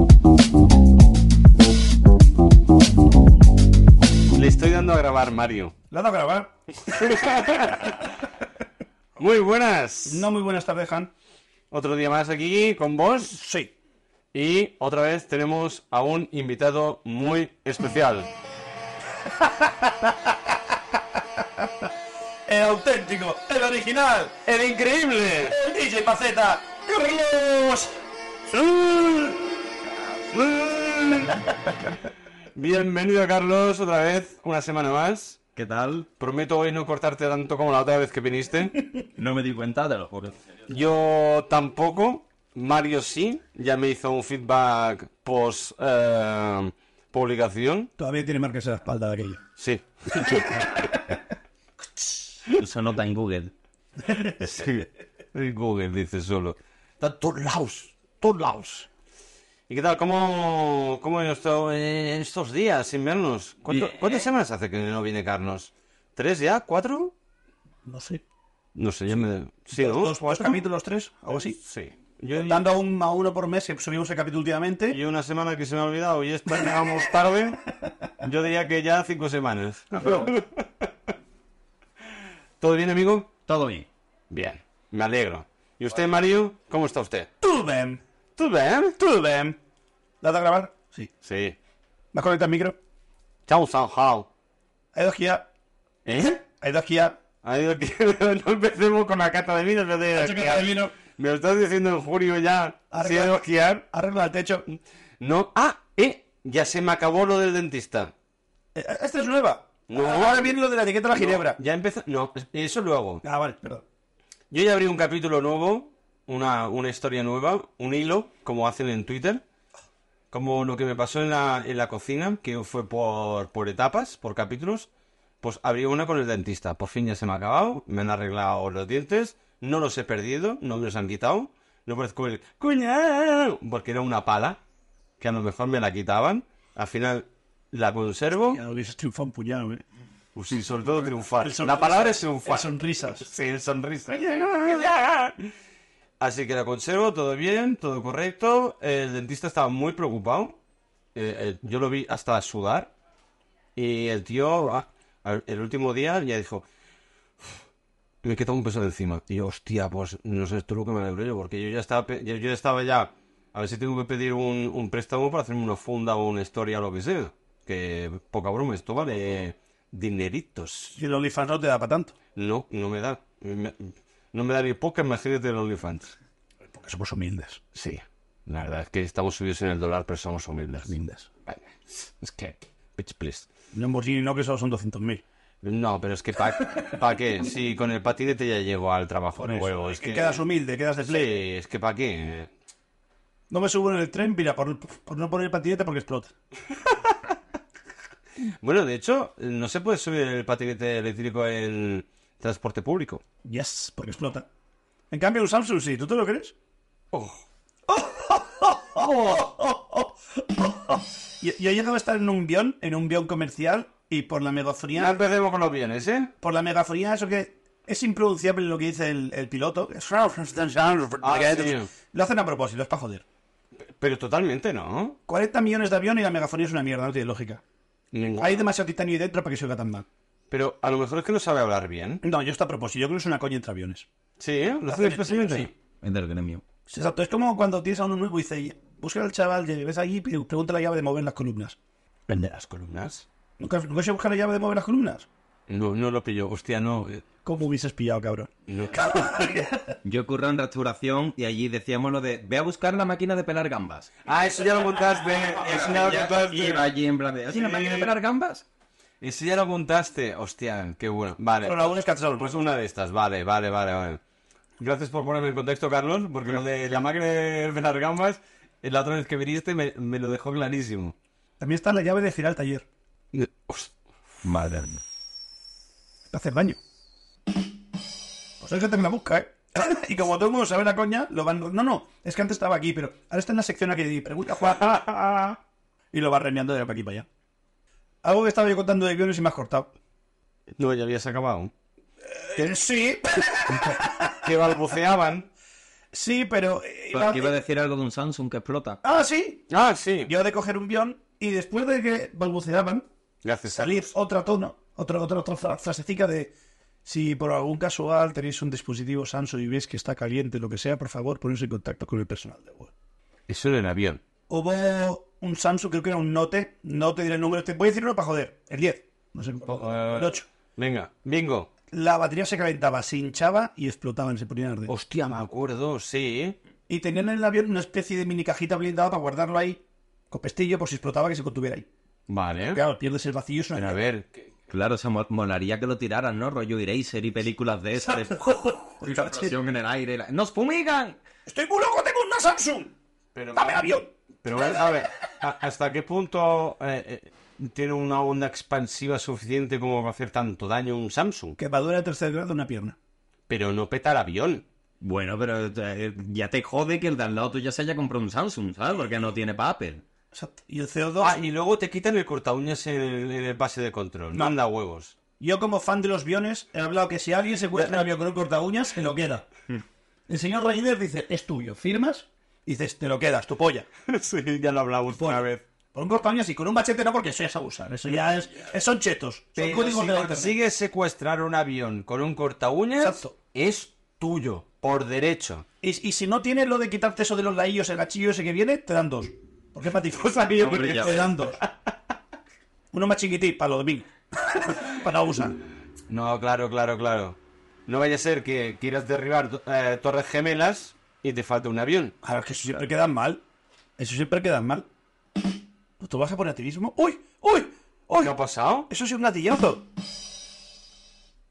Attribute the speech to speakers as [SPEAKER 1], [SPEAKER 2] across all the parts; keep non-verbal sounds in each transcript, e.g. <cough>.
[SPEAKER 1] <laughs>
[SPEAKER 2] armario.
[SPEAKER 1] ¿La ha dado a grabar?
[SPEAKER 2] Muy buenas.
[SPEAKER 1] No muy buenas tardes, Han.
[SPEAKER 2] Otro día más aquí con vos.
[SPEAKER 1] Sí.
[SPEAKER 2] Y otra vez tenemos a un invitado muy especial.
[SPEAKER 1] El auténtico, el original,
[SPEAKER 2] ¡El increíble!
[SPEAKER 1] el DJ Paceta. ¡Carlos!
[SPEAKER 2] <laughs> Bienvenido, Carlos, otra vez, una semana más.
[SPEAKER 3] ¿Qué tal?
[SPEAKER 2] Prometo hoy no cortarte tanto como la otra vez que viniste.
[SPEAKER 3] No me di cuenta, de lo juro.
[SPEAKER 2] Yo tampoco. Mario sí, ya me hizo un feedback post eh, publicación.
[SPEAKER 1] Todavía tiene marcas en la espalda de aquello.
[SPEAKER 2] Sí.
[SPEAKER 3] Se nota en Google.
[SPEAKER 2] <laughs> Sí, el Google dice solo. Está en todos lados, todos lados. ¿Y qué tal? ¿Cómo, cómo han estado en estos días sin vernos? ¿Cuánto-
[SPEAKER 3] Bien.
[SPEAKER 2] ¿Cuántas semanas hace que no viene Carlos? ¿Tres ya? ¿Cuatro?
[SPEAKER 1] No sé.
[SPEAKER 2] No sé, ya me... Sí, ¿no?
[SPEAKER 1] ¿Dos, dos capítulos, tres? ¿Algo así?
[SPEAKER 2] Sí. Yo,
[SPEAKER 1] Dando un a uno por mes que subimos el capítulo últimamente.
[SPEAKER 2] y una semana que se me ha olvidado y es vamos tarde. Yo diría que ya cinco semanas. ¿Todo bien, amigo?
[SPEAKER 3] Todo bien.
[SPEAKER 2] Bien, me alegro. ¿Y usted, Mario? ¿Cómo está usted?
[SPEAKER 1] ¡Tú ven!
[SPEAKER 2] ¿Tú bien?
[SPEAKER 1] ¡Tú ven! ¿La has dado a grabar? Sí.
[SPEAKER 2] Sí.
[SPEAKER 1] ¿Me has conectado el micro?
[SPEAKER 2] Chao, San Hao.
[SPEAKER 1] Hay dos guías.
[SPEAKER 2] ¿Eh?
[SPEAKER 1] Hay dos guías.
[SPEAKER 2] Ay, Dios, que <laughs> no empecemos con la cata de vino. no te- Me lo estás diciendo en julio ya.
[SPEAKER 1] Arregla-
[SPEAKER 2] Si he de esquiar.
[SPEAKER 1] Arregla el techo.
[SPEAKER 2] No. Ah, eh. Ya se me acabó lo del dentista.
[SPEAKER 1] Eh, Esta es nueva.
[SPEAKER 2] No.
[SPEAKER 1] Ahora viene lo de la etiqueta de la ginebra.
[SPEAKER 2] Ya empezó. No, eso luego.
[SPEAKER 1] Ah, vale, perdón.
[SPEAKER 2] Yo ya abrí un capítulo nuevo, una, una historia nueva, un hilo, como hacen en Twitter. Como lo que me pasó en la, en la cocina, que fue por, por etapas, por capítulos. Pues abrí una con el dentista. Por fin ya se me ha acabado, me han arreglado los dientes, no los he perdido, no me los han quitado. No parezco el cuñado, porque era una pala, que a lo mejor me la quitaban. Al final la conservo.
[SPEAKER 1] lo hubieses triunfado un puñado, eh.
[SPEAKER 2] Pues sí, sobre todo triunfar.
[SPEAKER 1] El sonrisa-
[SPEAKER 2] la palabra es triunfar.
[SPEAKER 1] el sonrisas.
[SPEAKER 2] Sí, el sonrisa. Así que la conservo, todo bien, todo correcto. El dentista estaba muy preocupado. Eh, eh, yo lo vi hasta sudar. Y el tío, ah, al- el último día, ya dijo: "Uf, Me he quitado un peso de encima. Y yo, hostia, pues no sé, esto es lo que me alegro yo, porque yo ya estaba, pe- yo, yo ya estaba ya. A ver si tengo que pedir un, un préstamo para hacerme una funda o una historia o lo que sea. Que poca broma, esto vale dineritos.
[SPEAKER 1] Si el OnlyFans no te da para tanto.
[SPEAKER 2] No, no me da. Me- no me da ni poca, imagínate el OnlyFans.
[SPEAKER 1] Porque somos humildes.
[SPEAKER 2] Sí, la verdad es que estamos subidos en el dólar, pero somos humildes.
[SPEAKER 1] Humildes.
[SPEAKER 2] Vaya, Es que, bitch, please.
[SPEAKER 1] Un Lamborghini no, que solo son 200.000.
[SPEAKER 2] No, pero es que para qué, si con el patinete ya llego al trabajo de huevo, es que...
[SPEAKER 1] Quedas humilde, quedas de
[SPEAKER 2] Sí,
[SPEAKER 1] play.
[SPEAKER 2] es que para qué.
[SPEAKER 1] No me subo en el tren, mira, por, por no poner el patinete porque explota.
[SPEAKER 2] Bueno, de hecho, no se puede subir el patinete eléctrico en transporte público.
[SPEAKER 1] Yes, porque explota. En cambio, un Samsung sí, ¿tú te lo crees?
[SPEAKER 2] Oh.
[SPEAKER 1] Yo, yo he llegado a estar en un bión, en un bión comercial, y por la
[SPEAKER 2] Ya
[SPEAKER 1] megafonía,
[SPEAKER 2] empecemos con los bienes, ¿eh?
[SPEAKER 1] por la megafonía, eso que es impronunciable lo que dice el, el piloto.
[SPEAKER 2] Ah, sí.
[SPEAKER 1] Lo hacen a propósito, es para joder.
[SPEAKER 2] Pero totalmente no.
[SPEAKER 1] 40 millones de avión y la megafonía es una mierda, no tiene lógica.
[SPEAKER 2] Ningún-
[SPEAKER 1] Hay demasiado titanio ahí dentro para que se oiga tan mal.
[SPEAKER 2] Pero a lo mejor es que no sabe hablar bien.
[SPEAKER 1] No, yo está a propósito, yo creo que es una coña entre aviones.
[SPEAKER 2] Sí, ¿eh? ¿Lo hacen expresamente?
[SPEAKER 3] En el gremio.
[SPEAKER 1] Sí, Exacto, es como cuando tienes a uno nuevo y dices, busca al chaval, que ves allí y pregunta la llave de mover las columnas.
[SPEAKER 2] ¿Vende las columnas?
[SPEAKER 1] ¿Nunca, nunca se busca la llave de mover las columnas?
[SPEAKER 2] No, no lo pillo. Hostia, no. eh,
[SPEAKER 1] ¿Cómo hubieses pillado, cabrón?
[SPEAKER 2] no.
[SPEAKER 3] Yo curro en restauración y allí decíamos lo de ve a buscar la máquina de pelar gambas.
[SPEAKER 2] Ah, eso ya lo contaste. eh, Eso Ah, ya lo
[SPEAKER 3] Y
[SPEAKER 2] contaste.
[SPEAKER 3] iba allí en plan de ¿Así la máquina de pelar gambas?
[SPEAKER 2] Eso ya lo contaste. Hostia, qué bueno.
[SPEAKER 1] Pero
[SPEAKER 2] Vale.
[SPEAKER 1] la buena es que haces algo.
[SPEAKER 2] Pues una de estas. Vale, vale, vale, vale. Gracias por ponerme en contexto, Carlos, porque lo de la máquina de las gambas, eh, la otra vez que viniste me, me lo dejó clarísimo. Eh,
[SPEAKER 1] También está la llave de girar al taller,
[SPEAKER 2] Hostia.
[SPEAKER 3] Madre mía.
[SPEAKER 1] para hacer baño. Pues hay gente que la busca, ¿eh? <laughs> Y como todo el mundo sabe la coña, lo van... No, no, es que antes estaba aquí, pero ahora está en la sección aquí de pregunta Juan. Y lo va remeando de aquí para allá. Algo que estaba yo contando de aviones y me has cortado.
[SPEAKER 2] No, ya habías acabado.
[SPEAKER 1] Sí,
[SPEAKER 2] Que balbuceaban.
[SPEAKER 1] sí, pero... eh,
[SPEAKER 3] Porque Pues iba a decir algo de un Samsung que explota.
[SPEAKER 1] Ah, sí,
[SPEAKER 2] Ah, sí.
[SPEAKER 1] Yo de coger un guión y después de que balbuceaban,
[SPEAKER 2] Gracias.
[SPEAKER 1] salir otra tono, Otra, otra, otra fra- frasecita de si por algún casual tenéis un dispositivo Samsung y veis que está caliente, lo que sea, por favor, poneros en contacto con el personal de Google.
[SPEAKER 2] Eso en el avión.
[SPEAKER 1] Hubo un Samsung, creo que era un Note, no te diré el número, te voy a decir uno para joder, el 10, no sé,
[SPEAKER 2] Oh, eh,
[SPEAKER 1] el 8.
[SPEAKER 2] Venga, bingo.
[SPEAKER 1] La batería se calentaba, se hinchaba y explotaban, se ponían a arder.
[SPEAKER 2] Hostia, me acuerdo, sí.
[SPEAKER 1] Y tenían en el avión una especie de mini cajita blindada para guardarlo ahí, con pestillo, por si explotaba que se contuviera ahí.
[SPEAKER 2] Vale.
[SPEAKER 1] Claro, pierdes el vacío, es una
[SPEAKER 2] ¿Eh? Pero a
[SPEAKER 1] mierda.
[SPEAKER 2] ver, que-
[SPEAKER 3] Claro, se mo- molaría que lo tiraran, ¿no? Rollo Eraser y películas de esas. de- explosión en el aire. la- ¡Nos fumigan!
[SPEAKER 1] Estoy muy loco, tengo una Samsung.
[SPEAKER 2] Pero-
[SPEAKER 1] Dame el avión.
[SPEAKER 2] pero bueno, a ver, a- ¿hasta qué punto eh, eh, tiene una onda expansiva suficiente como para hacer tanto daño un Samsung?
[SPEAKER 1] Quemadura de tercer grado en una pierna.
[SPEAKER 2] Pero no peta el avión.
[SPEAKER 3] Bueno, pero eh, ya te jode que el de al lado tuyo se haya comprado un Samsung, ¿sabes? Porque no tiene papel.
[SPEAKER 1] Exacto. Y el CO2.
[SPEAKER 2] Ah, y luego te quitan el cortaúñas en el, en el pase de control. Manda huevos. <laughs>
[SPEAKER 1] Yo, como fan de los aviones, he hablado que si alguien se encuentra un avión con un corta uñas, se lo queda.
[SPEAKER 3] Hmm.
[SPEAKER 1] El señor Reiner dice: Es tuyo, firmas. Y dices: Te lo quedas, tu polla.
[SPEAKER 2] sí, ya lo hablamos
[SPEAKER 1] Bueno,
[SPEAKER 2] una vez.
[SPEAKER 1] Por un corta uñas y con un machete no, porque eso ya es abusar. Eso ya es. es- son chetos. Son
[SPEAKER 2] Pero
[SPEAKER 1] códigos
[SPEAKER 2] si
[SPEAKER 1] de la internet.
[SPEAKER 2] consigues secuestrar un avión con un cortaúñas,
[SPEAKER 1] Exacto.
[SPEAKER 2] es tuyo, por derecho.
[SPEAKER 1] Y, y si no tienes lo de quitarte eso de los laillos, el gachillo ese que viene, te dan dos. Porque es para ti. pues,
[SPEAKER 3] Hombre, ya
[SPEAKER 1] te
[SPEAKER 3] ves.
[SPEAKER 1] dan dos. Uno más chiquitín, para los domingos. <laughs> para abusar.
[SPEAKER 2] No, claro, claro, claro. No vaya a ser que quieras derribar eh, torres gemelas y te falta un avión.
[SPEAKER 1] A ver, que eso siempre quedan mal. Eso siempre quedan mal. ¿Tú vas a poner activismo? ¡Uy! ¡Uy! ¡Uy!
[SPEAKER 2] ¿Qué ha pasado?
[SPEAKER 1] Eso sí, un gatillazo.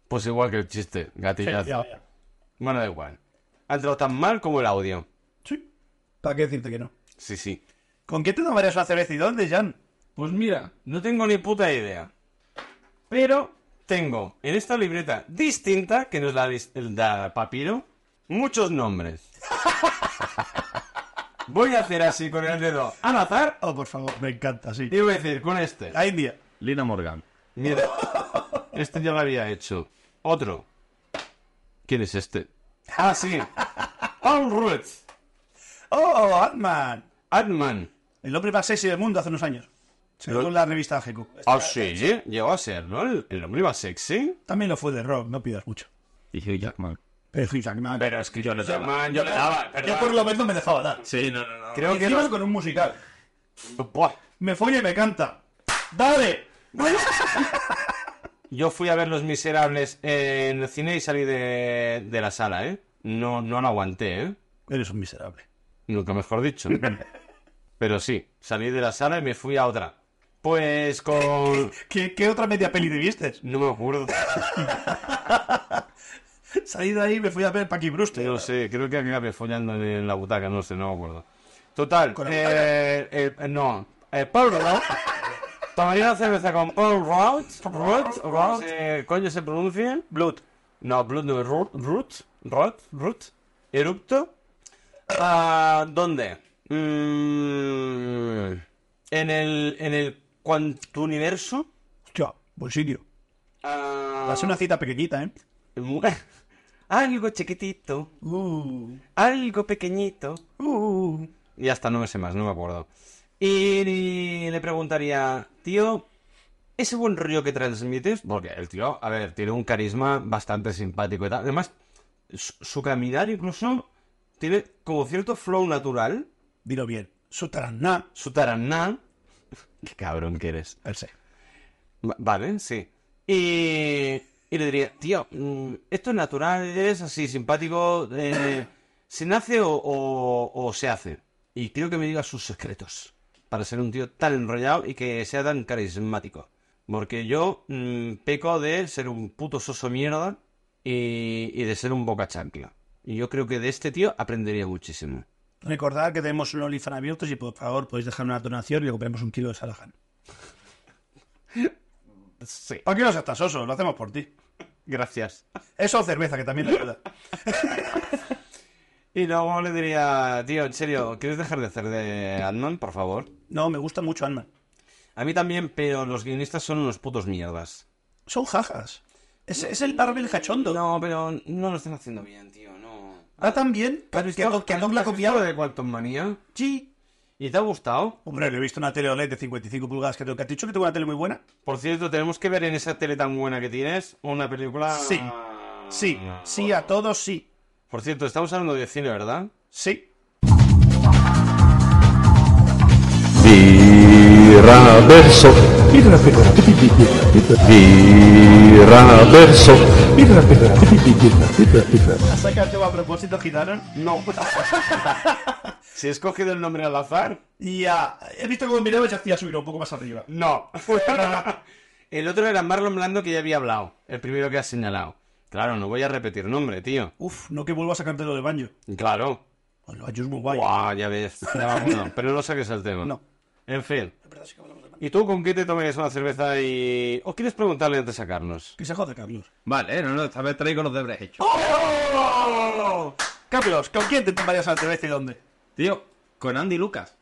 [SPEAKER 2] Pues igual que el chiste, gatillazo.
[SPEAKER 1] Ya, ya.
[SPEAKER 2] Bueno, da igual. Ha entrado tan mal como el audio.
[SPEAKER 1] Sí. ¿Para qué decirte que no?
[SPEAKER 2] Sí, sí.
[SPEAKER 1] ¿Con qué te tomarías una cerveza y dónde, Jan?
[SPEAKER 2] Pues mira, no tengo ni puta idea. Pero tengo en esta libreta distinta, que nos la dis- da Papiro, muchos nombres. <laughs> Voy a hacer así con el dedo al azar
[SPEAKER 1] Oh, por favor, me encanta, sí.
[SPEAKER 2] y voy a decir con este.
[SPEAKER 1] La India.
[SPEAKER 3] Lina Morgan.
[SPEAKER 2] Mira, este ya lo había hecho. Otro. ¿Quién es este? Ah, sí. All Roots.
[SPEAKER 1] ¡Oh, Batman!
[SPEAKER 2] Atman.
[SPEAKER 1] El hombre más sexy del mundo hace unos años. Según la revista GQ.
[SPEAKER 2] Ah, sí, lle- llegó a ser, ¿no? El, el hombre más sexy.
[SPEAKER 1] También lo fue de Rock, no pidas mucho.
[SPEAKER 3] Y Hugh Jackman.
[SPEAKER 1] Pero Hugh Jackman-
[SPEAKER 2] Pero es que yo le daba. Ah, yo le daba, perdón.
[SPEAKER 1] Yo por lo menos me dejaba dar.
[SPEAKER 3] Sí, no, no, no.
[SPEAKER 2] Creo que...
[SPEAKER 1] Encima con un musical.
[SPEAKER 2] Buah.
[SPEAKER 1] Me folla y me canta. ¡Dale!
[SPEAKER 2] Yo fui a ver Los Miserables en el cine y salí de, de la sala, ¿eh? No, no lo aguanté, ¿eh?
[SPEAKER 1] Eres un miserable.
[SPEAKER 2] Nunca mejor <laughs> dicho. Pero sí, salí de la sala y me fui a otra. Pues con...
[SPEAKER 1] ¿Qué, qué otra media peli te viste?
[SPEAKER 2] No me acuerdo.
[SPEAKER 1] <laughs> Salí de ahí y me fui a ver Paki Brewster.
[SPEAKER 2] No sé, creo que acabé follando en- en la butaca, no sé, no me acuerdo. Total,
[SPEAKER 1] ¿Con la
[SPEAKER 2] eh, eh, eh, no, eh, Paul Rudd tomaría una cerveza con Paul Rudd, Rudd, Rudd, eh, coño se pronuncia, Blood, no, Blood no, Rudd, Rudd, Rudd, Rudd, Erupto, Ah, ¿dónde? Mm, en el, en el Quantuniverso,
[SPEAKER 1] Hostia, buen sitio. Va
[SPEAKER 2] Ah,
[SPEAKER 1] a ser una cita pequeñita, ¿eh?
[SPEAKER 2] <laughs> algo chiquitito,
[SPEAKER 1] Uh,
[SPEAKER 2] algo pequeñito,
[SPEAKER 1] uh.
[SPEAKER 2] Y hasta no me sé más, no me acuerdo. Y ni- le preguntaría, tío, ese buen rollo que transmites, porque el tío, a ver, tiene un carisma bastante simpático y tal. Además, su, su caminar incluso tiene como cierto flow natural,
[SPEAKER 1] Dilo bien. Sutaraná.
[SPEAKER 2] su taraná. <laughs> Qué cabrón que eres.
[SPEAKER 1] El sé.
[SPEAKER 2] Va- Vale, sí. Y, y le diría, tío, mm, esto es natural, eres así, simpático, eh, ¿se nace o, o- o se hace? Y creo que me diga sus secretos para ser un tío tan enrollado y que sea tan carismático. Porque yo mm, peco de ser un puto soso mierda y, y de ser un boca chancla. Y yo creo que de este tío aprendería muchísimo.
[SPEAKER 1] Recordad que tenemos un OnlyFans abierto y por favor podéis dejar una donación y le compramos un kilo de Salahan.
[SPEAKER 2] Sí.
[SPEAKER 1] ¿Para qué no seas tan soso? Lo hacemos por ti.
[SPEAKER 2] Gracias.
[SPEAKER 1] Eso o cerveza, que también ayuda.
[SPEAKER 2] Y luego le diría, tío, en serio, ¿quieres dejar de hacer de Adman, por favor?
[SPEAKER 1] No, me gusta mucho Ant-Man.
[SPEAKER 2] A mí también, pero los guionistas son unos putos mierdas.
[SPEAKER 1] Son jajas. Es, es el Marvel cachondo.
[SPEAKER 2] No, pero no lo están haciendo bien, tío, no.
[SPEAKER 1] Ah, también.
[SPEAKER 2] ¿Has
[SPEAKER 1] Que,
[SPEAKER 2] visto-
[SPEAKER 1] que, que
[SPEAKER 2] has
[SPEAKER 1] no me la
[SPEAKER 2] visto
[SPEAKER 1] confiaba.
[SPEAKER 2] lo de Quantum Manía?
[SPEAKER 1] Sí.
[SPEAKER 2] ¿Y te ha gustado?
[SPEAKER 1] Hombre, le he visto una tele OLED de 55 pulgadas que tengo. ¿Que has dicho que tengo una tele muy buena?
[SPEAKER 2] Por cierto, tenemos que ver en esa tele tan buena que tienes una película...
[SPEAKER 1] Sí. Sí, sí, a todos sí.
[SPEAKER 2] Por cierto, estamos hablando de cine, ¿verdad?
[SPEAKER 1] Sí.
[SPEAKER 4] Tira verso, tira pedra, tira verso, tira pedra, tira pedra.
[SPEAKER 1] ¿Has sacado a propósito, gitaron?
[SPEAKER 2] No. <laughs> si he escogido el nombre al azar,
[SPEAKER 1] Y ah, he visto cómo miraba y se hacía subir un poco más arriba. <laughs>
[SPEAKER 2] no. el otro era Marlon Blando que ya había hablado, el primero que has señalado. Claro, no voy a repetir nombre, tío.
[SPEAKER 1] Uf, no que vuelva a sacarte lo del baño.
[SPEAKER 2] Claro.
[SPEAKER 1] El baño es muy guay.
[SPEAKER 2] Buah, ya ves. Daba uno, pero no saques el tema.
[SPEAKER 1] No.
[SPEAKER 2] En fin.
[SPEAKER 1] Es verdad, sí que hablamos del baño.
[SPEAKER 2] ¿Y tú con qué te tomarías una cerveza y... o quieres preguntarle antes de sacarnos?
[SPEAKER 1] Que se joda, Carlos.
[SPEAKER 3] Vale, no, no, esta vez traigo los deberes hechos.
[SPEAKER 1] Carlos, ¿con quién te tomarías la cerveza y dónde?
[SPEAKER 3] Tío, con Andy Lucas.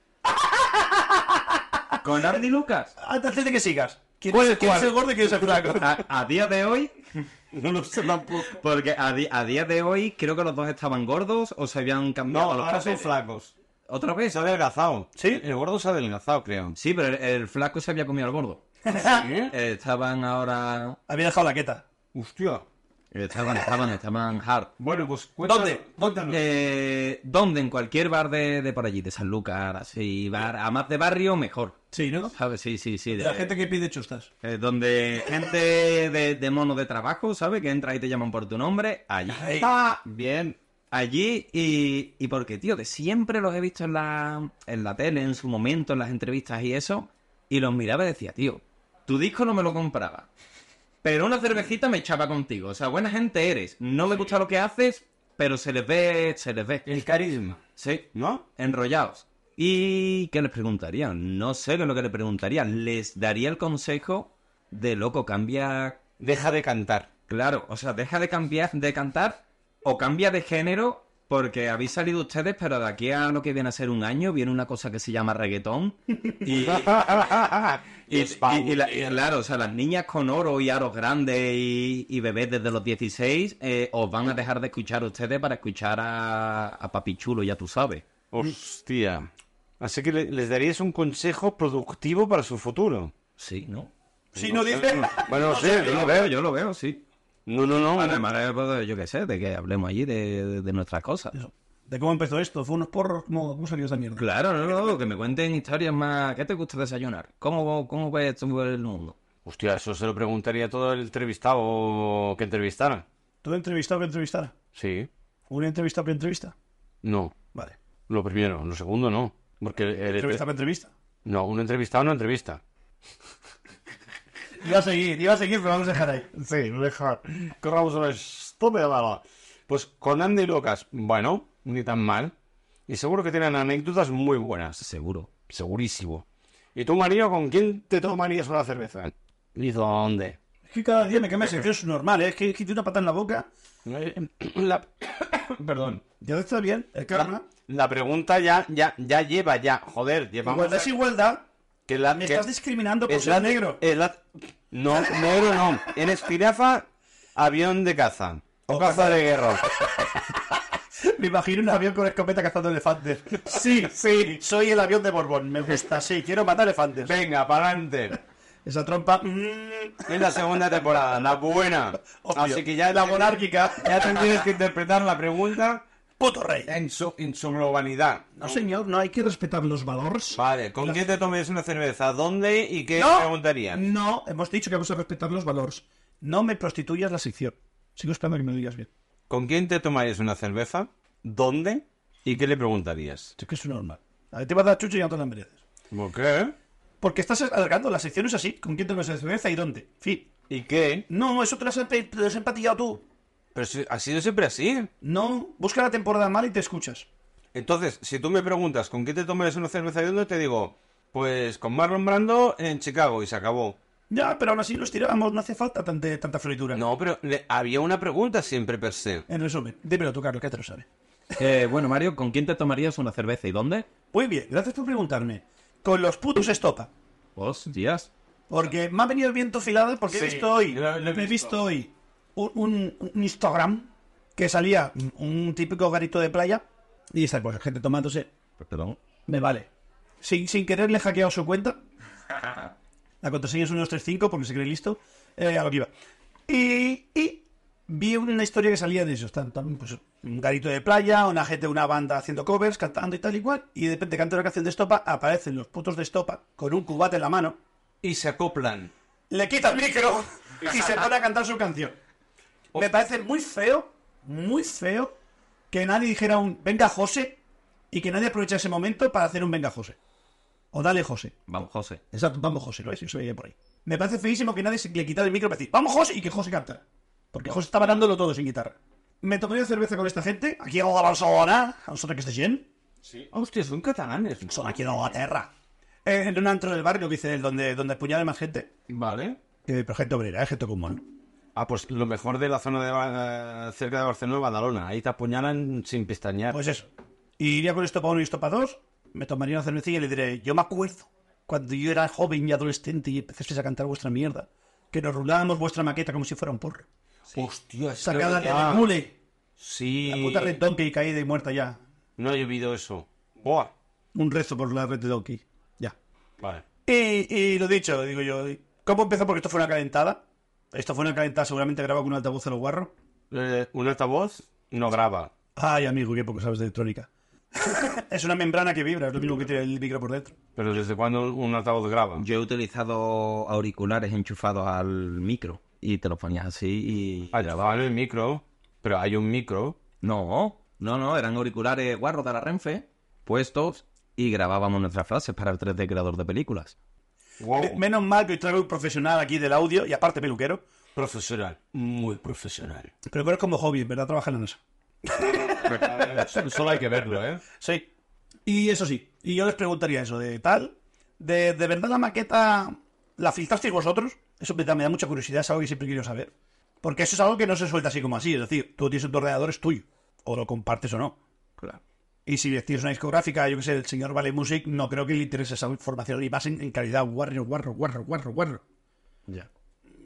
[SPEAKER 3] Con Andy Lucas.
[SPEAKER 1] Antes de que sigas. ¿Quién,
[SPEAKER 3] ¿Cuál
[SPEAKER 1] es,
[SPEAKER 3] es
[SPEAKER 1] quién
[SPEAKER 3] cuál? Ah,
[SPEAKER 1] es el gordo y quién es el
[SPEAKER 3] <laughs>
[SPEAKER 1] flaco?
[SPEAKER 3] A, a día de hoy,
[SPEAKER 1] no lo sé tampoco.
[SPEAKER 3] porque a, di- a día de hoy creo que los dos estaban gordos o se habían cambiado
[SPEAKER 2] No,
[SPEAKER 3] los
[SPEAKER 2] ahora son
[SPEAKER 3] papeles.
[SPEAKER 2] flacos.
[SPEAKER 3] ¿Otra vez?
[SPEAKER 2] Se ha adelgazado.
[SPEAKER 1] ¿Sí?
[SPEAKER 2] El gordo se ha adelgazado, creo.
[SPEAKER 3] Sí, pero el, el flaco se había comido al gordo. Eh, Estaban ahora...
[SPEAKER 1] <laughs> Había dejado la queta.
[SPEAKER 2] Hostia.
[SPEAKER 3] Estaban, estaban, estaban hard.
[SPEAKER 2] Bueno, pues
[SPEAKER 1] ¿Dónde?
[SPEAKER 2] ¿Dónde?
[SPEAKER 3] Eh, ¿Dónde? En cualquier bar de, de por allí, de Sanlúcar, así, bar, a más de barrio, mejor.
[SPEAKER 1] Sí, ¿no?
[SPEAKER 3] ¿Sabes? Sí, sí, sí. de-
[SPEAKER 1] La gente que pide chustas.
[SPEAKER 3] eh, donde gente de, de mono de trabajo, ¿sabes? Que entra y te llaman por tu nombre, allí.
[SPEAKER 1] Ahí.
[SPEAKER 2] Bien.
[SPEAKER 3] Allí y, y porque, tío, de siempre los he visto en la, en la tele, en su momento, en las entrevistas y eso, y los miraba y decía, tío, tu disco no me lo compraba, pero una cervecita me echaba contigo. O sea, buena gente eres, no le gusta lo que haces, pero se les ve, se les ve.
[SPEAKER 2] El carisma.
[SPEAKER 3] Sí,
[SPEAKER 2] ¿No?
[SPEAKER 3] enrollados. ¿Y qué les preguntaría? No sé qué es lo que le preguntaría. Les daría el consejo de, loco, cambia
[SPEAKER 2] Deja de <laughs> cantar.
[SPEAKER 3] Claro, o sea, deja de cambiar, de cantar o cambia de género porque habéis salido ustedes, pero de aquí a lo que viene a ser un año viene una cosa que se llama reggaetón. Y, y- y- y la- y claro, o sea, las niñas con oro y aros grandes y, y bebés desde los 16 eh, os van a dejar de escuchar ustedes para escuchar a, a Papi Chulo, ya tú sabes.
[SPEAKER 2] Hostia. Así que le- les darías un consejo productivo para su futuro.
[SPEAKER 3] Sí, ¿no?
[SPEAKER 1] Si no dice... <laughs>
[SPEAKER 2] Bueno, sí,
[SPEAKER 3] Yo lo veo, yo lo veo, sí.
[SPEAKER 2] No, no, no.
[SPEAKER 3] Además, eh, pues, yo qué sé, de que hablemos allí de, de- de nuestras cosas.
[SPEAKER 1] ¿De cómo empezó esto? ¿Fue unos porros? ¿Cómo, cómo salió esa mierda?
[SPEAKER 3] Claro, no, no, que me cuenten historias más. ¿Qué te gusta desayunar? ¿Cómo, cómo ves tú el mundo?
[SPEAKER 2] Hostia, eso se lo preguntaría a todo el entrevistado que entrevistara.
[SPEAKER 1] ¿Todo entrevistado que entrevistara?
[SPEAKER 2] Sí.
[SPEAKER 1] ¿Una entrevista por entrevista?
[SPEAKER 2] No.
[SPEAKER 1] Vale.
[SPEAKER 2] Lo primero. Lo segundo, no. Porque el- el-
[SPEAKER 1] ¿Entrevista por entrevista?
[SPEAKER 2] No, un entrevistado no entrevista.
[SPEAKER 1] Iba a seguir, iba a seguir, pero vamos a dejar ahí.
[SPEAKER 2] Sí, mejor. Corramos una estúpida bala. Pues con Andy Lucas, bueno, ni tan mal. Y seguro que tienen anécdotas muy buenas.
[SPEAKER 3] Seguro.
[SPEAKER 2] Segurísimo. ¿Y tú, Mario, con quién te tomarías una cerveza? ¿Y dónde?
[SPEAKER 1] Es que cada día me cambia sección, es normal, ¿eh? Es que, es que tiene una pata en la boca.
[SPEAKER 2] Eh, <coughs> La... Perdón.
[SPEAKER 1] Ya está bien, el karma.
[SPEAKER 2] La pregunta ya, ya, ya lleva, ya. Joder, llevamos.
[SPEAKER 1] Igualdad es igualdad.
[SPEAKER 2] Que la,
[SPEAKER 1] Me
[SPEAKER 2] que-
[SPEAKER 1] estás discriminando por
[SPEAKER 2] es
[SPEAKER 1] ser
[SPEAKER 2] la- eh.
[SPEAKER 1] negro.
[SPEAKER 2] es la- No, negro no. Eres pirafa, avión de caza. O caza de <laughs> guerra.
[SPEAKER 1] Me imagino un avión con escopeta cazando elefantes.
[SPEAKER 2] <laughs>
[SPEAKER 1] Sí, sí. Soy el avión de Borbón. Me gusta, sí. Quiero matar elefantes.
[SPEAKER 2] Venga, para adelante.
[SPEAKER 1] Esa trompa. mm,
[SPEAKER 2] Es la segunda temporada, la buena.
[SPEAKER 1] Obvio.
[SPEAKER 2] Así que ya
[SPEAKER 1] la
[SPEAKER 2] la
[SPEAKER 1] monárquica.
[SPEAKER 2] Ya te tienes que interpretar la pregunta
[SPEAKER 1] Puto rey.
[SPEAKER 2] en su, en su globalidad.
[SPEAKER 1] No, señor, no hay que respetar los valores.
[SPEAKER 2] Vale, ¿con quién te tomes una cerveza? ¿Dónde y qué
[SPEAKER 1] no,
[SPEAKER 2] preguntarías?
[SPEAKER 1] No, hemos dicho que vamos a respetar los valores. No me prostituyas la sección. Sigo esperando que me lo digas bien.
[SPEAKER 2] ¿Con quién te tomarías una cerveza? ¿Dónde? ¿Y qué le preguntarías?
[SPEAKER 1] Es que es normal. A ver, te vas a dar chucho y no te la mereces.
[SPEAKER 2] ¿Por qué?
[SPEAKER 1] Porque estás alargando, la sección es así. ¿Con quién te vas a cerveza y dónde? Fin.
[SPEAKER 2] ¿Y qué?
[SPEAKER 1] No, eso te lo has empe- te lo has empatillado tú.
[SPEAKER 2] Pero si- ha sido siempre así.
[SPEAKER 1] No, busca la temporada mal y te escuchas.
[SPEAKER 2] Entonces, si tú me preguntas con quién te tomarías una cerveza y dónde, te digo, pues con Marlon Brando en Chicago y se acabó.
[SPEAKER 1] Ya, pero aún así los tiramos, no hace falta tante- tanta floritura.
[SPEAKER 2] No, pero le- había una pregunta siempre per se.
[SPEAKER 1] En resumen, dímelo tú, Carlos, que te lo sabe.
[SPEAKER 3] Eh, bueno, Mario, ¿con quién te tomarías una cerveza y dónde?
[SPEAKER 1] Muy bien, gracias por preguntarme. Con los putos estopa.
[SPEAKER 3] Hostias.
[SPEAKER 1] Porque me ha venido el viento afilado porque he
[SPEAKER 2] Sí,
[SPEAKER 1] visto hoy,
[SPEAKER 2] lo- lo he
[SPEAKER 1] me he
[SPEAKER 2] visto.
[SPEAKER 1] visto hoy un, un- un Instagram que salía un típico garito de playa y esa pues gente tomándose,
[SPEAKER 3] Perdón.
[SPEAKER 1] me vale. sin, sin querer le he hackeado
[SPEAKER 2] <laughs>
[SPEAKER 1] su cuenta. La contraseña es 1235 porque se cree listo. Eh, a lo que iba. Y, y vi una historia que salía de ellos. Tan, tan, pues, un garito de playa, una gente, una banda haciendo covers, cantando y tal y cual. Y de repente canta una canción de estopa, aparecen los putos de estopa con un cubate en la mano,
[SPEAKER 2] Y se acoplan.
[SPEAKER 1] le quita el micro y se pone a cantar su canción. Me parece muy feo, muy feo, que nadie dijera un venga José y que nadie aprovecha ese momento para hacer un venga José. O dale José.
[SPEAKER 3] Vamos, José.
[SPEAKER 1] Exacto, vamos José, lo es, yo se veía por ahí. Me parece feísimo que nadie se le quitara el micro para decir, vamos José, y que José canta. Porque José estaba dándolo todo sin guitarra. Me tomaría cerveza con esta gente, aquí a la Barcelona, a nosotros que esté bien,
[SPEAKER 2] Hostia, son catalanes.
[SPEAKER 1] son aquí de la tierra. Eh, en un antro del barrio que dice él, donde, donde apuñale más gente.
[SPEAKER 2] Vale.
[SPEAKER 1] Eh, pero gente obrera, eh, gente común.
[SPEAKER 2] Ah, pues lo mejor de la zona de Ba- eh, cerca de Barcelona, Badalona. Ahí te apuñalan sin pestañear.
[SPEAKER 1] Pues eso. Y iría con esto para uno y esto para dos, me tomaría una cervecilla y le diré, yo me acuerdo, cuando yo era joven y adolescente y empezasteis a cantar vuestra mierda, que nos rulábamos vuestra maqueta como si fuera un porro.
[SPEAKER 2] Hostia, es
[SPEAKER 1] Sacada de
[SPEAKER 2] Ah,
[SPEAKER 1] la mule.
[SPEAKER 2] Sí.
[SPEAKER 1] La puta red Donkey caída y muerta ya.
[SPEAKER 2] No he llovido eso. Buah.
[SPEAKER 1] Un rezo por la red de Donkey. Ya.
[SPEAKER 2] Vale.
[SPEAKER 1] Y, y lo dicho, digo yo, ¿cómo empezó? Porque esto fue una calentada. Esto fue una calentada, seguramente graba con un altavoz de los guarros.
[SPEAKER 2] Eh, un altavoz no graba.
[SPEAKER 1] Ay, amigo, qué poco sabes de electrónica. <laughs> es una membrana que vibra, es lo mismo que tiene el micro por dentro.
[SPEAKER 2] Pero ¿desde cuándo un altavoz graba?
[SPEAKER 3] Yo he utilizado auriculares enchufados al micro y te los ponías así y...
[SPEAKER 2] Ah, grababan el micro. Pero hay un micro.
[SPEAKER 3] No, no, no, eran auriculares guarros de la Renfe, puestos, y grabábamos nuestras frases para el 3D creador de películas.
[SPEAKER 2] Wow.
[SPEAKER 1] Me- Menos mal que hoy traigo un profesional aquí del audio y aparte peluquero.
[SPEAKER 2] Profesional. Muy profesional.
[SPEAKER 1] Pero bueno, es como hobby, en ¿verdad? Trabaja en la NASA.
[SPEAKER 2] Solo hay que verlo, ¿eh?
[SPEAKER 1] Sí. Y eso sí, y yo les preguntaría eso, de tal, de, de verdad la maqueta la filtrasteis vosotros, eso me da, me da mucha curiosidad, es algo que siempre quiero saber. Porque eso es algo que no se suelta así como así, es decir, tú tienes en tu ordenador, es tuyo, o lo compartes o no.
[SPEAKER 3] Claro.
[SPEAKER 1] Y si tienes una discográfica, yo que sé, el señor Vale Music, no creo que le interese esa información, y más en, en calidad guarro, guarro, guarro, guarro, guarro.
[SPEAKER 3] Ya.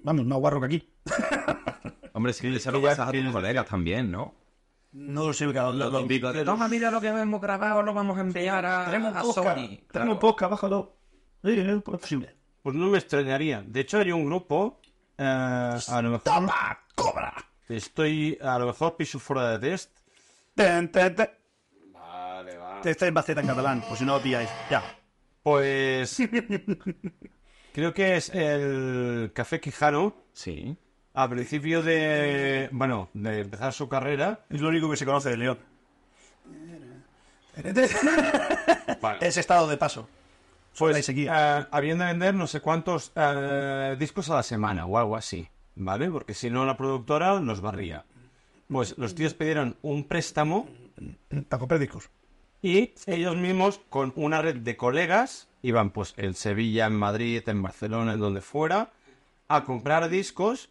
[SPEAKER 1] Vamos, más guarro que aquí.
[SPEAKER 3] Hombre, si se lo pasas a tus colegas también, ¿no?
[SPEAKER 1] No lo sé, claro, lo, lo-
[SPEAKER 3] Toma, mira lo que hemos grabado, lo vamos a enviar a,
[SPEAKER 1] Tenemos
[SPEAKER 3] a
[SPEAKER 1] un podcast,
[SPEAKER 3] Sony.
[SPEAKER 1] tenemos
[SPEAKER 3] Claro.
[SPEAKER 1] un podcast, bájalo. Sí, es posible.
[SPEAKER 2] Pues no me extrañaría. De hecho, hay un grupo. eh, a lo mejor
[SPEAKER 1] ¡Toma! ¡Cobra!
[SPEAKER 2] estoy. A lo mejor piso fuera de test.
[SPEAKER 1] Ten, ten, ten.
[SPEAKER 2] Vale, va.
[SPEAKER 1] Esta es Baceta en catalán, por si no lo pilláis. Ya. <laughs>
[SPEAKER 2] Pues. creo que es el Café Quijano.
[SPEAKER 3] Sí.
[SPEAKER 2] A principio de. Bueno, de empezar su carrera.
[SPEAKER 1] Es lo único que se conoce de León.
[SPEAKER 2] Vale.
[SPEAKER 1] Es estado de paso.
[SPEAKER 2] Pues
[SPEAKER 1] vais aquí.
[SPEAKER 2] ah, habiendo de vender no sé cuántos ah, discos a la semana o algo así, ¿vale? Porque si no la productora nos barría. Pues los tíos pidieron un préstamo
[SPEAKER 1] Para comprar discos.
[SPEAKER 2] y ellos mismos con una red de colegas iban pues en Sevilla, en Madrid, en Barcelona, en donde fuera, a comprar discos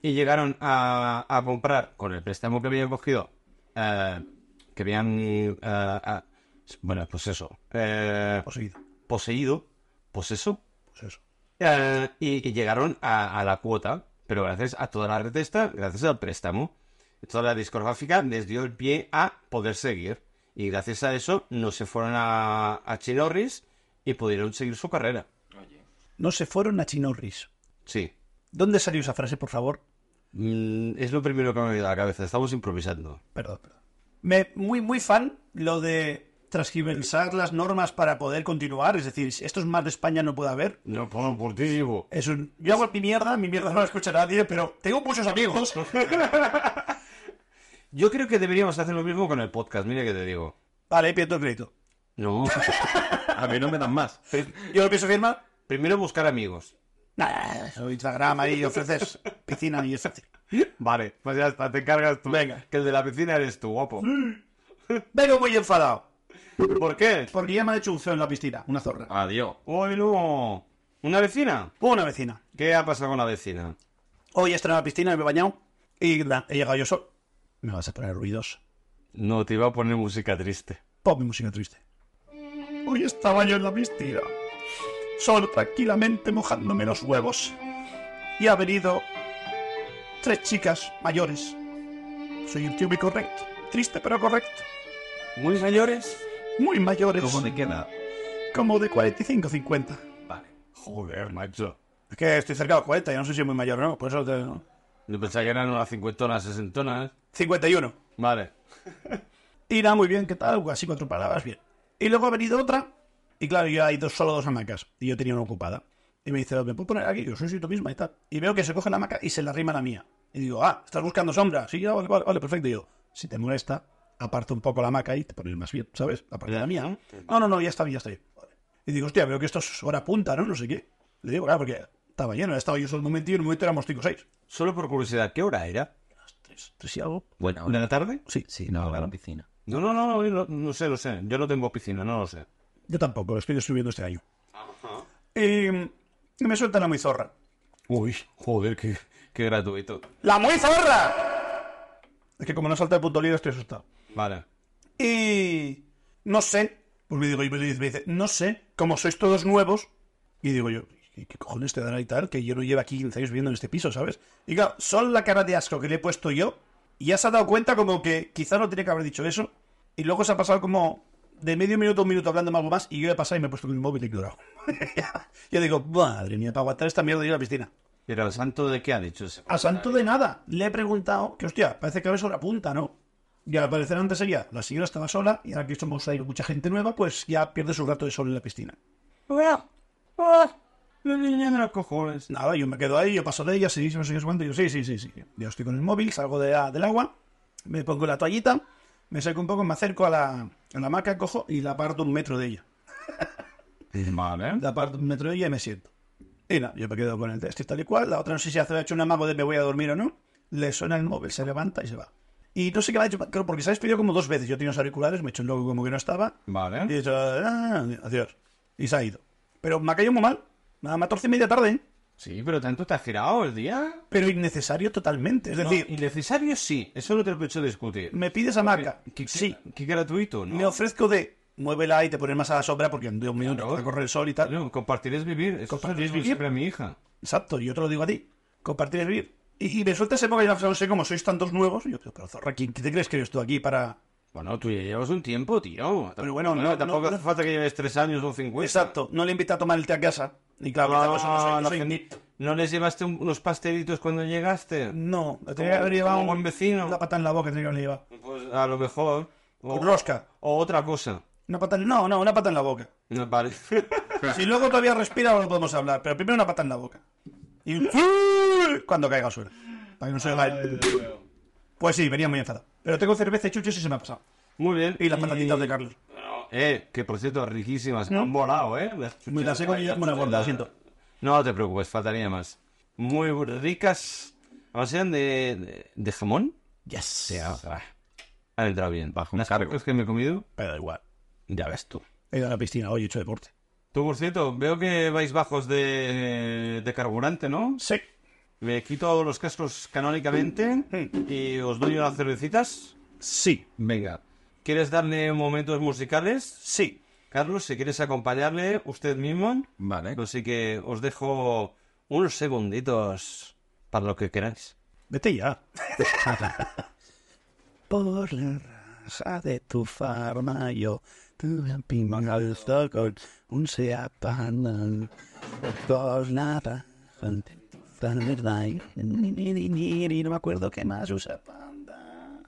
[SPEAKER 2] y llegaron a, a comprar con el préstamo que habían cogido, eh, que habían... eh, ah, bueno, pues eso. eh,
[SPEAKER 1] Poseído.
[SPEAKER 2] poseído, poseso,
[SPEAKER 1] Pues eso.
[SPEAKER 2] eh, y, y llegaron a, a la cuota, pero gracias a toda la red esta, gracias al préstamo, toda la discográfica les dio el pie a poder seguir. Y gracias a eso no se fueron a, a Chinorris y pudieron seguir su carrera.
[SPEAKER 1] No se fueron a Chinorris.
[SPEAKER 2] Sí.
[SPEAKER 1] ¿Dónde salió esa frase, por favor?
[SPEAKER 2] Mm, es lo primero que me viene a la cabeza. Estamos improvisando.
[SPEAKER 1] Perdón, perdón. Me, muy, muy fan lo de transgiversar las normas para poder continuar. Es decir, si esto es más de España, no puede haber.
[SPEAKER 2] No, por portísimo.
[SPEAKER 1] Es un- Yo hago mi mierda, mi mierda no la escucha nadie, pero tengo muchos amigos. <laughs>
[SPEAKER 2] Yo creo que deberíamos hacer lo mismo con el podcast, mira que te digo.
[SPEAKER 1] Vale, pierdo el crédito.
[SPEAKER 2] No. <laughs>
[SPEAKER 3] A mí no me dan más.
[SPEAKER 1] Yo lo pienso firmar.
[SPEAKER 2] Primero buscar amigos.
[SPEAKER 1] Nada, eso, Instagram ahí ofreces piscina y es fácil.
[SPEAKER 2] Vale, pues ya está, te encargas tú. Venga, que el de la piscina eres tú, guapo.
[SPEAKER 1] Vengo muy enfadado.
[SPEAKER 2] ¿Por qué?
[SPEAKER 1] Porque ya me ha hecho un feo en la piscina, una zorra.
[SPEAKER 3] Adiós.
[SPEAKER 2] Hoy no. ¿Una vecina?
[SPEAKER 1] Una vecina.
[SPEAKER 2] ¿Qué ha pasado con la vecina?
[SPEAKER 1] Hoy he estrenado la piscina, me he bañado y la- he llegado yo solo. Me vas a poner ruidos.
[SPEAKER 2] No, te iba a poner música triste.
[SPEAKER 1] Pon mi música triste. Hoy estaba yo en la piscina, solo tranquilamente mojándome los huevos. Y ha venido tres chicas mayores. Soy un tío muy correcto, triste pero correcto.
[SPEAKER 2] ¿Muy mayores?
[SPEAKER 1] Muy mayores.
[SPEAKER 3] ¿Cómo te queda?
[SPEAKER 1] Como de 45, 50.
[SPEAKER 3] Vale.
[SPEAKER 1] Joder, macho. Es que estoy cerca de los 40, yo no sé si soy muy mayor o no, por eso te... ¿no?
[SPEAKER 2] Yo pensaba que eran unas cincuentonas, sesentonas.
[SPEAKER 1] 51.
[SPEAKER 2] Vale.
[SPEAKER 1] Y nada, muy bien, ¿qué tal? Así cuatro palabras, bien. Y luego ha venido otra, y claro, yo hay dos, solo dos hamacas, y yo tenía una ocupada. Y me dice, ¿me puedo poner aquí? Yo soy tú misma y tal. Y veo que se coge la hamaca y se la rima la mía. Y digo, ah, estás buscando sombra. Sí, ah, vale, vale, vale, perfecto. Y yo, si te molesta, aparta un poco la hamaca y te pones más bien, ¿sabes? Aparte de la mía. No, no, no, ya está bien, ya está bien. Vale. Y digo, hostia, veo que esto es hora punta, ¿no? No sé qué. Le digo, claro, porque estaba lleno, estaba yo solo un momento y en un momento éramos 5 o 6.
[SPEAKER 2] Solo por curiosidad, ¿qué hora era?
[SPEAKER 1] Tres, tres y algo.
[SPEAKER 3] Buena
[SPEAKER 2] ¿De
[SPEAKER 3] hora.
[SPEAKER 2] la tarde?
[SPEAKER 1] Sí,
[SPEAKER 3] Sí, no, la piscina.
[SPEAKER 2] No, no, no, no, no, no sé, lo sé. Yo no tengo piscina, no lo sé.
[SPEAKER 1] Yo tampoco, estoy subiendo este año. Y mm, me sueltan la muy zorra.
[SPEAKER 2] Uy, joder, qué, qué gratuito.
[SPEAKER 1] ¡La muy zorra! Es que como no salta el punto líder estoy asustado.
[SPEAKER 2] Vale.
[SPEAKER 1] Y no sé, pues me digo, y me dice, me dice, no sé, como sois todos nuevos, y digo yo, ¿qué, qué cojones te dará y tal? Que yo no llevo aquí 15 años viviendo en este piso, ¿sabes? Y claro, son la cara de asco que le he puesto yo, y ya se ha dado cuenta como que quizá no tenía que haber dicho eso, y luego se ha pasado como de medio minuto a un minuto hablando algo más, y yo he pasado y me he puesto con el móvil ignorado. <laughs> yo digo, madre mía, para aguantar esta mierda y ir a la piscina.
[SPEAKER 2] ¿Pero el santo de qué ha dicho ese?
[SPEAKER 1] A santo de nada. Le he preguntado que, hostia, parece que ahora es hora punta, ¿no? Y al parecer antes sería, la señora estaba sola y ahora que somos ahí mucha gente nueva, pues ya pierde su rato de sol en la piscina.
[SPEAKER 2] Ah, La niña de los cojones.
[SPEAKER 1] Nada, yo me quedo ahí, yo paso de ella, sí, sí, no sé qué, no sé cuánto, y yo sí, sí, sí, sí. Yo estoy con el móvil, salgo de la- del agua, me pongo la toallita, me saco un poco, me acerco a la, a la hamaca, cojo y la parto un metro de ella.
[SPEAKER 2] Vale.
[SPEAKER 1] La parto un metro de ella y me siento. Y nada, yo me quedo con el test y tal y cual. La otra no sé si hace, ha hecho una mago de me voy a dormir o no. Le suena el móvil, se levanta y se va. Y no sé qué me ha hecho, claro, porque se ha despedido como dos veces. Yo tenía los auriculares, me he hecho el loco como que no estaba. Y he
[SPEAKER 2] Vale.
[SPEAKER 1] dicho, "Ah, adiós. Y se ha ido. Pero me ha caído muy mal. Nada más 14 y media tarde, ¿eh?
[SPEAKER 2] Sí, pero tanto te has girado el día.
[SPEAKER 1] pero innecesario totalmente. Es
[SPEAKER 2] No,
[SPEAKER 1] decir,
[SPEAKER 2] innecesario sí, eso no te lo he hecho discutir.
[SPEAKER 1] me pides a marca.
[SPEAKER 2] Qué- qué-
[SPEAKER 1] Sí,
[SPEAKER 2] Qué gratuito, ¿no?
[SPEAKER 1] me ofrezco de muévela y te pones más a la sombra porque en dos minutos
[SPEAKER 2] Claro.
[SPEAKER 1] te corre el sol y tal.
[SPEAKER 2] No, compartir es vivir. Eso
[SPEAKER 1] Compartir
[SPEAKER 2] se lo
[SPEAKER 1] es
[SPEAKER 2] digo
[SPEAKER 1] vivir.
[SPEAKER 2] siempre a mi hija.
[SPEAKER 1] Exacto, yo te lo digo a ti. Compartir es vivir. Y, y me suelta ese móvil y la frase, no sé cómo sois tantos nuevos. Y yo, pero zorra, ¿quién quién te crees que eres tú aquí para...?
[SPEAKER 2] Bueno, tú ya llevas un tiempo, tío.
[SPEAKER 1] Pero bueno, no-
[SPEAKER 2] tampoco
[SPEAKER 1] no-
[SPEAKER 2] hace falta que lleves tres años o cincuenta.
[SPEAKER 1] Exacto, no le invita a tomar el té a casa. Y claro,
[SPEAKER 2] Ah,
[SPEAKER 1] esta persona no soy- no
[SPEAKER 2] la
[SPEAKER 1] soy
[SPEAKER 2] gente-
[SPEAKER 1] ni-
[SPEAKER 2] Pues, ¿No les llevaste un- unos pastelitos cuando llegaste?
[SPEAKER 1] No, le tenía que haber
[SPEAKER 2] Como-
[SPEAKER 1] llevado
[SPEAKER 2] como buen vecino.
[SPEAKER 1] una pata en la boca, tenía que haber llevado.
[SPEAKER 2] Pues a lo mejor. O,
[SPEAKER 1] Un rosca.
[SPEAKER 2] o otra cosa.
[SPEAKER 1] Una pata en... No, no, una pata en
[SPEAKER 2] <laughs>
[SPEAKER 1] la boca.
[SPEAKER 2] No,
[SPEAKER 1] <laughs>
[SPEAKER 2] Vale.
[SPEAKER 1] Si luego todavía respira, ahora lo podemos hablar. Pero primero una pata en la boca. Y
[SPEAKER 2] <laughs>
[SPEAKER 1] un cuando caiga al suelo. Para que no se oiga el- Pues sí, venía muy enfadado. Pero tengo cerveza y chuches y se me ha pasado.
[SPEAKER 2] Muy bien.
[SPEAKER 1] Y las patatitas de Carlos.
[SPEAKER 2] Eh, que por cierto, riquísimas. Han volado, eh.
[SPEAKER 1] Me las he comido ya como una gorda, lo siento.
[SPEAKER 2] No te preocupes, faltaría más. Muy ricas. Además eran de, de, de jamón.
[SPEAKER 1] Ya
[SPEAKER 2] Ah, ah. Han entrado bien.
[SPEAKER 3] Bajo un
[SPEAKER 2] Las
[SPEAKER 3] cargo.
[SPEAKER 2] pocas que me he comido,
[SPEAKER 1] Pero da igual.
[SPEAKER 2] ya ves tú.
[SPEAKER 1] He ido a la piscina hoy, he hecho deporte.
[SPEAKER 2] Tú, por cierto, veo que vais bajos de, de carburante, ¿no?
[SPEAKER 1] Sí.
[SPEAKER 2] Me quito los cascos canónicamente y os doy unas cervecitas.
[SPEAKER 1] Sí.
[SPEAKER 2] Venga. ¿Quieres darle momentos musicales?
[SPEAKER 1] Sí.
[SPEAKER 2] Carlos, si quieres acompañarle usted mismo.
[SPEAKER 3] Vale.
[SPEAKER 2] Así que os dejo unos segunditos para lo que queráis.
[SPEAKER 1] Vete ya. <laughs> Por la raza de tu farma yo tuve un pimón al con un seapanal. Por la raza de tu farma, yo- ni, ni, ni, ni, ni, no me acuerdo qué más usa panda.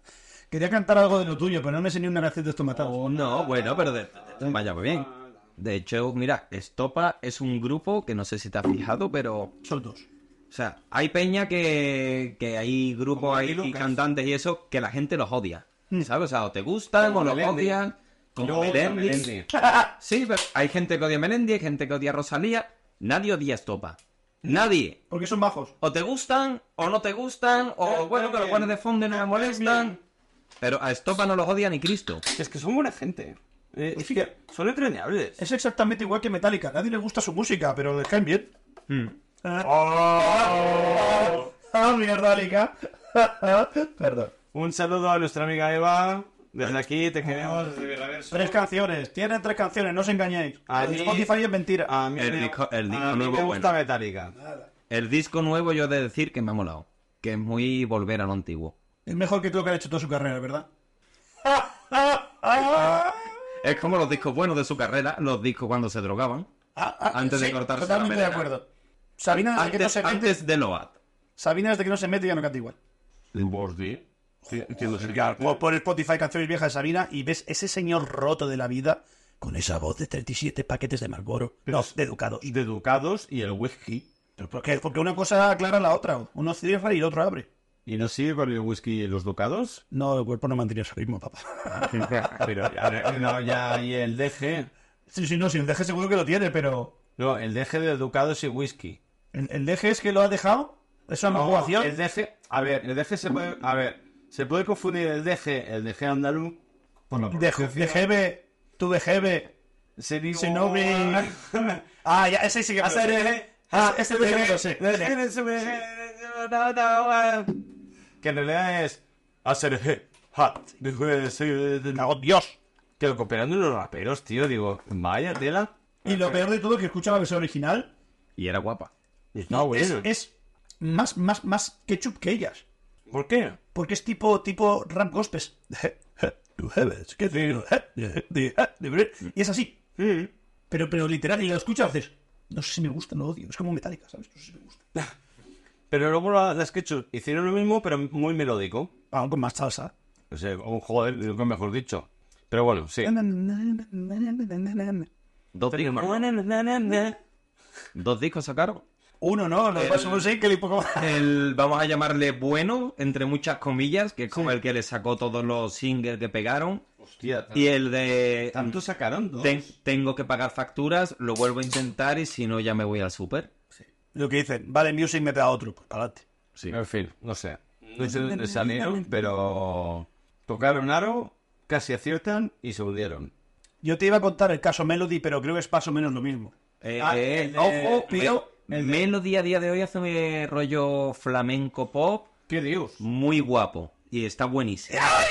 [SPEAKER 1] Quería cantar algo de lo tuyo, pero no me sé ni una canción de estos matados.
[SPEAKER 3] Oh, no, bueno, pero de- de- vaya muy bien. De hecho, mira, Estopa es un grupo que no sé si te has fijado, pero
[SPEAKER 1] Son dos.
[SPEAKER 3] O sea, hay peña que, que hay
[SPEAKER 2] Como
[SPEAKER 3] grupos, hay
[SPEAKER 2] Lucas.
[SPEAKER 3] cantantes y eso, que la gente los odia. ¿Sabes? O sea, o te gustan o los
[SPEAKER 2] Melendi.
[SPEAKER 3] odian. Como Melendi. Sí, pero hay gente que odia a Melendi, hay gente que odia a Rosalía. Nadie odia a Estopa. Nadie.
[SPEAKER 1] Porque son bajos.
[SPEAKER 3] O te gustan, o no te gustan, o bueno, que los pones de fondo y no me molestan. Pero a Estopa no los odia ni Cristo.
[SPEAKER 2] Es que son buena gente. Eh, es que son entrañables.
[SPEAKER 1] Es exactamente igual que Metallica. Nadie le gusta su música, pero les caen bien.
[SPEAKER 3] Hmm.
[SPEAKER 1] Ah. ¡Ah, mierda, Lica! <laughs> Perdón.
[SPEAKER 2] Un saludo a nuestra amiga Eva. Desde aquí te queremos. Desde Virreverso.
[SPEAKER 1] Tres canciones. Tienen tres canciones, no os engañéis.
[SPEAKER 2] A
[SPEAKER 1] Lo de
[SPEAKER 2] mí-
[SPEAKER 1] Spotify es mentira.
[SPEAKER 2] A mí
[SPEAKER 3] El
[SPEAKER 2] me-
[SPEAKER 3] disco- el
[SPEAKER 2] a
[SPEAKER 3] disco
[SPEAKER 2] mí
[SPEAKER 3] nuevo
[SPEAKER 2] me gusta
[SPEAKER 3] bueno.
[SPEAKER 2] Metallica.
[SPEAKER 3] El disco nuevo yo he de decir que me ha molado. Que es muy volver a lo antiguo.
[SPEAKER 1] Es mejor que todo lo que ha hecho toda su carrera, ¿verdad?
[SPEAKER 3] Es como los discos buenos de su carrera, los discos cuando se drogaban.
[SPEAKER 1] Ah, ah,
[SPEAKER 3] Antes de cortarse la
[SPEAKER 1] Totalmente de
[SPEAKER 3] melena.
[SPEAKER 1] acuerdo. Sabina, desde Ah, que no
[SPEAKER 3] Antes,
[SPEAKER 1] se mete,
[SPEAKER 3] antes de Loat.
[SPEAKER 1] <laughs> Sabina, desde que no se mete, ya no canta igual.
[SPEAKER 2] Bordi.
[SPEAKER 1] Como por Spotify canciones viejas de Sabina y ves ese señor roto de la vida con esa voz de 37 paquetes de Marlboro. No, de Ducados.
[SPEAKER 2] De Ducados y el whisky.
[SPEAKER 1] Porque, porque una cosa aclara la otra. Uno cierra y el otro abre.
[SPEAKER 2] ¿Y no sirve con el whisky y los Ducados?
[SPEAKER 1] No, el cuerpo no mantiene su ritmo, papá.
[SPEAKER 2] Pero ya, eh, no, ya, y el DG.
[SPEAKER 1] <laughs> Sí, sí, no, si el deje seguro que lo tiene, pero...
[SPEAKER 2] No, el DG de Ducados y whisky.
[SPEAKER 1] ¿El, el deje es que lo ha dejado? ¿Eso es una
[SPEAKER 2] No,
[SPEAKER 1] jugación?
[SPEAKER 2] el DG, a ver, el DG se puede, a ver, se puede confundir el DG, el DG andaluz con la
[SPEAKER 1] Deje, dejebe, tu dejebe.
[SPEAKER 2] Se
[SPEAKER 1] Si no vi-
[SPEAKER 2] <laughs>
[SPEAKER 1] Ah, ya, ese sí que... Ah, ese DG me lo sé.
[SPEAKER 2] Que en realidad es hacer G, hat, DG, sí,
[SPEAKER 1] ¡Cago en Dios!
[SPEAKER 2] Tío, cooperando los raperos, tío, digo, vaya tela.
[SPEAKER 1] Y lo peor de todo que escucha la versión original
[SPEAKER 3] Y era guapa.
[SPEAKER 2] No,
[SPEAKER 1] es,
[SPEAKER 2] bueno.
[SPEAKER 1] es más, más, más ketchup que ellas.
[SPEAKER 2] ¿Por qué?
[SPEAKER 1] Porque es tipo, tipo rap gospel. Y es así. Pero, pero literal, y lo escuchas, dices, no sé si me gusta, no lo odio. Es como metálica, ¿sabes? No sé si me gusta.
[SPEAKER 2] Pero luego la- las Ketchup hicieron lo mismo, pero muy melódico.
[SPEAKER 1] Aún con más salsa.
[SPEAKER 2] O sea, un joder, nunca mejor dicho. Pero bueno, sí.
[SPEAKER 3] Dos discos, dos discos sacaron.
[SPEAKER 1] Uno, ¿no? Lo que pasa es que le poco más.
[SPEAKER 3] El, vamos a llamarle bueno, entre muchas comillas, que es como el que le sacó todos los singles que pegaron.
[SPEAKER 2] Hostia,
[SPEAKER 3] Y el de mm,
[SPEAKER 2] tanto sacaron dos.
[SPEAKER 3] "Ten- tengo que pagar facturas, lo vuelvo a intentar y si no ya me voy al súper.
[SPEAKER 1] Lo que dicen, vale, Music mete a otro. Pues para adelante.
[SPEAKER 3] Sí.
[SPEAKER 2] En fin, no sé. No sé dónde salieron, pero tocaron aro, casi aciertan y se hundieron.
[SPEAKER 1] Yo te iba a contar el caso Melody, pero creo que es más o menos lo mismo.
[SPEAKER 3] Eh,
[SPEAKER 2] Ah,
[SPEAKER 3] eh,
[SPEAKER 2] el de-
[SPEAKER 3] ojo, pero
[SPEAKER 2] el de-
[SPEAKER 3] Melody a día de hoy hace un eh, rollo flamenco pop
[SPEAKER 2] ¿Qué dios?
[SPEAKER 3] muy guapo y está buenísimo.
[SPEAKER 2] Ah,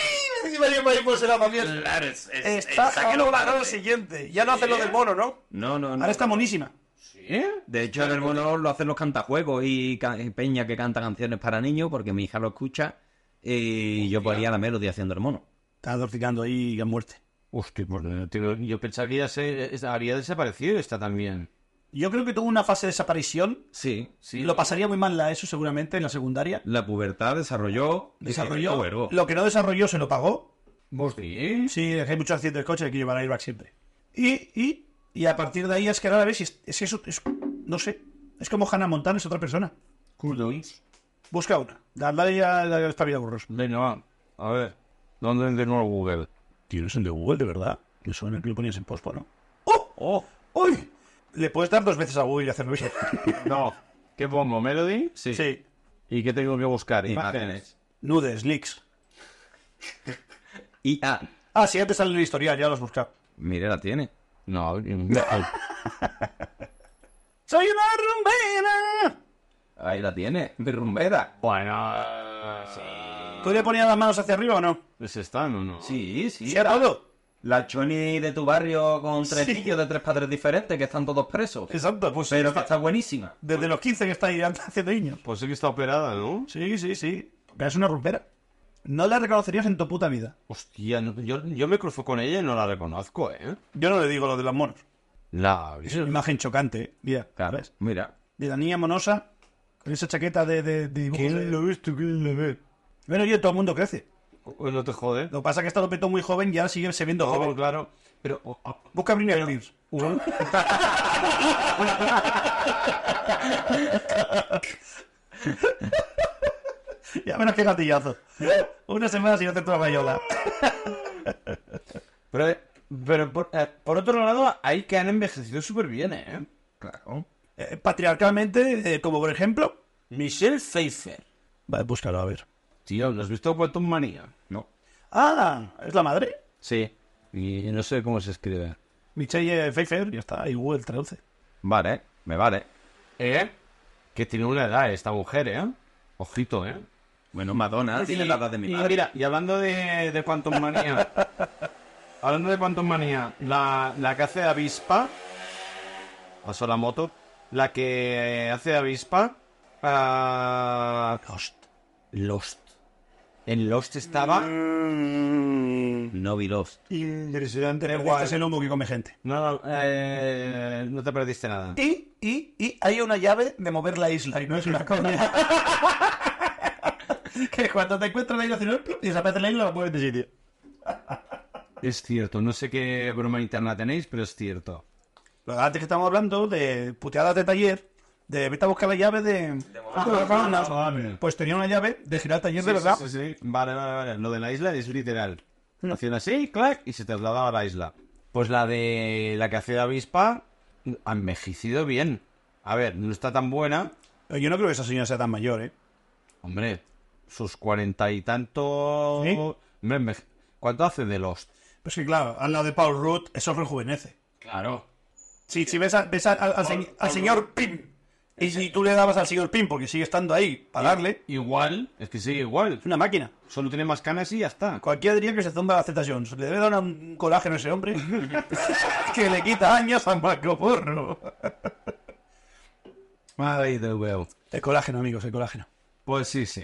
[SPEAKER 2] pues
[SPEAKER 3] eh,
[SPEAKER 1] Está ahora lo siguiente. Ya no hace lo del mono, ¿no?
[SPEAKER 3] No, no, no.
[SPEAKER 1] Ahora está monísima.
[SPEAKER 2] ¿Sí?
[SPEAKER 3] De hecho, el hermano lo hacen los cantajuegos y ca- y Peña que canta canciones para niños porque mi hija lo escucha y yo ponía la melodía haciendo el mono.
[SPEAKER 1] Está adorcicando ahí a muerte.
[SPEAKER 2] Hostia, pues, eh, tío, yo pensaba que ya se es- había desaparecido esta también.
[SPEAKER 1] Yo creo que tuvo una fase de desaparición.
[SPEAKER 3] Sí,
[SPEAKER 2] Sí.
[SPEAKER 1] Lo pasaría muy mal la ESO seguramente en la secundaria.
[SPEAKER 3] la pubertad desarrolló.
[SPEAKER 1] Desarrolló.
[SPEAKER 3] Bueno,
[SPEAKER 1] Lo que no desarrolló se lo pagó.
[SPEAKER 2] ¿Vos sí?
[SPEAKER 1] Sí, hay muchos accidentes de coche que llevar airbag siempre. Y, y, y a partir de ahí es que ahora ves, y es, es eso, es- no sé. Es como Hannah Montana, es otra persona.
[SPEAKER 2] Kudos.
[SPEAKER 1] Busca una. Dale ya la esta vida burros.
[SPEAKER 2] Venga, va. A ver. ¿Dónde de nuevo Google?
[SPEAKER 1] Tienes en de Google, de verdad. Que suena que lo ponías en pospo, ¿no? ¡Oh! ¡Oh! ¡Uy! Le puedes dar dos veces a Google y hacerlo bien.
[SPEAKER 2] No. ¿Qué pongo? ¿Melody?
[SPEAKER 3] sí.
[SPEAKER 1] sí.
[SPEAKER 2] ¿Y qué tengo que buscar? Imágenes.
[SPEAKER 3] Imágenes.
[SPEAKER 1] Nudes, leaks.
[SPEAKER 3] Y ah,
[SPEAKER 1] Ah, sí, ya te sale el historial, ya lo has buscado.
[SPEAKER 3] mire, la tiene.
[SPEAKER 2] No.
[SPEAKER 1] ¡Soy una rumbera!
[SPEAKER 3] Ahí la tiene, de rumbera.
[SPEAKER 2] <laughs> bueno.
[SPEAKER 1] ¿Tú le ponías las manos hacia arriba o no?
[SPEAKER 2] ¿Es Ah, pues están o no?
[SPEAKER 3] Sí, sí.
[SPEAKER 1] Sí, a todo.
[SPEAKER 3] La Choni de tu barrio con tres
[SPEAKER 1] Sí.
[SPEAKER 3] niños de tres padres diferentes que están todos presos.
[SPEAKER 1] Exacto, pues
[SPEAKER 3] Pero que está buenísima.
[SPEAKER 1] desde los 15 que está ahí haciendo niño.
[SPEAKER 2] Pues sí que está operada, ¿no?
[SPEAKER 1] Sí, sí, sí. Pero es una rumbera. No la reconocerías en tu puta vida.
[SPEAKER 2] Hostia, no- yo, yo me cruzo con ella y no la reconozco, ¿eh?
[SPEAKER 1] Yo no le digo lo de los monos.
[SPEAKER 2] La...
[SPEAKER 1] Imagen chocante, ¿eh? Mira, ¿ves?
[SPEAKER 3] Mira.
[SPEAKER 1] De la niña monosa con esa chaqueta de, de, de dibujo.
[SPEAKER 2] lo he visto? ¿Quién lo ve?
[SPEAKER 1] Bueno, yo todo el mundo crece.
[SPEAKER 2] No te jode.
[SPEAKER 1] Lo que pasa es que esta lo petó muy joven y ahora sigue se viendo
[SPEAKER 2] No,
[SPEAKER 1] joven.
[SPEAKER 2] claro. Pero... oh, oh,
[SPEAKER 1] Busca a Britney Spears.
[SPEAKER 2] un-
[SPEAKER 1] Ya verás qué gatillazo. Una semana sin hacer toda la mayola.
[SPEAKER 2] Pero, eh, pero por, eh, por otro lado, hay que han envejecido súper bien, ¿eh?
[SPEAKER 3] Claro.
[SPEAKER 1] Eh, patriarcalmente, eh, como por ejemplo...
[SPEAKER 2] Michelle Pfeiffer.
[SPEAKER 1] Vale, búscalo, a ver.
[SPEAKER 2] Tío, ¿lo has visto Quantum Manía?
[SPEAKER 3] No.
[SPEAKER 1] Ah, es la madre.
[SPEAKER 2] Sí. Y no sé cómo se escribe.
[SPEAKER 1] Michelle eh, Pfeiffer, ya está, y Google traduce.
[SPEAKER 3] Vale, me vale.
[SPEAKER 2] ¿Eh? Que tiene una edad esta mujer, ¿eh? Ojito, ¿eh?
[SPEAKER 3] Bueno, Madonna tiene la edad de mi
[SPEAKER 2] y
[SPEAKER 3] madre.
[SPEAKER 2] mira, y hablando de, de Quantum
[SPEAKER 3] <laughs>
[SPEAKER 2] Manía... hablando de Quantum Manía, la, la que hace avispa... Pasó la moto. La que hace avispa... ah,
[SPEAKER 1] Lost.
[SPEAKER 2] Lost. Mm, En Lost estaba.
[SPEAKER 3] No vi Lost.
[SPEAKER 1] Impresionante. Es el hongo que come gente.
[SPEAKER 2] No, no, eh, no te perdiste nada.
[SPEAKER 1] Y, y, y hay una llave de mover la isla y no es una coña. <laughs> que cuando te encuentras la isla final, ¡plup! y desaparece la isla, la mueves de sitio.
[SPEAKER 2] Es cierto, no sé qué broma interna tenéis, pero es cierto.
[SPEAKER 1] Pero antes que estamos hablando de puteadas de taller, de vete a buscar la llave de... Ah, ah, ah, Pues tenía una llave de girar taller de verdad.
[SPEAKER 2] Sí, sí, sí. Vale, vale, vale. Lo de la isla es literal. Haciendo así, clac, y se trasladaba a la isla. Pues la de la que hacía de avispa ha envejecido bien. A ver, no está tan buena.
[SPEAKER 1] Yo no creo que esa señora sea tan mayor, ¿eh?
[SPEAKER 2] Hombre, sus cuarenta y tantos...
[SPEAKER 1] ¿Sí?
[SPEAKER 2] Hombre, enveje- ¿Cuánto hace de Lost?
[SPEAKER 1] Pues que claro, al lado de Paul Rudd, eso rejuvenece.
[SPEAKER 2] Claro.
[SPEAKER 1] Sí, si ves, a- ves a- al, al se- al señor Pim, y si tú le dabas al señor Pim porque sigue estando ahí para darle,
[SPEAKER 2] Igual, es que sí, igual.
[SPEAKER 1] es una máquina.
[SPEAKER 2] Solo tiene más canas y ya está.
[SPEAKER 1] Cualquiera diría que se zumba a Z Jones. Le debe dar un colágeno a ese
[SPEAKER 2] <laughs>
[SPEAKER 1] hombre que le quita años a Marco Porro.
[SPEAKER 2] Madre del huevo.
[SPEAKER 1] El colágeno, amigos, el colágeno.
[SPEAKER 2] Pues sí, sí.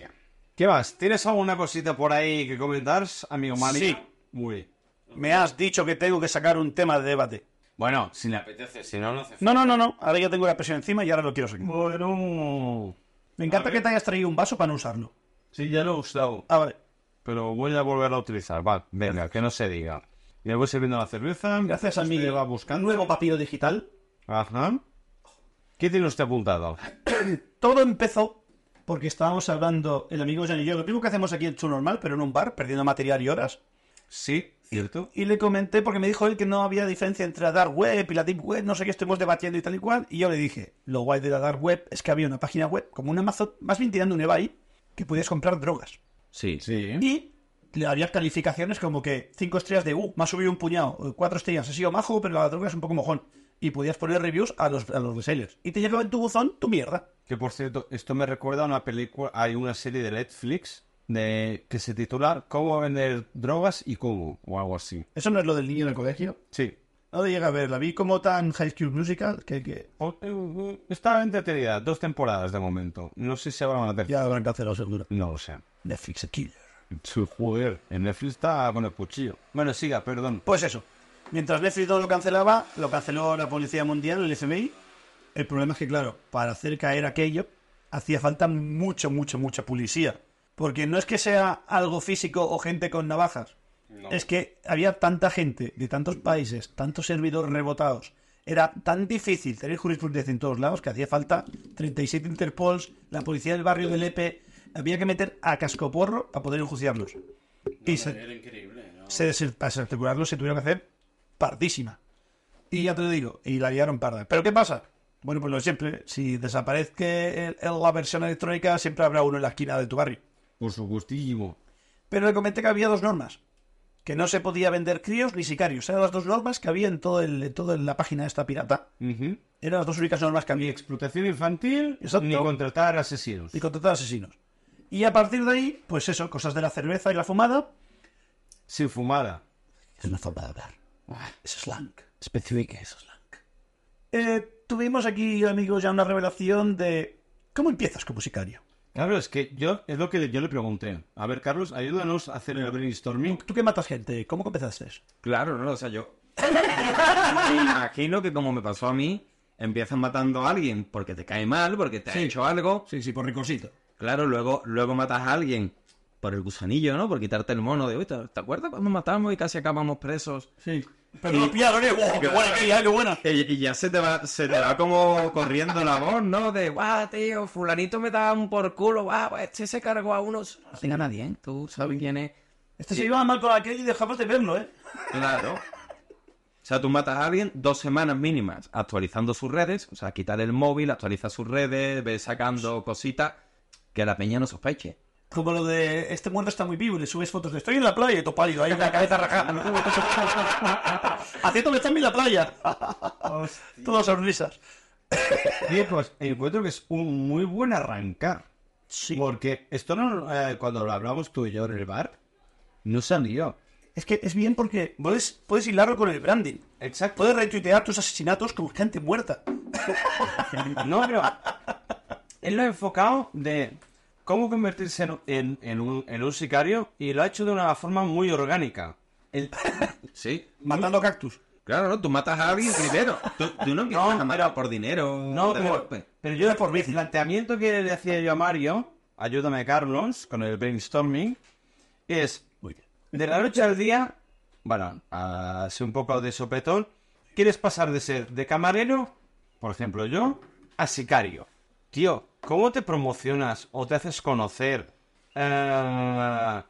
[SPEAKER 2] ¿Qué más? ¿Tienes alguna cosita por ahí que comentar, amigo Mani?
[SPEAKER 1] Sí.
[SPEAKER 2] Muy bien.
[SPEAKER 1] Me has dicho que tengo que sacar un tema de debate.
[SPEAKER 2] Bueno, si le apetece, si no, no hace
[SPEAKER 1] No, no, no, no. Ahora ya tengo la presión encima y ahora lo quiero sacar.
[SPEAKER 2] Bueno.
[SPEAKER 1] Me encanta que te hayas traído un vaso para no usarlo.
[SPEAKER 2] Sí, ya lo he usado.
[SPEAKER 1] Ah, vale.
[SPEAKER 2] Pero voy a volver a utilizar. Va, venga, que no se diga. Y le voy sirviendo la cerveza.
[SPEAKER 1] Gracias a mi
[SPEAKER 2] le va buscando.
[SPEAKER 1] nuevo papiro digital.
[SPEAKER 2] Ajá. ¿Qué tiene usted apuntado?
[SPEAKER 1] Todo empezó porque estábamos hablando, el amigo Jan y yo, lo mismo que hacemos aquí en Chu Normal, pero en un bar, perdiendo material y horas.
[SPEAKER 2] Sí, ¿cierto?
[SPEAKER 1] Y le comenté, porque me dijo él que no había diferencia entre la dark web y la deep web, no sé qué, estuvimos debatiendo y tal y cual. Y yo le dije, lo guay de la dark web es que había una página web, como un Amazon, más bien tirando un eBay, que podías comprar drogas.
[SPEAKER 3] Sí.
[SPEAKER 2] Sí.
[SPEAKER 1] Y le había calificaciones como que 5 estrellas de, uh, me ha subido un puñado, o cuatro estrellas, ha sido majo, pero la droga es un poco mojón. Y podías poner reviews a los, a los resellers. Y te llegaba en tu buzón tu mierda.
[SPEAKER 2] Que por cierto, esto me recuerda a una película, hay una serie de Netflix de, que se titula Cómo vender drogas y cómo, o algo así.
[SPEAKER 1] Eso no es lo del niño en el colegio.
[SPEAKER 2] Sí.
[SPEAKER 1] No llegué a verla, vi como tan High School Musical que, que
[SPEAKER 2] O- eh, Está entretenida, dos temporadas de momento. No sé si habrá una tercera.
[SPEAKER 1] ya habrán cancelado seguro.
[SPEAKER 2] No lo sé.
[SPEAKER 1] Netflix a killer.
[SPEAKER 2] Joder, en Netflix está con el cuchillo. Bueno, siga, perdón.
[SPEAKER 1] Pues eso. Mientras Netflix no lo cancelaba, lo canceló la Policía Mundial, el FBI. El problema es que, claro, para hacer caer aquello, hacía falta mucho, mucho, mucha policía. Porque no es que sea algo físico o gente con navajas. Es que había tanta gente de tantos países, tantos servidores rebotados. Era tan difícil tener jurisprudencia en todos lados que hacía falta 37 Interpols, la policía del barrio del EPE. Había que meter a cascoporro para poder enjuiciarlos. Y se- se des- para desarticularlo se tuvieron que hacer pardísima. Y ya te lo digo, y la liaron parda. ¿Pero qué pasa? Bueno, pues lo de siempre, si desaparece el- el- la versión electrónica, siempre habrá uno en la esquina de tu barrio.
[SPEAKER 2] Por supuestísimo.
[SPEAKER 1] Pero le comenté que había dos normas. Que no se podía vender críos ni sicarios. Eran las dos normas que había en toda todo en la página esta pirata.
[SPEAKER 2] Ujú.
[SPEAKER 1] Eran las dos únicas normas que
[SPEAKER 2] Ni
[SPEAKER 1] había.
[SPEAKER 2] explotación infantil,
[SPEAKER 1] Exacto.
[SPEAKER 2] ni contratar asesinos.
[SPEAKER 1] Y contratar asesinos. Y a partir de ahí, pues eso, cosas de la cerveza y la fumada.
[SPEAKER 2] Sin fumada.
[SPEAKER 1] Es una forma de hablar. Es slang. Especifica es slang. Eh, tuvimos aquí, amigos, ya una revelación de cómo empiezas como sicario.
[SPEAKER 2] Claro, es que yo, es lo que yo le pregunté. A ver, Carlos, ayúdanos a hacer el brainstorming.
[SPEAKER 1] ¿Tú que matas gente? ¿Cómo empezaste?
[SPEAKER 3] Claro, no, o sea, yo. Me imagino que como me pasó a mí, empiezas matando a alguien porque te cae mal, porque te ha hecho algo.
[SPEAKER 1] Sí, sí, por ricosito.
[SPEAKER 3] Claro, luego, luego matas a alguien por el gusanillo, ¿no? Por quitarte el mono de hoy. ¿Te te acuerdas cuando matamos y casi acabamos presos?
[SPEAKER 1] Sí. Pero lo pillaron, ¿eh? ¡Wow, ¡Qué buena, que ya, qué buena!
[SPEAKER 3] Y, y ya se te va, se te va como corriendo la voz, ¿no? De, guau, tío, fulanito me da un por culo, guau, este se cargó a unos. No tenga nadie, ¿eh? Tú sabes quién es.
[SPEAKER 1] Este se iba mal con aquel y dejamos de verlo, ¿eh?
[SPEAKER 3] Claro. O sea, tú matas a alguien dos semanas mínimas actualizando sus redes, o sea, quitar el móvil, actualiza sus redes, ve sacando cositas que la peña no sospeche.
[SPEAKER 1] Como lo de este muerto está muy vivo y le subes fotos de estoy en la playa y todo pálido, ahí con <laughs> la cabeza <laughs> rajada. Haciendo que está en la <laughs> playa. Todas sonrisas.
[SPEAKER 2] Viejos, pues, encuentro que es un muy buen arrancar.
[SPEAKER 1] Sí.
[SPEAKER 2] Porque esto no, eh, cuando lo hablamos tú y yo en el bar, no salió.
[SPEAKER 1] Es que es bien porque puedes, puedes hilarlo con el branding.
[SPEAKER 2] Exacto.
[SPEAKER 1] Puedes retuitear tus asesinatos con gente muerta.
[SPEAKER 2] No, pero él lo ha enfocado de cómo convertirse en, en- en un, en un sicario y lo ha hecho de una forma muy orgánica. El-
[SPEAKER 3] Sí.
[SPEAKER 1] Matando cactus.
[SPEAKER 3] Claro, no, tú matas a alguien primero. Tú, tú no empiezas
[SPEAKER 2] No,
[SPEAKER 3] a matar por dinero.
[SPEAKER 2] No,
[SPEAKER 3] de
[SPEAKER 2] como-
[SPEAKER 3] golpe.
[SPEAKER 2] pero yo por mi planteamiento que le hacía yo a Mario, ayúdame Carlos, con el brainstorming, es de la noche al día, bueno, hace un poco de sopetón, quieres pasar de ser de camarero, por ejemplo yo, a sicario. Tío, ¿cómo te promocionas o te haces conocer? Eh,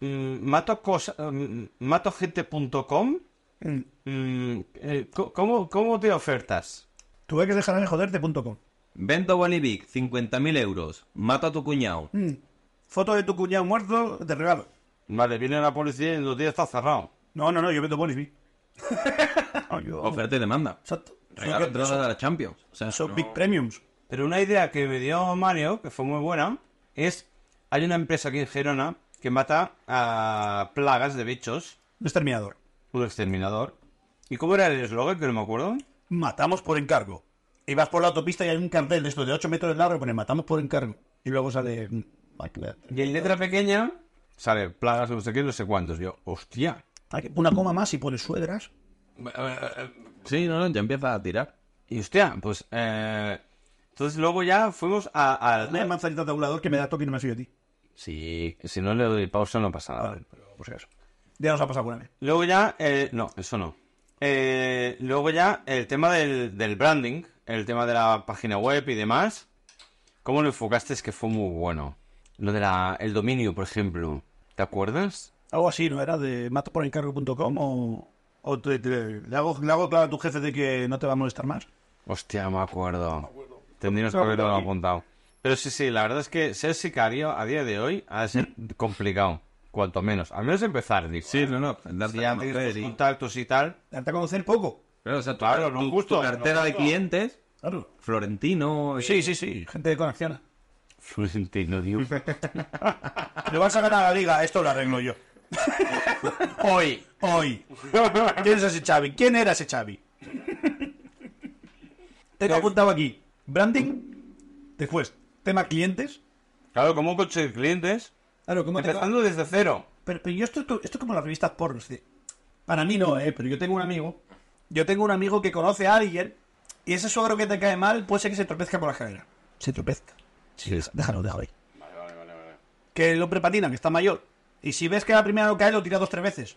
[SPEAKER 2] mm, mato cosa, mm, matogente.com. Mm, eh, co- ¿cómo, ¿Cómo te ofertas?
[SPEAKER 1] Tuve que dejar de joderte.com.
[SPEAKER 3] Vendo Bolivic, 50.000 euros. Mato a tu cuñado.
[SPEAKER 1] Foto de tu cuñado muerto, te regalo.
[SPEAKER 2] Vale, viene la policía y los días está cerrado.
[SPEAKER 1] No, no, no, yo vendo Bolisby. <laughs> no, yo...
[SPEAKER 3] Oferta y demanda.
[SPEAKER 1] Exacto.
[SPEAKER 3] Regalo
[SPEAKER 1] Son-
[SPEAKER 3] entrada a la Champions. O sea,
[SPEAKER 1] Son
[SPEAKER 3] no-
[SPEAKER 1] Big Premiums.
[SPEAKER 2] Pero una idea que me dio Mario, que fue muy buena, es... Hay una empresa aquí en Gerona que mata a plagas de bichos,
[SPEAKER 1] Exterminador.
[SPEAKER 2] un exterminador. ¿Y cómo era el eslogan? Que no me acuerdo.
[SPEAKER 1] Matamos por encargo. Y vas por la autopista y hay un cartel de estos de 8 metros de largo y pone matamos por encargo. Y luego sale... mm, Michael.
[SPEAKER 2] Y en letra pequeña sale plagas no sé qué, no sé cuántos. Yo, hostia.
[SPEAKER 1] Hay que- Una coma más y pone suegras.
[SPEAKER 3] Sí, no, no, ya empiezas a tirar.
[SPEAKER 2] Y hostia, pues... eh, Entonces luego ya fuimos a... a-
[SPEAKER 1] Una manzanita tabulador que me da toque y no me soy a ti.
[SPEAKER 2] Sí, si no le doy pausa no pasa nada.
[SPEAKER 1] Vale, pero por si acaso. Ya nos ha pasado alguna vez.
[SPEAKER 2] Luego ya, eh, no, eso no. Eh, luego ya el tema del, del branding, el tema de la página web y demás. ¿Cómo lo enfocaste? Es que fue muy bueno. Lo de la, el dominio, por ejemplo. ¿Te acuerdas?
[SPEAKER 1] Algo así, ¿no? Era de matoporencargo.com o... O te- te- le, hago, le hago claro a tu jefe de que no te va a molestar más.
[SPEAKER 2] Hostia, me acuerdo. Tendríamos que haberlo apuntado. Pero sí, sí, la verdad es que ser sicario a día de hoy ha de ser complicado. Cuanto menos. Al menos empezar, digo.
[SPEAKER 3] Sí, no, no. darte
[SPEAKER 2] Si
[SPEAKER 3] a
[SPEAKER 2] ya
[SPEAKER 3] conocer
[SPEAKER 2] tienes tus
[SPEAKER 3] y-
[SPEAKER 2] contactos y tal.
[SPEAKER 1] Darte a conocer poco.
[SPEAKER 3] Claro, o sea, tu,
[SPEAKER 2] Claro, lo
[SPEAKER 3] tu-
[SPEAKER 2] justo,
[SPEAKER 3] tu cartera
[SPEAKER 2] lo
[SPEAKER 3] de clientes,
[SPEAKER 1] Claro.
[SPEAKER 3] Florentino. eh,
[SPEAKER 1] Sí, sí, sí. Gente de conexión.
[SPEAKER 2] Florentino, Dios.
[SPEAKER 1] Le vas a ganar la liga, esto lo arreglo yo.
[SPEAKER 2] Hoy.
[SPEAKER 1] Hoy. ¿Quién es ese Xavi? ¿Quién era ese Xavi? Tengo apuntado aquí. Branding. Después, tema clientes.
[SPEAKER 2] <laughs> Claro, ¿cómo conseguir clientes?
[SPEAKER 1] Claro, ¿cómo te va?
[SPEAKER 2] Empezando desde cero.
[SPEAKER 1] Pero, pero yo esto, esto esto es como las revistas porno. es decir, Para mí no, ¿eh? Pero yo tengo un amigo. Yo tengo un amigo que conoce a alguien y ese suegro que te cae mal puede ser que se tropezca por la escalera. Se tropezca. Sí, déjalo, déjalo ahí. Que el hombre patina, que está mayor. Y si ves que la primera no cae, lo tira dos tres veces.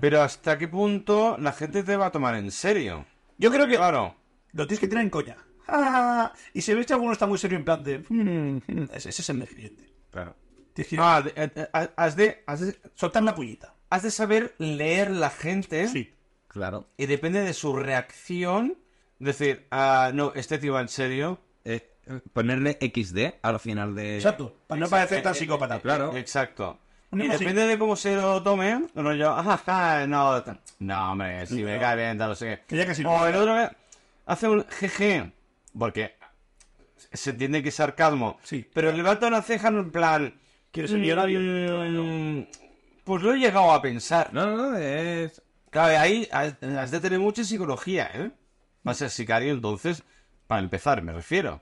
[SPEAKER 2] Pero hasta qué punto la gente te va a tomar en serio.
[SPEAKER 1] Yo creo que
[SPEAKER 2] Claro.
[SPEAKER 1] lo tienes que tirar en coña. Ah, y si ves que alguno está muy serio en plan de... mm, mm, ese, ese es el mejor cliente.
[SPEAKER 2] Claro.
[SPEAKER 1] Tienes que
[SPEAKER 2] Ah, de- eh, eh, has, de, has, de,
[SPEAKER 1] soltar la pullita.
[SPEAKER 2] has de saber leer la gente
[SPEAKER 3] Claro.
[SPEAKER 2] y depende de su reacción decir, ah, no, este tío va en serio.
[SPEAKER 3] eh, ponerle XD al final de.
[SPEAKER 1] Exacto. Para no parecer tan psicópata.
[SPEAKER 3] Claro.
[SPEAKER 2] eh, Exacto.
[SPEAKER 1] Un
[SPEAKER 2] Y
[SPEAKER 1] emoji.
[SPEAKER 2] depende de cómo se lo tome, ¿eh? no yo, ajá, no, t- no, hombre, si me cae bien, tal, no sé qué.
[SPEAKER 1] Que ya casi no.
[SPEAKER 2] O el otro que hace un jeje, porque se entiende que es sarcasmo.
[SPEAKER 1] Sí.
[SPEAKER 2] Pero levanta una ceja en plan.
[SPEAKER 1] ¿Quieres ser millonario?
[SPEAKER 2] Mm, Pues lo he llegado a pensar.
[SPEAKER 3] No, no, no, es.
[SPEAKER 2] Claro, ahí has has de tener mucha psicología, ¿eh? Va a ser sicario, entonces, para empezar, me refiero.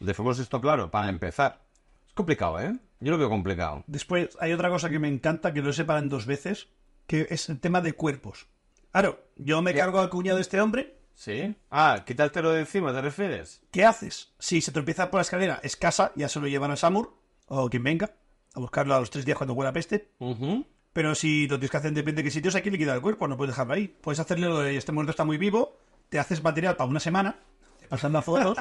[SPEAKER 2] Dejemos esto claro, para empezar. Es complicado, ¿eh? Yo lo veo complicado.
[SPEAKER 1] Después hay otra cosa que me encanta, que lo separan dos veces, que es el tema de cuerpos. Claro, yo me cargo al cuñado de este hombre.
[SPEAKER 2] ¿Sí? Ah, quitártelo de encima, ¿te refieres?
[SPEAKER 1] ¿Qué haces? Si se tropieza por la escalera, es casa, ya se lo llevan a Samur, o quien venga, a buscarlo a los tres días cuando huela peste.
[SPEAKER 2] Ujú.
[SPEAKER 1] Pero si lo tienes que hacer en depende de qué sitios, hay que liquidar el cuerpo, no puedes dejarlo ahí. Puedes hacerle lo de este muerto está muy vivo, te haces material para una semana, pasando a fotos.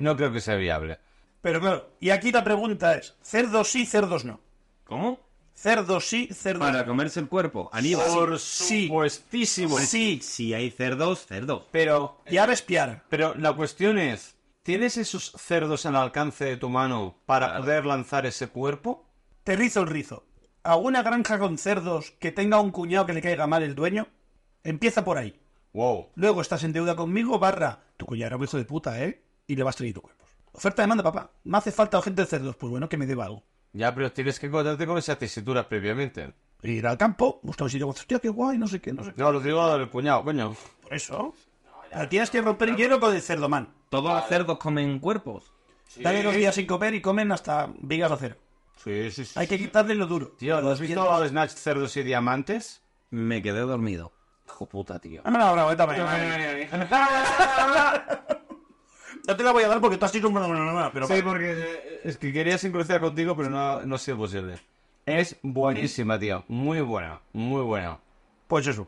[SPEAKER 2] No creo que sea viable.
[SPEAKER 1] pero claro, y aquí la pregunta es: ¿cerdos sí, cerdos no?
[SPEAKER 3] ¿Cómo?
[SPEAKER 1] ¿Cerdos sí, cerdos
[SPEAKER 3] Para
[SPEAKER 1] no?
[SPEAKER 3] comerse el cuerpo. Aníbal.
[SPEAKER 2] Por
[SPEAKER 1] sí.
[SPEAKER 2] supuestísimo.
[SPEAKER 1] Sí.
[SPEAKER 3] Si hay cerdos, cerdos.
[SPEAKER 2] Pero,
[SPEAKER 1] Y ahora espiar.
[SPEAKER 2] pero la cuestión es, ¿tienes esos cerdos al alcance de tu mano para poder lanzar ese cuerpo?
[SPEAKER 1] Te rizo el rizo. ¿Alguna granja con cerdos que tenga un cuñado que le caiga mal el dueño? Empieza por ahí.
[SPEAKER 2] Wow.
[SPEAKER 1] Luego estás en deuda conmigo, barra. Tu cuñado era un hijo de puta, ¿eh? Y le vas a traer tu cuerpo. Oferta de demanda, papá. Me hace falta gente de cerdos. Pues bueno, que me deba algo.
[SPEAKER 2] Ya, pero tienes que encontrarte con esas tesituras previamente.
[SPEAKER 1] Ir al campo, buscar un sitio. pues, Hostia, qué guay, no sé qué, no sé qué.
[SPEAKER 2] No, lo digo al cuñado, coño.
[SPEAKER 1] Por eso. Pero tienes que romper el hielo con el cerdo, man.
[SPEAKER 3] Todos los cerdos comen cuerpos.
[SPEAKER 1] Dale dos días sin comer y comen hasta vigas de acero.
[SPEAKER 2] Sí, sí, sí.
[SPEAKER 1] Hay que quitarle lo duro.
[SPEAKER 2] Tío, ¿no has visto Snatch Cerdos y Diamantes?
[SPEAKER 3] Me quedé dormido.
[SPEAKER 2] Hijo puta, tío.
[SPEAKER 1] Dame la bravo, eh, también. No te la voy a dar porque tú has sido un pero
[SPEAKER 2] Sí, porque eh, es que quería sincronizar contigo, pero no, no ha sido posible. Es buenísima, tío. Muy buena, muy buena.
[SPEAKER 1] pues eso.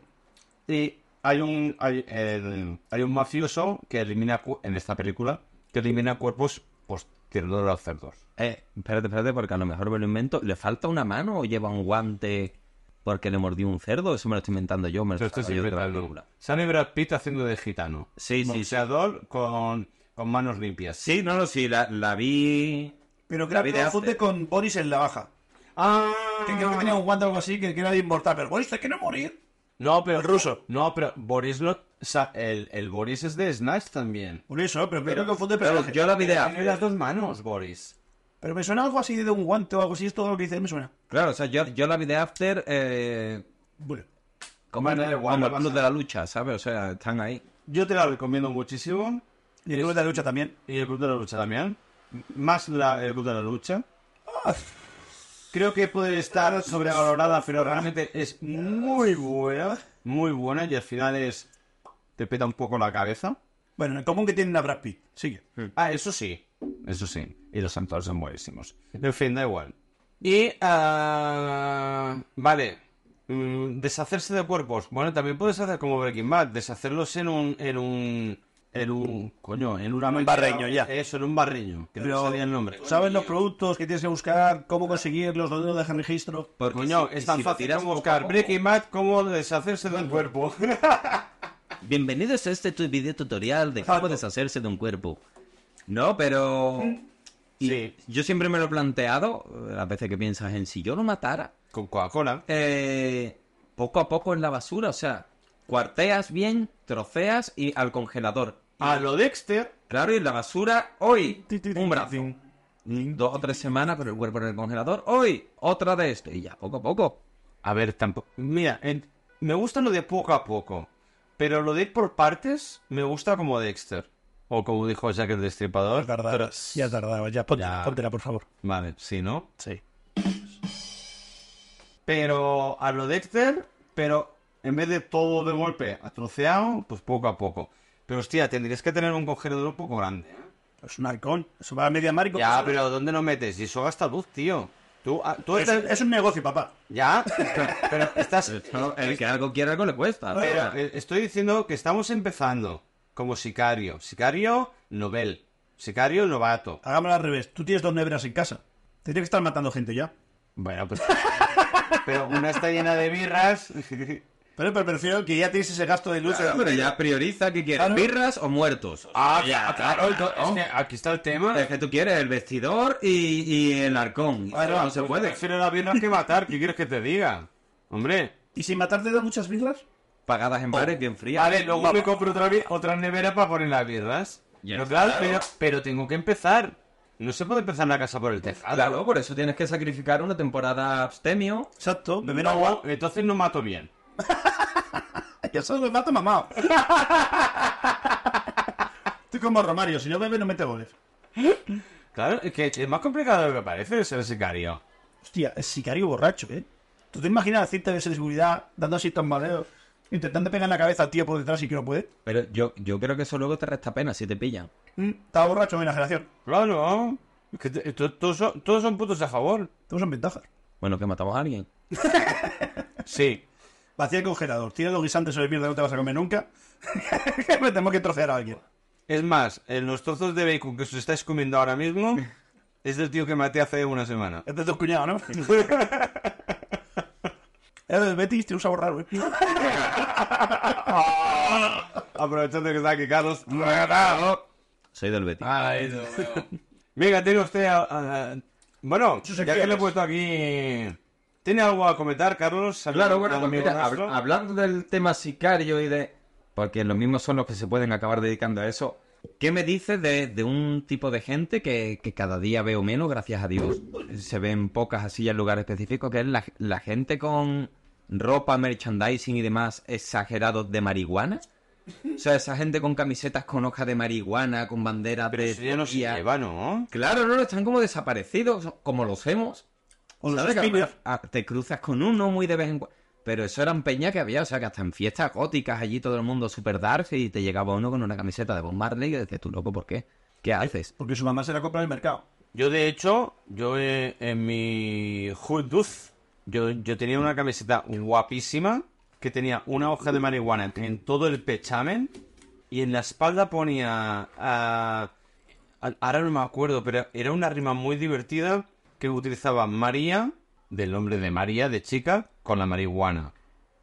[SPEAKER 2] Y hay un hay, el- hay un mafioso que elimina cu- en esta película que elimina cuerpos posteriores a los cerdos.
[SPEAKER 3] Eh, espérate, espérate, porque a lo mejor me lo invento. ¿Le falta una mano o lleva un guante porque le mordió un cerdo? Eso me lo estoy inventando yo. Me lo
[SPEAKER 2] Pero esto es
[SPEAKER 3] estoy inventando yo de la
[SPEAKER 2] inventado.
[SPEAKER 3] película.
[SPEAKER 2] Sale Brad Pitt haciendo de gitano.
[SPEAKER 3] Sí, sí, sí.
[SPEAKER 2] Boxeador con, con manos limpias.
[SPEAKER 3] Sí, no, no, sí, la, la vi.
[SPEAKER 1] Pero creo que
[SPEAKER 3] David
[SPEAKER 1] lo confunde
[SPEAKER 3] Aster.
[SPEAKER 1] con Boris en la baja.
[SPEAKER 2] Ah,
[SPEAKER 1] Que creo que tenía un guante o algo así que que era inmortal. Pero Boris, te quiero morir.
[SPEAKER 2] No, pero
[SPEAKER 1] El ruso.
[SPEAKER 2] No, pero Boris lo, sa- el, el Boris es de Snatch también.
[SPEAKER 1] Por eso, pero creo que confunde
[SPEAKER 3] Pero
[SPEAKER 1] personajes.
[SPEAKER 3] yo la vi de
[SPEAKER 2] Tiene las
[SPEAKER 3] Aster.
[SPEAKER 2] dos manos, Boris.
[SPEAKER 1] Pero me suena algo así de un guante o algo así. Es todo lo que dice, me suena.
[SPEAKER 3] Claro, o sea, yo, yo la vi de After eh,
[SPEAKER 1] Bueno.
[SPEAKER 3] como,
[SPEAKER 2] Bueno, da igual,
[SPEAKER 3] como
[SPEAKER 2] no
[SPEAKER 3] el
[SPEAKER 2] pasa
[SPEAKER 3] club de la lucha, ¿sabes? O sea, están ahí.
[SPEAKER 2] Yo te la recomiendo muchísimo.
[SPEAKER 1] Y el club de la lucha también.
[SPEAKER 2] Y el Club de la Lucha también. Más la- el Club de la Lucha. Creo que puede estar sobrevalorada, pero realmente es muy buena. Muy buena y al final es... Te peta un poco la cabeza.
[SPEAKER 1] Bueno, en el común que tienen a Brad Pitt. Sigue.
[SPEAKER 2] Ah, eso sí. Eso sí. Y los santos son buenísimos. En fin, da igual. Y... ah, vale. Mm, deshacerse de cuerpos. Bueno, también puedes hacer como Breaking Bad. Deshacerlos en un... En un... En un... Coño, en una...
[SPEAKER 1] barreño, ya.
[SPEAKER 2] Eso, en un barreño. Que
[SPEAKER 1] Pero-
[SPEAKER 2] no sabía el nombre.
[SPEAKER 1] ¿Sabes los productos que tienes que buscar? ¿Cómo conseguirlos? ¿Dónde lo dejan registro?
[SPEAKER 3] Porque
[SPEAKER 2] Coño,
[SPEAKER 3] si-
[SPEAKER 2] es
[SPEAKER 3] si
[SPEAKER 2] tan
[SPEAKER 3] lo
[SPEAKER 2] fácil
[SPEAKER 3] tiras
[SPEAKER 2] como
[SPEAKER 3] poco a
[SPEAKER 2] buscar
[SPEAKER 3] poco-
[SPEAKER 2] Breaking Bad como deshacerse de un cuerpo.
[SPEAKER 3] Bienvenidos a este tu video tutorial de
[SPEAKER 1] Exacto.
[SPEAKER 3] cómo deshacerse de un cuerpo. No, pero. y
[SPEAKER 2] Sí.
[SPEAKER 3] Yo siempre me lo he planteado, eh, las veces que piensas en si yo lo matara,
[SPEAKER 2] Con Coca-Cola.
[SPEAKER 3] eh, poco a poco en la basura, o sea, cuarteas bien, troceas y al congelador.
[SPEAKER 2] A lo Dexter.
[SPEAKER 3] Claro, y en la basura, hoy,
[SPEAKER 1] Ti, ti, ti,
[SPEAKER 3] un brazo.
[SPEAKER 1] ti.
[SPEAKER 3] Dos o tres semanas, pero el cuerpo en el congelador, hoy, otra de esto, y ya, poco a poco.
[SPEAKER 2] A ver, tampoco. Mira, en- me gusta lo de poco a poco. Pero lo de ir por partes me gusta como Dexter. O como dijo Jack el Destripador.
[SPEAKER 1] tardabas. Ya tardabas. Ya, ponte-
[SPEAKER 2] Ya.
[SPEAKER 1] póntela, por favor.
[SPEAKER 2] Vale, sí, ¿no?
[SPEAKER 1] Sí.
[SPEAKER 2] Pero a lo Dexter, pero en vez de todo de golpe atroceado, pues poco a poco. Pero hostia, tendrías que tener un congelador un poco grande. ¿eh?
[SPEAKER 1] Es un halcón. Eso va pues, a media mar y con-
[SPEAKER 2] Ya, pero ¿dónde lo metes? Y eso gasta luz, tío. Tú, ah, tú
[SPEAKER 1] Es,
[SPEAKER 2] estás-
[SPEAKER 1] es un negocio, papá.
[SPEAKER 2] Ya, <laughs> pero estás.
[SPEAKER 3] Esto, El que algo quiere, algo le cuesta. o sea.
[SPEAKER 2] Pero eh, estoy diciendo que estamos empezando como sicario. Sicario novel. Sicario novato.
[SPEAKER 1] Hagámoslo al revés. Tú tienes dos neveras en casa. Tendría que estar matando gente ya.
[SPEAKER 2] Bueno, <laughs> pues. Pero una está llena de birras.
[SPEAKER 1] Pero, pero prefiero que ya tienes ese gasto de luz.
[SPEAKER 3] Pero ya prioriza que quieres,
[SPEAKER 1] Claro.
[SPEAKER 3] birras o muertos.
[SPEAKER 2] <laughs> Ah, claro. Eh, aquí está el tema.
[SPEAKER 3] Es que tú quieres el vestidor y, y el arcón.
[SPEAKER 2] eh,
[SPEAKER 3] no, se puede.
[SPEAKER 2] Prefiero las birras que matar. ¿Qué quieres que te diga? Hombre.
[SPEAKER 1] ¿Y sin matarte da muchas birras?
[SPEAKER 3] Pagadas en bares bien frías.
[SPEAKER 2] Vale, luego me compro otra, bi- otra nevera para poner las birras.
[SPEAKER 3] Ya
[SPEAKER 2] Pero,
[SPEAKER 3] está,
[SPEAKER 2] claro, pero, pero tengo que empezar. No se puede empezar la casa por el tejado.
[SPEAKER 3] Claro, por eso tienes que sacrificar una temporada abstemio.
[SPEAKER 1] Exacto. Beber
[SPEAKER 2] No,
[SPEAKER 1] agua.
[SPEAKER 2] entonces no mato bien.
[SPEAKER 1] Ya solo lo mato mamado. Estoy como Romario. Si no bebe, no mete goles.
[SPEAKER 2] Claro, es que es más complicado de lo que parece ser sicario.
[SPEAKER 1] Hostia, es sicario borracho, ¿eh? ¿Tú te imaginas la cinta de seguridad dando así tambaleos? Intentando pegar en la cabeza al tío por detrás y que no puede.
[SPEAKER 3] Pero yo, yo creo que eso luego te resta pena si te pillan.
[SPEAKER 1] Mm, Estaba borracho en la generación.
[SPEAKER 2] Claro, es que te- to- todos, son, todos son puntos a favor.
[SPEAKER 1] Todos son ventajas.
[SPEAKER 3] Bueno, que matamos a alguien.
[SPEAKER 2] Sí.
[SPEAKER 1] Vacía el congelador. Tira los guisantes sobre mierda que no te vas a comer nunca. <laughs> Me tengo que trocear a alguien.
[SPEAKER 2] Es más, en los trozos de bacon que os estáis comiendo ahora mismo es del tío que maté hace una
[SPEAKER 3] <laughs>
[SPEAKER 2] semana.
[SPEAKER 1] Es de tu cuñado, ¿no? <laughs> El del Betis tiene un sabor raro, ¿eh?
[SPEAKER 2] Aprovechando que está aquí Carlos.
[SPEAKER 3] Soy del
[SPEAKER 2] Ah,
[SPEAKER 3] Betis.
[SPEAKER 1] <laughs>
[SPEAKER 2] Venga, tiene usted... a- a- Bueno,
[SPEAKER 1] Sus
[SPEAKER 2] ya que le he
[SPEAKER 1] secciones.
[SPEAKER 2] puesto aquí... ¿Tiene algo a comentar, Carlos?
[SPEAKER 3] Claro, bueno,
[SPEAKER 2] ¿Algún
[SPEAKER 3] pues mira,
[SPEAKER 2] amigo
[SPEAKER 3] hab-
[SPEAKER 2] nuestro?
[SPEAKER 3] hablando del tema sicario y de... Porque los mismos son los que se pueden acabar dedicando a eso. ¿Qué me dices de, de un tipo de gente que, que cada día veo menos, gracias a Dios? Se ven pocas así en lugares específicos, que es la, la gente con ropa, merchandising y demás exagerados de marihuana. O sea, esa gente con camisetas con hojas de marihuana, con banderas
[SPEAKER 2] Pero
[SPEAKER 3] de...
[SPEAKER 2] eso Pues ya no se
[SPEAKER 3] Turquía.
[SPEAKER 2] lleva, ¿no?
[SPEAKER 3] Claro, no, no, están como desaparecidos, como los hemos.
[SPEAKER 1] O los
[SPEAKER 3] ¿Sabes? Que
[SPEAKER 1] spinners.
[SPEAKER 3] a- te cruzas con uno muy de vez en cuando. Pero eso eran peña que había, o sea, que hasta en fiestas góticas allí todo el mundo super dark y te llegaba uno con una camiseta de Bob Marley y decías, tú loco, ¿por qué? ¿Qué haces?
[SPEAKER 1] Porque su mamá se la compra en el mercado.
[SPEAKER 2] Yo, de hecho, yo eh, en mi juventud, yo, yo tenía una camiseta guapísima que tenía una hoja de marihuana en todo el pechamen y en la espalda ponía... ah, ah, ahora no me acuerdo, pero era una rima muy divertida que utilizaba María, del nombre de María, de chica, con la marihuana.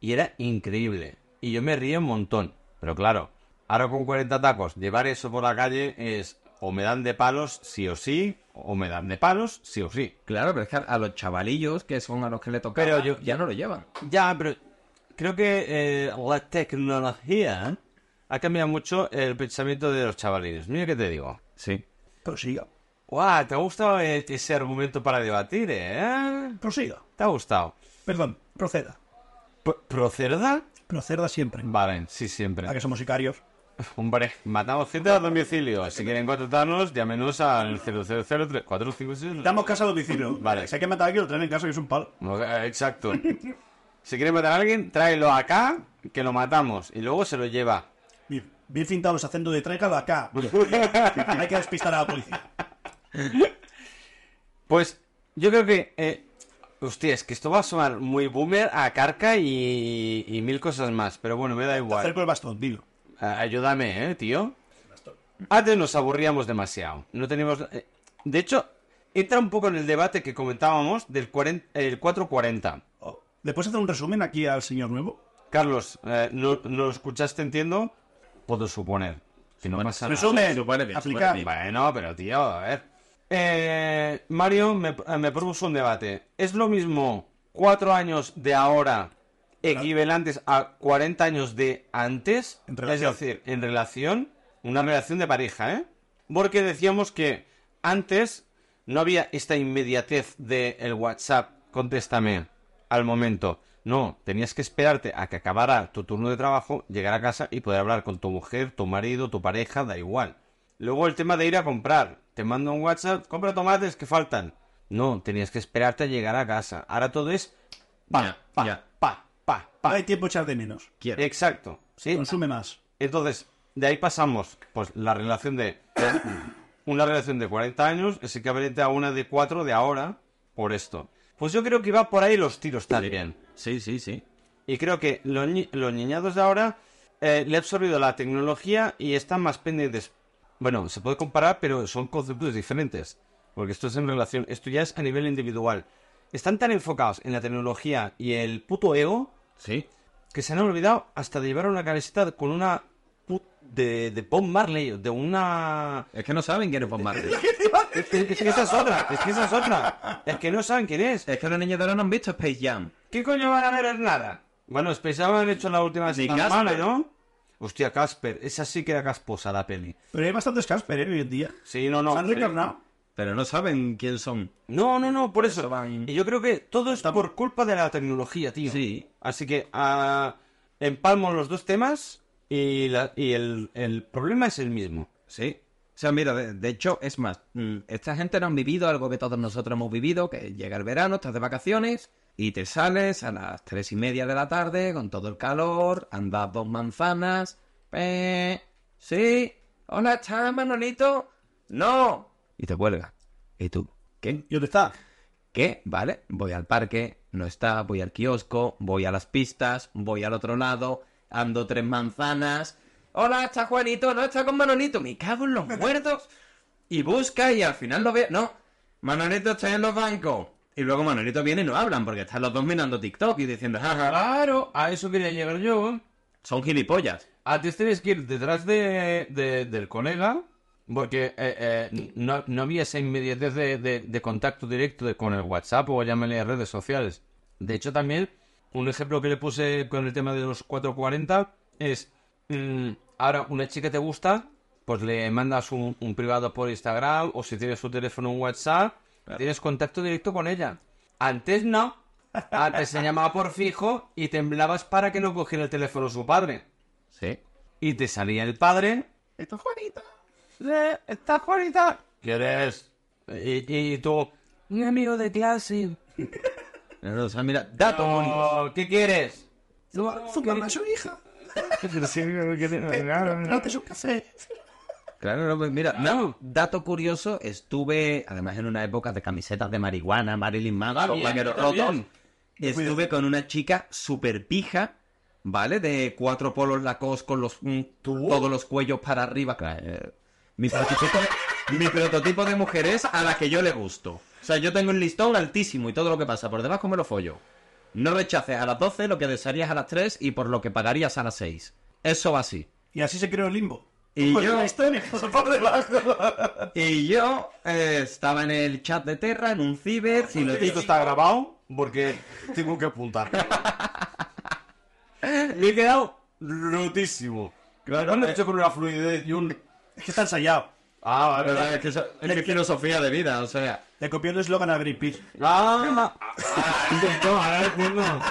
[SPEAKER 2] Y era increíble. Y yo me río un montón. Pero claro, ahora con 40 tacos, llevar eso por la calle es o me dan de palos sí o sí, o me dan de palos sí o sí.
[SPEAKER 3] Claro, pero es que a los chavalillos, que son a los que le tocaba,
[SPEAKER 2] Pero yo-
[SPEAKER 3] ya no lo llevan.
[SPEAKER 2] Ya, pero creo que eh, la tecnología eh, ha cambiado mucho el pensamiento de los chavalines. Mira que te digo.
[SPEAKER 3] Sí.
[SPEAKER 1] Prosiga.
[SPEAKER 2] ¡Guau! ¿Te ha gustado eh, ese argumento para debatir, eh?
[SPEAKER 1] Prosiga.
[SPEAKER 2] ¿Te ha gustado?
[SPEAKER 1] Perdón, proceda.
[SPEAKER 2] P- ¿Procerda?
[SPEAKER 1] Proceda siempre.
[SPEAKER 2] Vale, sí, siempre.
[SPEAKER 1] A que somos sicarios.
[SPEAKER 2] Hombre, matamos gente a domicilio. Si quieren contratarnos, llámenos al 00034566.
[SPEAKER 1] Damos casa a domicilio.
[SPEAKER 2] <laughs> Vale.
[SPEAKER 1] Si hay que matar a alguien, lo traen en casa, que es un palo.
[SPEAKER 2] Eh, Exacto. Si quieren matar a alguien, tráelo acá, que lo matamos. Y luego se lo lleva.
[SPEAKER 1] Bien, bien cintado los acentos de tráigalo acá. <laughs> hay que despistar a
[SPEAKER 2] <laughs>
[SPEAKER 1] la policía.
[SPEAKER 2] Pues yo creo que... Eh, hostia, es que esto va a sonar muy boomer a carca y, y mil cosas más. Pero bueno, me da
[SPEAKER 1] Te
[SPEAKER 2] igual.
[SPEAKER 1] acerco el bastón, dilo.
[SPEAKER 2] Ah, Ayúdame, eh, tío. Antes nos aburríamos demasiado. No teníamos. eh, De hecho, entra un poco en el debate que comentábamos del 40, el 440.
[SPEAKER 1] Oh. ¿Le puedes hacer un resumen aquí al señor nuevo?
[SPEAKER 2] Carlos, eh, no, no lo escuchaste, entiendo. Puedo suponer. Si no pasa nada.
[SPEAKER 1] Resumen.
[SPEAKER 3] supone bien,
[SPEAKER 1] Aplicar.
[SPEAKER 3] supone
[SPEAKER 2] Bueno, pero tío, a ver. Eh, Mario me, eh, me propuso un debate. ¿Es lo mismo cuatro años de ahora equivalentes a 40 años de antes?
[SPEAKER 1] En relación.
[SPEAKER 2] Es decir, en relación, una relación de pareja, ¿eh? Porque decíamos que antes no había esta inmediatez del el WhatsApp, contéstame, al momento. No, tenías que esperarte a que acabara tu turno de trabajo, llegar a casa y poder hablar con tu mujer, tu marido, tu pareja, da igual. Luego el tema de ir a comprar. Te mando un WhatsApp, compra tomates que faltan. No, tenías que esperarte a llegar a casa. Ahora todo es pa,
[SPEAKER 3] Ya,
[SPEAKER 2] pa,
[SPEAKER 3] ya.
[SPEAKER 2] pa, pa,
[SPEAKER 1] No
[SPEAKER 2] pa.
[SPEAKER 1] hay tiempo a echar de menos.
[SPEAKER 3] Quiero.
[SPEAKER 2] Eh, Exacto. Sí,
[SPEAKER 1] Consume más.
[SPEAKER 2] entonces, de ahí pasamos, pues, la relación de... <coughs> Una relación de 40 años es equivalente a una de 4 de ahora por esto. Pues yo creo que va por ahí los tiros también.
[SPEAKER 3] Sí, sí, sí.
[SPEAKER 2] Y creo que los, ni- los niñados de ahora eh, le han absorbido la tecnología y están más pendientes. Bueno, se puede comparar, pero son conceptos diferentes. Porque esto es en relación, esto ya es a nivel individual. Están tan enfocados en la tecnología y el puto ego
[SPEAKER 3] Sí.
[SPEAKER 2] que se han olvidado hasta de llevar una camiseta con una put- de, de Bob Marley, de una...
[SPEAKER 3] Es que no saben quién es Bob Marley.
[SPEAKER 2] Es que, es que esa es otra, es que esa es otra. Es que no saben quién es.
[SPEAKER 3] es que los niños de ahora no han visto Space Jam.
[SPEAKER 2] ¿Qué coño van a ver es nada? Bueno, Space Jam han hecho la última
[SPEAKER 3] Ni
[SPEAKER 2] semana,
[SPEAKER 3] Casper.
[SPEAKER 2] ¿no? Hostia, Casper, esa sí que era casposa la peli.
[SPEAKER 1] Pero hay bastantes Casper ¿eh? hoy en día.
[SPEAKER 2] Sí, no, no.
[SPEAKER 1] Se han recarnado.
[SPEAKER 3] Pero no saben quién son.
[SPEAKER 2] No, no, no, por eso.
[SPEAKER 3] Eso van-
[SPEAKER 2] Y yo creo que todo es por culpa de la tecnología, tío.
[SPEAKER 3] Sí.
[SPEAKER 2] Así que ah, empalmo los dos temas y, la- y el, el problema es el mismo.
[SPEAKER 3] Sí. O sea, mira, de, de hecho, es más, mm, esta gente no han vivido algo que todos nosotros hemos vivido, que llega el verano, estás de vacaciones y te sales a las tres y media de la tarde con todo el calor, andas dos manzanas. eh, sí. Hola, ¿estás, Manolito? No. Y te cuelga. ¿Y tú? ¿Qué?
[SPEAKER 1] ¿Y dónde está?
[SPEAKER 3] ¿Qué? Vale, voy al parque, no está, voy al kiosco, voy a las pistas, voy al otro lado, ando tres manzanas. Hola, está Juanito, no está con Manolito, me cago en los muertos. Y busca y al final lo ve. No, Manolito está en los bancos. Y luego Manolito viene y no hablan porque están los dos mirando TikTok y diciendo, jaja,
[SPEAKER 2] Claro, a eso quería llegar yo.
[SPEAKER 3] son gilipollas.
[SPEAKER 2] Antes tienes que ir detrás de, de- del colega, porque eh, eh, no, no había esa inmediatez de, de- de contacto directo de- con el WhatsApp o llámale a redes sociales. De hecho, también, un ejemplo que le puse con el tema de los 440 es, mm, ahora una chica te gusta, pues le mandas un, un privado por Instagram o si tienes su teléfono un WhatsApp, tienes contacto directo con ella. Antes no. Antes se llamaba por fijo y temblabas para que no cogiera el teléfono su padre.
[SPEAKER 3] Sí.
[SPEAKER 2] y te salía el padre. Está Juanita. eh, Está Juanita. ¿Quieres? Y, y tú. Un amigo de clase.
[SPEAKER 3] Rosa, mira, dato bonito.
[SPEAKER 2] Oh, ¿Qué quieres?
[SPEAKER 1] Su mamá, su hija.
[SPEAKER 2] Eh, No
[SPEAKER 1] Trate su café.
[SPEAKER 3] Claro, no, pues mira, no, dato curioso, estuve, además en una época de camisetas de marihuana, Marilyn Manson,
[SPEAKER 2] bien,
[SPEAKER 3] vaquero
[SPEAKER 2] está bien.
[SPEAKER 3] rotón. Estuve con una chica super pija, ¿vale? De cuatro polos lacos con los mm, todos los cuellos para arriba. Claro, eh, Mi prototipo, mi prototipo de mujer es a la que yo le gusto. O sea, yo tengo un listón altísimo y todo lo que pasa por debajo me lo follo. No rechaces a las 12 lo que desearías a las 3 y por lo que pagarías a las 6. Eso va así.
[SPEAKER 1] Y así se creó el limbo.
[SPEAKER 3] Y
[SPEAKER 1] Pues
[SPEAKER 3] yo-
[SPEAKER 1] la historia, eso por debajo.
[SPEAKER 3] Y yo eh, estaba en el chat de Terra, en un ciber, y lo
[SPEAKER 2] Esto está grabado porque tengo que
[SPEAKER 3] <laughs>
[SPEAKER 2] apuntar. Me he quedado rotísimo. Claro,
[SPEAKER 1] eh,
[SPEAKER 2] lo he hecho con una fluidez y un.
[SPEAKER 1] Es que está ensayado.
[SPEAKER 2] Ah, vale.
[SPEAKER 1] eh,
[SPEAKER 3] Pero es que eso- es mi filosofía de vida, o sea.
[SPEAKER 1] Le copió el eslogan a Greenpeace.
[SPEAKER 2] Ah, ah, no.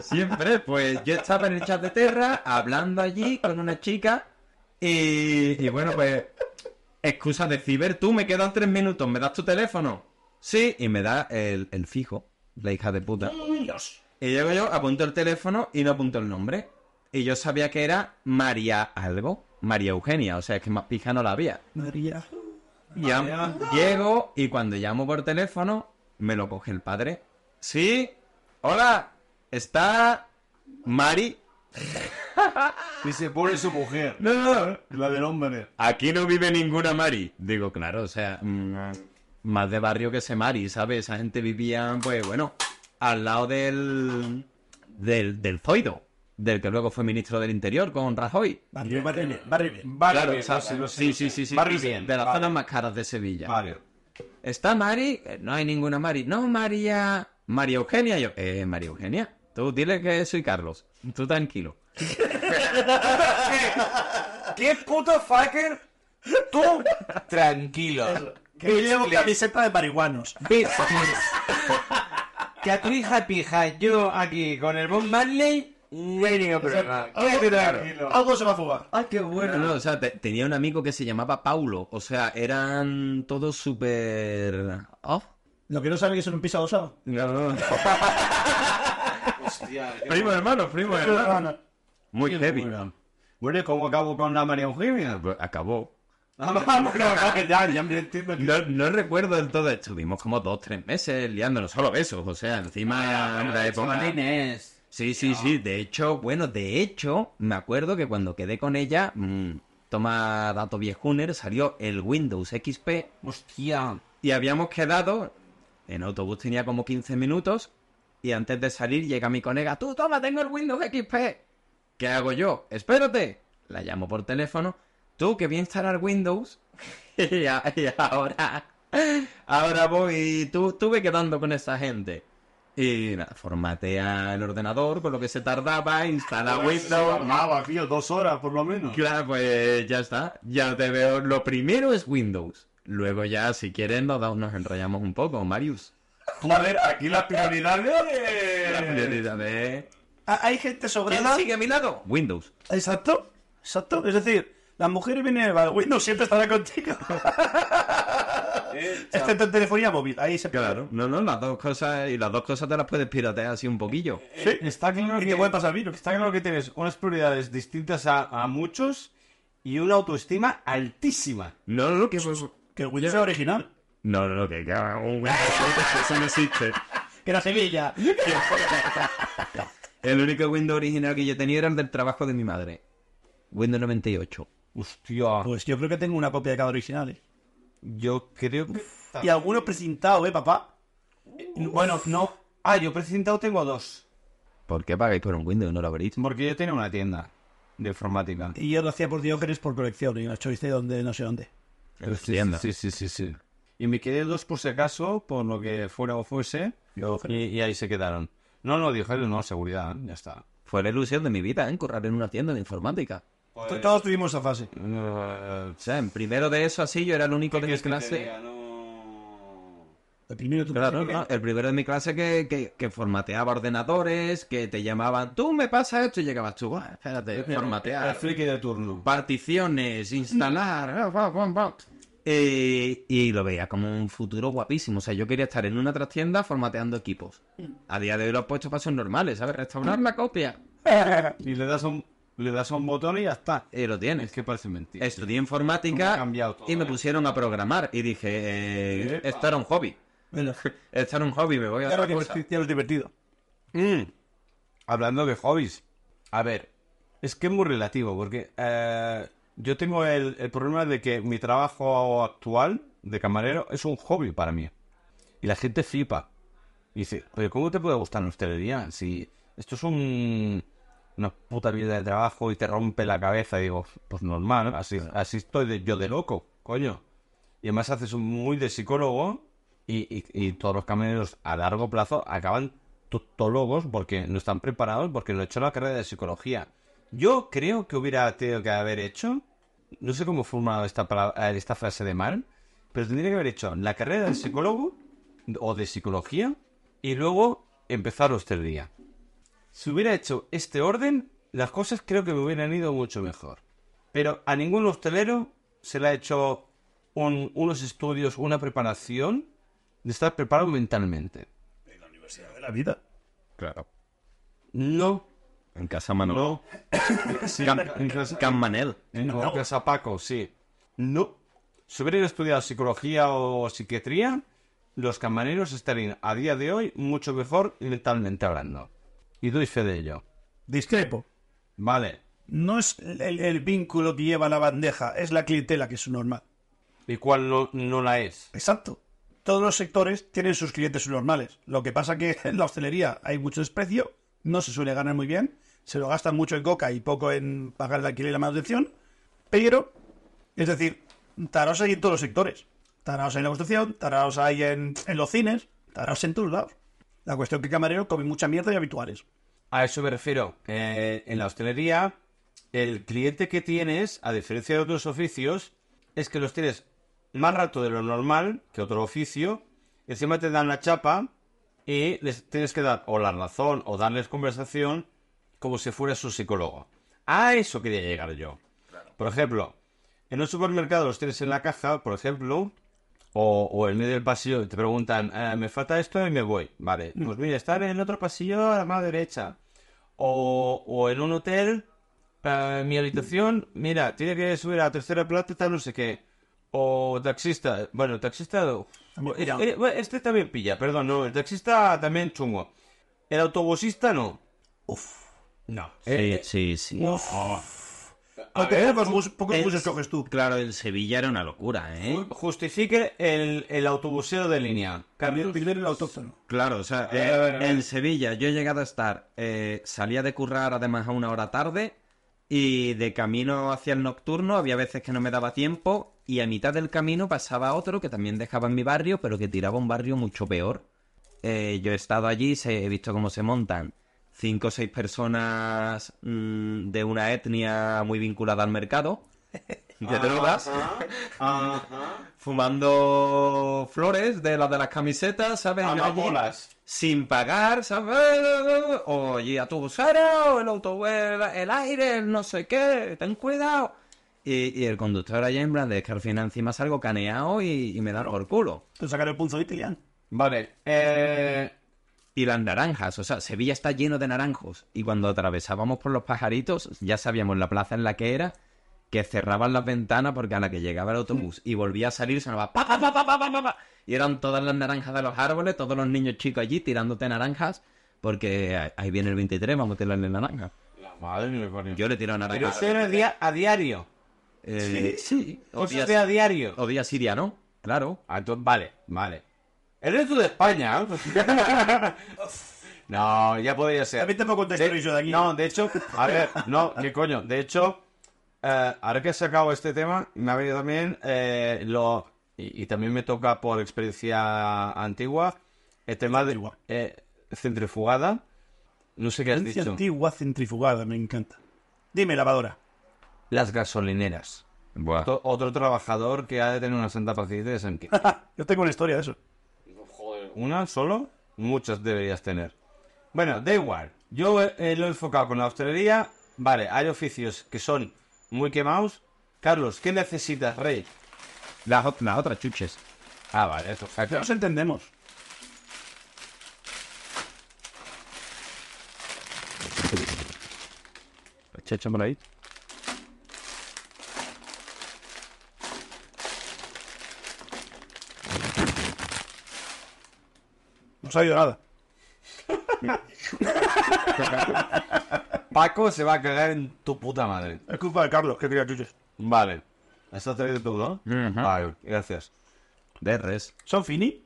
[SPEAKER 3] Siempre, pues yo estaba en el chat de Terra hablando allí con una chica y, y bueno, pues excusa de ciber, tú me quedan tres minutos, ¿me das tu teléfono? Sí, y me da el, el fijo, la hija de puta. Y llego yo, apunto el teléfono y no apunto el nombre. Y yo sabía que era María algo, María Eugenia, o sea, es que más pija no la había.
[SPEAKER 1] María.
[SPEAKER 3] Ya- llego y cuando llamo por teléfono, me lo coge el padre. Sí, hola, está Mari.
[SPEAKER 2] Y se pone su mujer.
[SPEAKER 3] No, no, no.
[SPEAKER 2] La del hombre.
[SPEAKER 3] Aquí no vive ninguna Mari. Digo, claro, o sea, mm, más de barrio que ese Mari, ¿sabes? Esa gente vivía, pues bueno, al lado del, del, del Zoido, del que luego fue ministro del Interior con Rajoy.
[SPEAKER 1] Barrio, barrio, bien, barrio. bien.
[SPEAKER 2] Vale,
[SPEAKER 3] Claro,
[SPEAKER 2] bien,
[SPEAKER 3] o sea,
[SPEAKER 2] vale, lo sé,
[SPEAKER 3] sí,
[SPEAKER 2] lo sé.
[SPEAKER 3] sí, sí, sí.
[SPEAKER 2] Barrio bien.
[SPEAKER 3] De las
[SPEAKER 2] vale.
[SPEAKER 3] zonas más caras de Sevilla.
[SPEAKER 2] Vale.
[SPEAKER 3] ¿Está Mari? Eh, No hay ninguna Mari. No, María. María Eugenia. Yo, eh, María Eugenia. Tú dile que soy Carlos. Tú tranquilo.
[SPEAKER 2] <laughs> ¿Qué puto fucker? Tú tranquilo.
[SPEAKER 1] Que yo llevo camiseta de marihuanos.
[SPEAKER 2] Ves, pues, que a tu hija pija yo aquí con el Bob Marley no hay ningún problema. Quédate tranquilo.
[SPEAKER 1] Algo se va a fugar.
[SPEAKER 2] Ay, qué bueno.
[SPEAKER 3] No, no, o sea, te- tenía un amigo que se llamaba Paulo. O sea, eran todos súper. Oh.
[SPEAKER 1] Lo que no sabe que son un piso adosado.
[SPEAKER 3] No, no. primo hermano, primo
[SPEAKER 1] No, no.
[SPEAKER 3] Muy heavy.
[SPEAKER 2] Bueno, ¿cómo acabo con la María Eugenia?
[SPEAKER 3] Pues Acabó.
[SPEAKER 2] Vamos, ya, ya me entiendo.
[SPEAKER 3] No, no recuerdo del todo. Estuvimos como dos, tres meses liándonos solo besos. O sea, encima en la época.
[SPEAKER 2] Martínez.
[SPEAKER 3] Sí, sí, sí. De hecho, bueno, de hecho, me acuerdo que cuando quedé con ella, mm, toma dato viejuner, salió el Windows XP
[SPEAKER 2] Hostia.
[SPEAKER 3] y habíamos quedado, en autobús tenía como 15 minutos, y antes de salir llega mi colega, tú toma, tengo el Windows XP. ¿Qué hago yo? Espérate. La llamo por teléfono, tú que voy a instalar Windows. <laughs> y, a- y ahora, ahora voy, y tú estuve quedando con esta gente. Y nada, formatea el ordenador con lo que se tardaba, instala
[SPEAKER 1] Pues
[SPEAKER 3] Windows.
[SPEAKER 2] Nada, tío, dos horas por lo menos.
[SPEAKER 3] Claro, pues ya está. Ya te veo. Lo primero es Windows. Luego ya, si quieres, nos, da- nos enrollamos un poco, Marius.
[SPEAKER 2] Joder, aquí las prioridades.
[SPEAKER 3] La
[SPEAKER 2] <laughs>
[SPEAKER 3] prioridad de...
[SPEAKER 1] Ah, Hay gente
[SPEAKER 3] ¿Quién
[SPEAKER 1] sobrada.
[SPEAKER 3] sigue a mi lado? Windows.
[SPEAKER 1] Exacto. Exacto. Es decir, las mujeres vienen de Windows siempre estará
[SPEAKER 3] <laughs>
[SPEAKER 1] contigo. Eh, Excepto en telefonía móvil. Ahí se
[SPEAKER 3] Claro. No, no, las dos cosas... Y las dos cosas te las puedes piratear así un poquillo.
[SPEAKER 1] Eh,
[SPEAKER 2] Sí, está claro
[SPEAKER 1] Y
[SPEAKER 2] que
[SPEAKER 1] te puede pasar virus.
[SPEAKER 2] Está claro que tienes unas prioridades distintas a, a muchos y una autoestima altísima.
[SPEAKER 3] No, no, no, que... pues, No,
[SPEAKER 1] Que el Windows es original.
[SPEAKER 3] no, no, que... que-
[SPEAKER 2] <laughs>
[SPEAKER 3] un Windows, Eso no existe.
[SPEAKER 1] Que era Sevilla.
[SPEAKER 3] El único Windows original que yo tenía era el del trabajo de mi madre. Windows 98.
[SPEAKER 2] Hostia.
[SPEAKER 1] Pues yo creo que tengo una copia de cada original. ¿eh?
[SPEAKER 2] Yo creo que.
[SPEAKER 1] Y algunos presentados, ¿eh, papá? Bueno, no.
[SPEAKER 2] Ah, yo presentado tengo dos.
[SPEAKER 3] ¿Por qué pagáis por un Windows? No lo veréis.
[SPEAKER 2] Porque yo tenía una tienda de informática.
[SPEAKER 1] Y yo lo hacía por Diógenes por colección. Y una chorice donde no sé dónde.
[SPEAKER 3] Entiendo.
[SPEAKER 2] Sí, sí, sí, sí. Y me quedé dos por si acaso, por lo que fuera o fuese. Y, y ahí se quedaron. No, no, dije, no, seguridad, ya está.
[SPEAKER 3] Fue la ilusión de mi vida, ¿eh? Currar en una tienda de informática.
[SPEAKER 1] Todos tuvimos esa fase.
[SPEAKER 2] Eh,
[SPEAKER 3] O sea, en primero de eso así yo era el único de mi
[SPEAKER 2] ¿qué es que
[SPEAKER 3] clase.
[SPEAKER 2] tenía? No-
[SPEAKER 1] El primero tú
[SPEAKER 2] <laughs>
[SPEAKER 3] Claro,
[SPEAKER 1] pensé que-
[SPEAKER 3] ¿no? el primero de mi clase que, que- que formateaba ordenadores, que te llamaban, tú me pasas esto y llegabas tú, "Buah, espérate,
[SPEAKER 2] El
[SPEAKER 3] formatear,
[SPEAKER 2] friki de turno.
[SPEAKER 3] particiones, instalar.
[SPEAKER 2] Mm.
[SPEAKER 3] ah, va, va, va". Eh, y lo veía como un futuro guapísimo. O sea, yo quería estar en una trastienda formateando equipos.
[SPEAKER 2] Mm.
[SPEAKER 3] A día de hoy los puestos pasos normales, ¿sabes? Restaurar la copia.
[SPEAKER 2] Y le das a un, le das a un botón y ya está.
[SPEAKER 3] Y eh, lo
[SPEAKER 2] Es
[SPEAKER 3] tienes.
[SPEAKER 2] que parece mentira.
[SPEAKER 3] Estudié
[SPEAKER 2] Cómo ha
[SPEAKER 3] informática
[SPEAKER 2] cambiado todo,
[SPEAKER 3] y me
[SPEAKER 2] ¿eh?
[SPEAKER 3] pusieron a programar. Y dije, eh,
[SPEAKER 2] Epa.
[SPEAKER 3] esto era un hobby.
[SPEAKER 1] Bueno,
[SPEAKER 3] Esto era un hobby, me voy a
[SPEAKER 1] ya lo
[SPEAKER 3] otra
[SPEAKER 1] que
[SPEAKER 3] cosa.
[SPEAKER 1] ya lo he divertido.
[SPEAKER 2] Mm. Hablando de hobbies. A ver, es que es muy relativo, porque eh, yo tengo el, el problema de que mi trabajo actual de camarero es un hobby para mí. Y la gente flipa. Y dice, pero ¿cómo te puede gustar la hostelería? Si esto es un, una puta vida de trabajo y te rompe la cabeza. Y digo, pues normal, así, así estoy de- yo de loco, coño. Y además haces un muy de psicólogo y, y- y todos los camareros a largo plazo acaban totólogos porque no están preparados, porque no he hecho la carrera de psicología. Yo creo que hubiera tenido que haber hecho, no sé cómo he formulado esta, palabra- esta frase de mal, pero tendría que haber hecho la carrera de psicólogo o de psicología y luego empezar hostelería. Si hubiera hecho este orden, las cosas creo que me hubieran ido mucho mejor. Pero a ningún hostelero se le ha hecho un- unos estudios, una preparación de estar preparado mentalmente.
[SPEAKER 1] De la vida.
[SPEAKER 3] Claro.
[SPEAKER 2] No.
[SPEAKER 3] En casa Manolo.
[SPEAKER 2] Sí, Eh, en casa-
[SPEAKER 3] Can Manel.
[SPEAKER 2] en casa Paco, sí. No. Si hubieran estudiado psicología o psiquiatría, los camareros estarían a día de hoy mucho mejor mentalmente hablando. Y doy fe de ello.
[SPEAKER 1] Discrepo.
[SPEAKER 2] Vale.
[SPEAKER 1] No es el, el vínculo que lleva la bandeja, es la clientela que es su normal.
[SPEAKER 2] ¿Y cuál no, no la es?
[SPEAKER 1] Exacto. Todos los sectores tienen sus clientes subnormales. Lo que pasa que en la hostelería hay mucho desprecio, no se suele ganar muy bien, se lo gastan mucho en coca y poco en pagar el alquiler y la manutención, pero, es decir, taraos hay en todos los sectores. Taraos hay en la construcción, taraos hay en, en los cines, taraos en todos lados. La cuestión que el camarero come mucha mierda y habituales.
[SPEAKER 2] A eso me refiero. Eh, en la hostelería, el cliente que tienes, a diferencia de otros oficios, es que los tienes más rato de lo normal que otro oficio. y Encima te dan la chapa y les tienes que dar o la razón o darles conversación como si fueras su psicólogo. A eso quería llegar yo. Por ejemplo, en un supermercado los tienes en la caja, por ejemplo, o, o en medio del pasillo y te preguntan, "Eh, me falta esto y me voy. Vale,
[SPEAKER 1] Mm.
[SPEAKER 2] pues mira, estar en otro pasillo a la mano derecha. O, o en un hotel, eh, mi habitación, mira, tiene que subir a la tercera planta, tal, no sé qué. O taxista, bueno, taxista...
[SPEAKER 1] Mira.
[SPEAKER 2] Eh, bueno, Este también pilla, perdón, no, el taxista también chungo. El autobusista no. Eh,
[SPEAKER 1] Uf.
[SPEAKER 2] No.
[SPEAKER 3] sí, sí.
[SPEAKER 1] Porque pocos bus- pocos
[SPEAKER 3] es-
[SPEAKER 1] buses coges tú.
[SPEAKER 3] Claro, el Sevilla era una locura, ¿eh?
[SPEAKER 2] Justifique el, el autobusero de línea.
[SPEAKER 1] Cambio primero el autóctono.
[SPEAKER 3] Claro, o sea,
[SPEAKER 2] ver, a ver, a ver.
[SPEAKER 3] Eh, en Sevilla yo he llegado a estar, eh, salía de currar además a una hora tarde y de camino hacia el nocturno había veces que no me daba tiempo y a mitad del camino pasaba otro que también dejaba en mi barrio, pero que tiraba un barrio mucho peor. Eh, yo he estado allí, se- he visto cómo se montan cinco o seis personas mm, de una etnia muy vinculada al mercado de drogas fumando flores de las de las camisetas, ¿sabes?
[SPEAKER 1] Ah,
[SPEAKER 3] Yo allí,
[SPEAKER 2] Amapolas.
[SPEAKER 3] Sin pagar, ¿sabes? Oye, a tu busero, el autobús, el, el aire, el no sé qué, ten cuidado. Y, y el conductor allá en plan de es que al final encima salgo caneado y, y me dan por culo.
[SPEAKER 1] Te sacar el punzo y te lian.
[SPEAKER 2] Vale. eh,
[SPEAKER 3] Y las naranjas, o sea, Sevilla está lleno de naranjos. Y cuando atravesábamos por los pajaritos, ya sabíamos la plaza en la que era, que cerraban las ventanas porque a la que llegaba el autobús y volvía a salir sonaba pa pa pa pa pa pa pa, pa. Y eran todas las naranjas de los árboles, todos los niños chicos allí tirándote naranjas, porque ahí- ahí viene el 23, vamos a tirarle naranjas.
[SPEAKER 2] Madre mía, coño.
[SPEAKER 3] Yo le tiro
[SPEAKER 2] Pero
[SPEAKER 3] naranjas.
[SPEAKER 2] usted era dia- a diario.
[SPEAKER 3] Eh, sí, o
[SPEAKER 2] Usted era a diario.
[SPEAKER 3] día siriano, claro.
[SPEAKER 2] Oh. Ah, entonces, vale, vale. Eres tú de España. ¿eh? <laughs> no, ya podría ser.
[SPEAKER 1] También te puedo contestar
[SPEAKER 2] De-
[SPEAKER 1] yo de aquí.
[SPEAKER 2] No, de hecho, a ver, no, qué coño. De hecho, eh, ahora que he sacado este tema, me ha venido también eh, lo. Y, y también me toca por experiencia antigua, el tema de.
[SPEAKER 1] Antigua.
[SPEAKER 2] eh, centrifugada. No sé qué has
[SPEAKER 1] Ciencia
[SPEAKER 2] dicho.
[SPEAKER 1] antigua centrifugada, me encanta. Dime, lavadora.
[SPEAKER 2] Las gasolineras. To- Otro trabajador que ha de tener una santa paciencia de San
[SPEAKER 1] Ah. Yo tengo una historia de eso.
[SPEAKER 2] una solo, muchas deberías tener. Bueno, da igual. Yo eh, lo he enfocado con la hostelería. Vale, hay oficios que son muy quemados. Carlos, ¿qué necesitas, Rey?
[SPEAKER 3] Las, ot- las otras chuches.
[SPEAKER 2] Ah, vale, eso.
[SPEAKER 1] Ya nos entendemos.
[SPEAKER 3] Echámoslo ahí.
[SPEAKER 1] No ha oído nada.
[SPEAKER 2] Paco se va a cagar en tu puta madre.
[SPEAKER 1] Es culpa de Carlos, que quería chuches.
[SPEAKER 2] Vale. ¿Has traído tú, no?
[SPEAKER 3] Ujú.
[SPEAKER 2] Vale, gracias.
[SPEAKER 3] De res.
[SPEAKER 1] ¿Son fini?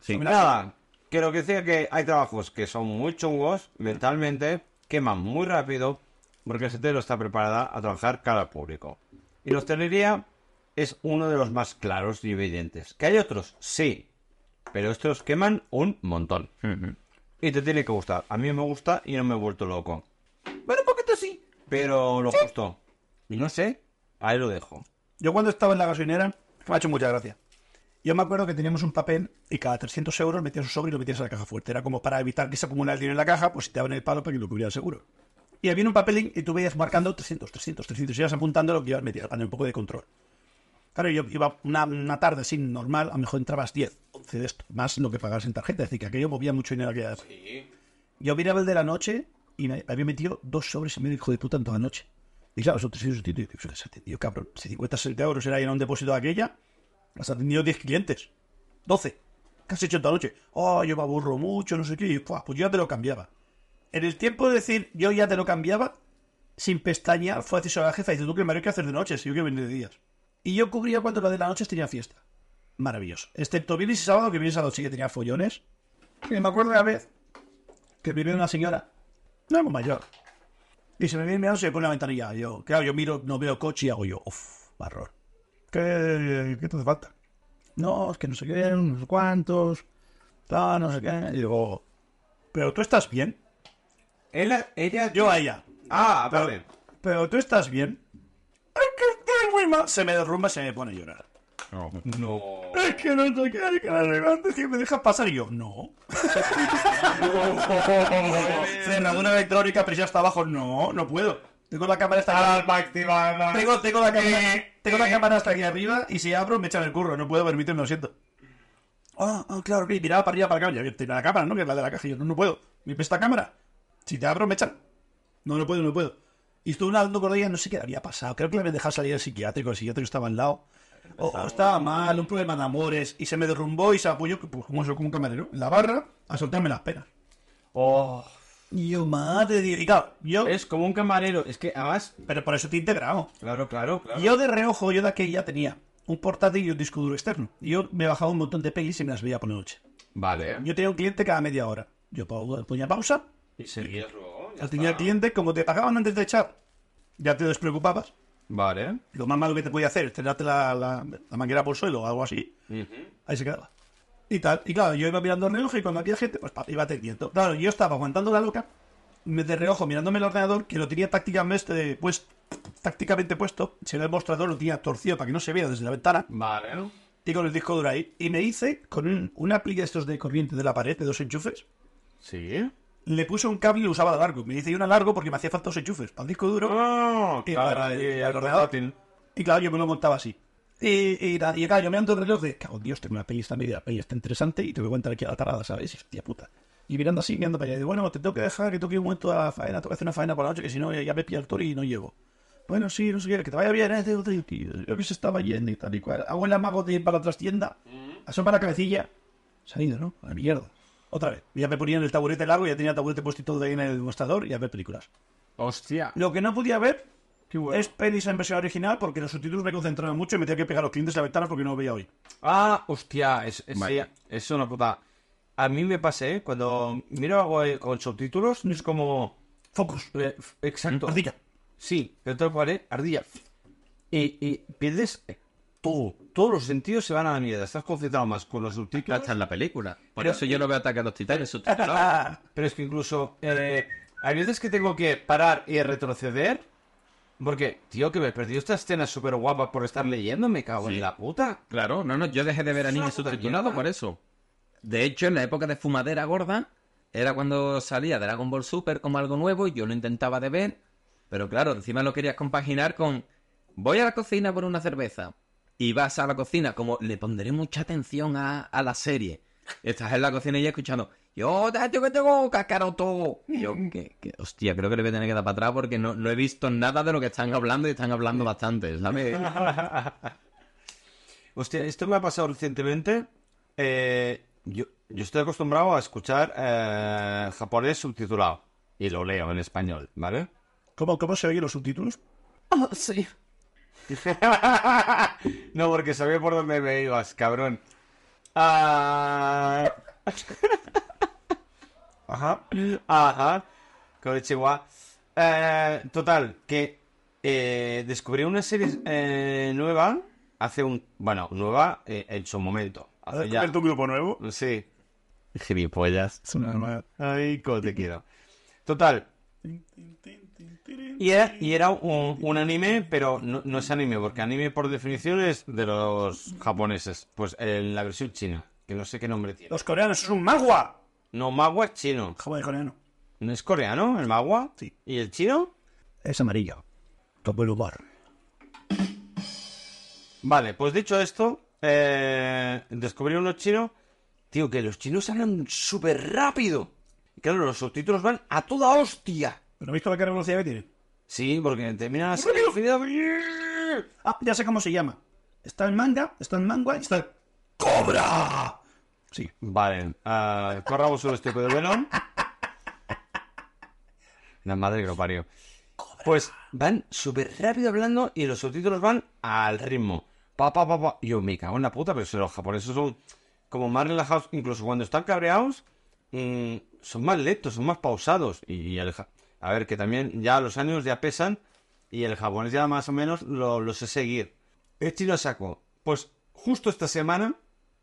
[SPEAKER 3] Sí.
[SPEAKER 1] Mira,
[SPEAKER 2] Nada, que lo que decía que hay trabajos que son muy chungos mentalmente, queman muy rápido, porque el setero está preparada a trabajar cara al público. Y la hostelería es uno de los más claros y evidentes. ¿Que hay otros? Sí, pero estos queman un montón. Y te tiene que gustar. A mí me gusta y no me he vuelto loco. Bueno, un poquito sí, pero lo justo. Y no sé, ahí lo dejo.
[SPEAKER 1] Yo cuando estaba en la gasolinera, es que me ha hecho mucha gracia. Yo me acuerdo que teníamos un papel y cada 300 euros metías un sobre y lo metías a la caja fuerte. Era como para evitar que se acumulara el dinero en la caja, pues si te daban el palo para que lo cubriera el seguro. Y había un papelín y tú veías marcando 300, 300, 300 y ibas apuntando lo que ibas metiendo, para un poco de control. Claro, yo iba una, una tarde sin normal, a lo mejor entrabas 10, 11 de esto, más lo que pagabas en tarjeta. Es decir, que aquello movía mucho dinero aquella Yo miraba el de la noche y me había metido dos sobres y medio hijo de puta en toda la noche. Y claro, son 300 tío, tío, tío, tío, tío, cabrón. Si 50, 60 euros era ir a un depósito de aquella, has atendido 10 clientes. 12. ¿Qué has hecho en toda la noche? Oh, yo me aburro mucho, no sé qué. Y, "Fua, pues yo ya te lo cambiaba. En el tiempo de decir yo ya te lo cambiaba, sin pestañear, fue a decirse a la jefa y dice, tú que Mario, ¿qué hacer de noche? Si yo que venir de días. Y yo cubría cuando la de la noche tenía fiesta. Maravilloso. Excepto viernes y sábado, que viernes a sábado sí que tenía follones. Y me acuerdo una vez que me vino una señora, no algo mayor, y se me viene mirando, se me pone la ventanilla. Yo, claro, yo miro, no veo coche y hago yo, uff, barrón. ¿Qué, ¿Qué te hace falta? No, es que no sé qué, unos cuantos, tal, no sé qué. Y digo, ¿pero tú estás bien?
[SPEAKER 2] Ella, ella,
[SPEAKER 1] Yo a ella.
[SPEAKER 2] Ah,
[SPEAKER 1] Pero-
[SPEAKER 2] vale.
[SPEAKER 1] Pero tú estás bien. Es que estoy muy mal. Se me derrumba, se me pone a llorar.
[SPEAKER 2] No.
[SPEAKER 1] Es que no sé qué, es que la levantes que me dejas pasar. Y yo,
[SPEAKER 2] <laughs>
[SPEAKER 1] no. Cerradura electrónica, presión hasta abajo. No, no puedo. Tengo la cámara hasta aquí. Tengo, tengo la cámara, tengo la cámara hasta aquí arriba y si abro me echan el curro. No puedo permitirme, lo siento. Ah, ah, claro, que miraba para arriba, para acá. Ya que tenía la cámara, ¿no? Que es la de la caja. Y yo, no, no puedo. Mi esta cámara. Si te abro, me echan. No, no puedo, no puedo. Y estuve hablando con ella, no sé qué le había pasado. Creo que le había dejado salir al psiquiátrico, el psiquiátrico estaba al lado. O, o estaba mal, un problema de amores. Y se me derrumbó y se apoyó, pues, como soy como un camarero, en la barra a soltarme las penas. Y yo, madre de... Y claro, yo...
[SPEAKER 2] Es como un camarero, es que además.
[SPEAKER 1] Pero por eso te he integrado.
[SPEAKER 2] Claro, claro, claro.
[SPEAKER 1] Yo de reojo, yo de aquella tenía un portátil y un disco duro externo. Y yo me bajaba un montón de pelis y me las veía por la noche.
[SPEAKER 2] Vale.
[SPEAKER 1] Yo tenía un cliente cada media hora. Yo pa- pues, ponía pausa,
[SPEAKER 2] Y seguías luego. ya
[SPEAKER 1] al tenía el
[SPEAKER 2] está.
[SPEAKER 1] cliente, como te pagaban antes de echar, ya te despreocupabas.
[SPEAKER 2] Vale.
[SPEAKER 1] Lo más malo que te podía hacer es tirarte la, la, la manguera por suelo o algo así. Ahí se quedaba. Y tal. Y claro, yo iba mirando el reloj y cuando había gente, pues pa, iba atendiendo. Claro, yo estaba aguantando la loca, me de reojo mirándome el ordenador, que lo tenía tácticamente, pues, tácticamente puesto. Si era el mostrador, lo tenía torcido para que no se viera desde la ventana.
[SPEAKER 2] Vale.
[SPEAKER 1] Y con el disco duro ahí. Y me hice, con un, una pli de estos de corriente de la pared, de dos enchufes,
[SPEAKER 2] Sí.
[SPEAKER 1] le puse un cable y lo usaba de largo. Me hice una largo porque me hacía falta dos enchufes para el disco duro.
[SPEAKER 2] Oh,
[SPEAKER 1] Y para el- el ordenador.
[SPEAKER 2] portátil.
[SPEAKER 1] Y claro, yo me lo montaba así. Y, y, nada, y claro, yo me ando el reloj de, cago en Dios, tengo una peli esta media, la peli está interesante y te voy a contar aquí a la tarada, ¿sabes? Y hostia puta. Y mirando así, mirando para allá, y digo, bueno, te tengo que dejar que toque un momento a la faena, tengo que hacer una faena por la noche, que si no, ya- ya me pilla el toro y no llego. Bueno, sí, no sé qué, que te vaya bien, ¿eh? Tío, tío, tío. Yo que se estaba yendo y tal y cual. Hago el amago de ir para la trastienda, asoma la cabecilla, se ha ido, ¿no? A la mierda. Otra vez. Ya me ponía en el taburete largo, ya tenía el taburete puesto y todo ahí en el mostrador y a ver películas.
[SPEAKER 2] Hostia.
[SPEAKER 1] Lo que no podía ver es pelis en versión original porque los subtítulos me concentraban mucho y me tenía que pegar a los clientes a la ventana porque no lo veía hoy.
[SPEAKER 2] Ah, hostia. Es, es,
[SPEAKER 3] Vale.
[SPEAKER 2] sí, es una puta. A mí me pasé cuando miro algo eh, con subtítulos, es como.
[SPEAKER 1] Focus.
[SPEAKER 2] eh, f- Exacto.
[SPEAKER 1] Ardilla.
[SPEAKER 2] Sí, pero te lo pared, ardilla. Y, y pierdes eh, todo. Todos los sentidos se van a la mierda. Estás concentrado más con los subtítulos.
[SPEAKER 3] Hasta en la película. Por eso yo no veo Ataque a los Titanes
[SPEAKER 2] <laughs>
[SPEAKER 3] subtitulado.
[SPEAKER 2] Pero es que incluso eh, hay veces que tengo que parar y retroceder. Porque, tío, que me he perdido esta escena súper guapa por estar leyendo, me cago en la puta.
[SPEAKER 3] Claro, no, no, yo dejé de ver anime
[SPEAKER 2] puta
[SPEAKER 3] subtitulado
[SPEAKER 2] mierda.
[SPEAKER 3] por eso. De hecho, en la época de fumadera gorda, era cuando salía Dragon Ball Super como algo nuevo y yo lo intentaba de ver, pero claro, encima lo querías compaginar con voy a la cocina por una cerveza y vas a la cocina, como le pondré mucha atención a, a la serie. Estás en la cocina y ya escuchando, yo date que tengo cacaroto. Yo, que, que- hostia, creo que le voy a tener que dar para atrás porque no, no he visto nada de lo que están hablando y están hablando bastante,
[SPEAKER 2] <laughs>
[SPEAKER 3] ¿sabes?
[SPEAKER 2] Hostia, esto me ha pasado recientemente. Eh, yo, yo estoy acostumbrado a escuchar eh, japonés subtitulado y lo leo en español, ¿vale?
[SPEAKER 1] ¿Cómo, ¿Cómo se oyen los subtítulos?
[SPEAKER 3] sí.
[SPEAKER 2] <laughs> no, porque sabía por dónde me ibas, cabrón. Ah,
[SPEAKER 1] Ajá.
[SPEAKER 2] ajá, konnichiwa. Eh, total, que eh, descubrí una serie eh, nueva hace un... Bueno, nueva eh, en su momento.
[SPEAKER 1] ¿Has
[SPEAKER 2] Hace Ah, ya-
[SPEAKER 1] descubierto un grupo nuevo?
[SPEAKER 2] Sí. Gilipollas.
[SPEAKER 1] Es una nueva.
[SPEAKER 2] Ay, cómo te quiero. Total. Y era, y era un, un anime, pero no, no es anime, porque anime por definición es de los japoneses. Pues en la versión china, que no sé qué nombre tiene.
[SPEAKER 1] Los coreanos, es un magua.
[SPEAKER 2] No, magua es chino.
[SPEAKER 1] Joder, coreano.
[SPEAKER 2] ¿No es coreano el magua?
[SPEAKER 1] Sí.
[SPEAKER 2] ¿Y el chino?
[SPEAKER 1] Es amarillo. Como el humor.
[SPEAKER 2] Vale, pues dicho esto, eh, descubrí uno chino. Tío, que los chinos hablan súper rápido. Y claro, los subtítulos van a toda hostia.
[SPEAKER 1] ¿Pero visto la cara de velocidad que tiene?
[SPEAKER 2] Sí, porque termina la serie infinita.
[SPEAKER 1] Ah, ya sé cómo se llama. Está en manga, está en manga y está en... ¡Cobra! Sí.
[SPEAKER 2] Vale, ah, corramos un estúpido velón. La madre que lo parió. Pues van súper rápido hablando y los subtítulos van al ritmo. Pa, pa, pa, pa. Yo me cago en la puta, pero si los japoneses son como más relajados, incluso cuando están cabreados, mm, son más lentos, son más pausados. Y, y el ja- a ver, que también ya los años ya pesan y el japonés ya más o menos lo, lo sé seguir. El chino a Este saco. Pues justo esta semana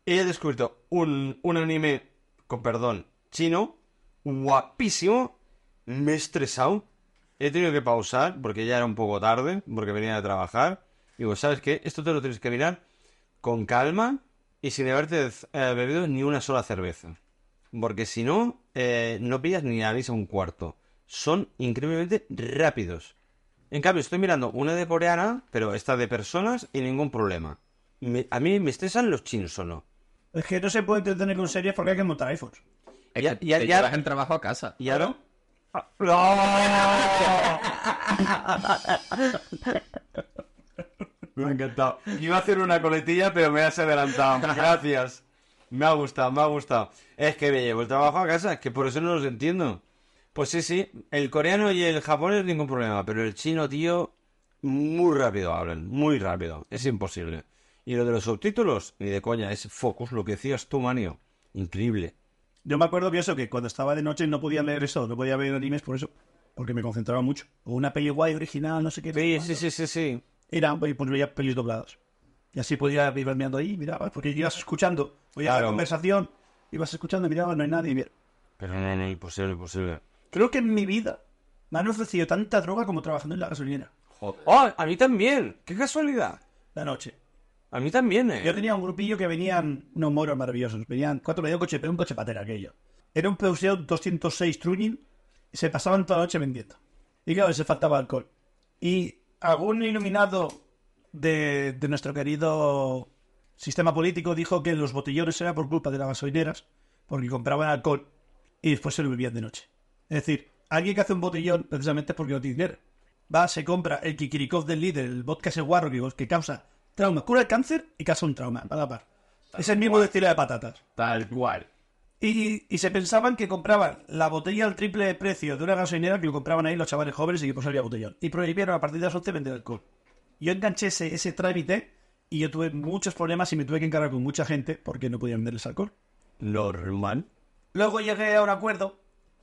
[SPEAKER 2] he descubierto un, un anime, con perdón, chino, guapísimo. Me he estresado. He tenido que pausar porque ya era un poco tarde, porque venía de trabajar. Digo, ¿sabes qué? Esto te lo tienes que mirar con calma y sin haberte eh, bebido ni una sola cerveza. Porque si no, eh, no pillas ni nariz a un cuarto. Son increíblemente rápidos. En cambio, estoy mirando una de coreana, pero esta de personas y ningún problema. Me- a mí me estresan los chinos solo.
[SPEAKER 1] Es que no se puede entretener con series porque hay que montar iPhones.
[SPEAKER 3] Es
[SPEAKER 2] Ya-
[SPEAKER 3] que
[SPEAKER 2] ya-
[SPEAKER 3] te
[SPEAKER 2] ya-
[SPEAKER 3] llevas el trabajo a casa.
[SPEAKER 2] ¿Y ahora? Me ha encantado. Iba a hacer una coletilla, pero me has adelantado. Gracias. Me ha gustado, me ha gustado. Es que me llevo el trabajo a casa, es que por eso no los entiendo. Pues sí, sí, el coreano y el japonés ningún problema, pero el chino, tío, muy rápido hablan, muy rápido, es imposible. Y lo de los subtítulos, ni de coña, es focus, lo que decías tú, Manio. Increíble.
[SPEAKER 1] Yo me acuerdo que eso, que cuando estaba de noche no podía leer eso, no podía ver animes por eso, porque me concentraba mucho. O una peli guay original, no sé qué.
[SPEAKER 2] Sí, sí, sí, sí, sí.
[SPEAKER 1] Era, pues pues veía pelis dobladas. Y así podía ir mirando ahí, miraba, porque ibas escuchando, oía
[SPEAKER 2] Claro.
[SPEAKER 1] la conversación, ibas escuchando, miraba, no hay nadie. mira.
[SPEAKER 2] Pero no, no, imposible, imposible.
[SPEAKER 1] Creo que en mi vida me han ofrecido tanta droga como trabajando en la gasolinera,
[SPEAKER 2] ¡Oh, a mí también! ¡Qué casualidad!
[SPEAKER 1] la noche.
[SPEAKER 2] A mí también, eh.
[SPEAKER 1] Yo tenía un grupillo que venían unos moros maravillosos. Venían cuatro medio coche, pero un coche patera aquello. Era un Peugeot 206 Truñin. y Se pasaban toda la noche vendiendo. Y claro, se faltaba alcohol. Y algún iluminado de, de nuestro querido sistema político dijo que los botellones era por culpa de las gasolineras, porque compraban alcohol y después se lo bebían de noche. Es decir, alguien que hace un botellón precisamente es porque no tiene dinero. Va, se compra el kikirikov del líder, el vodka ese guarro que, que causa trauma, cura el cáncer y causa un trauma, a la par. Es el mismo estilo de patatas.
[SPEAKER 3] Tal cual.
[SPEAKER 1] Y, y se pensaban que compraban la botella al triple de precio de una gasolinera que lo compraban ahí los chavales jóvenes y que pues había botellón. Y prohibieron a partir de las 11 vender alcohol. Yo enganché ese, ese trámite y yo tuve muchos problemas y me tuve que encargar con mucha gente porque no podía venderles alcohol.
[SPEAKER 2] Normal.
[SPEAKER 1] Luego llegué a un acuerdo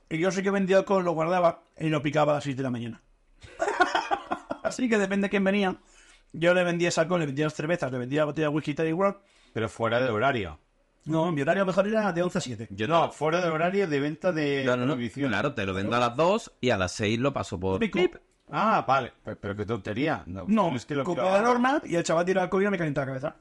[SPEAKER 1] y yo sí que vendía alcohol, lo guardaba y lo picaba a las 6 de la mañana. <laughs> Así que depende de quién venía. Yo le vendía ese alcohol, le vendía las cervezas, le vendía la botella de whisky Teddy World.
[SPEAKER 2] Pero fuera de horario.
[SPEAKER 1] No, mi horario mejor era de 11 a 7.
[SPEAKER 2] Yo no, fuera de horario de venta de
[SPEAKER 3] No, no, no. Claro, te lo vendo a las 2 y a las 6 lo paso por...
[SPEAKER 1] Pico.
[SPEAKER 2] Ah, vale. Pe- Pero, qué tontería.
[SPEAKER 1] No,
[SPEAKER 2] es que lo
[SPEAKER 1] compraba normal y el chaval tiró al COVID y me calentaba la cabeza.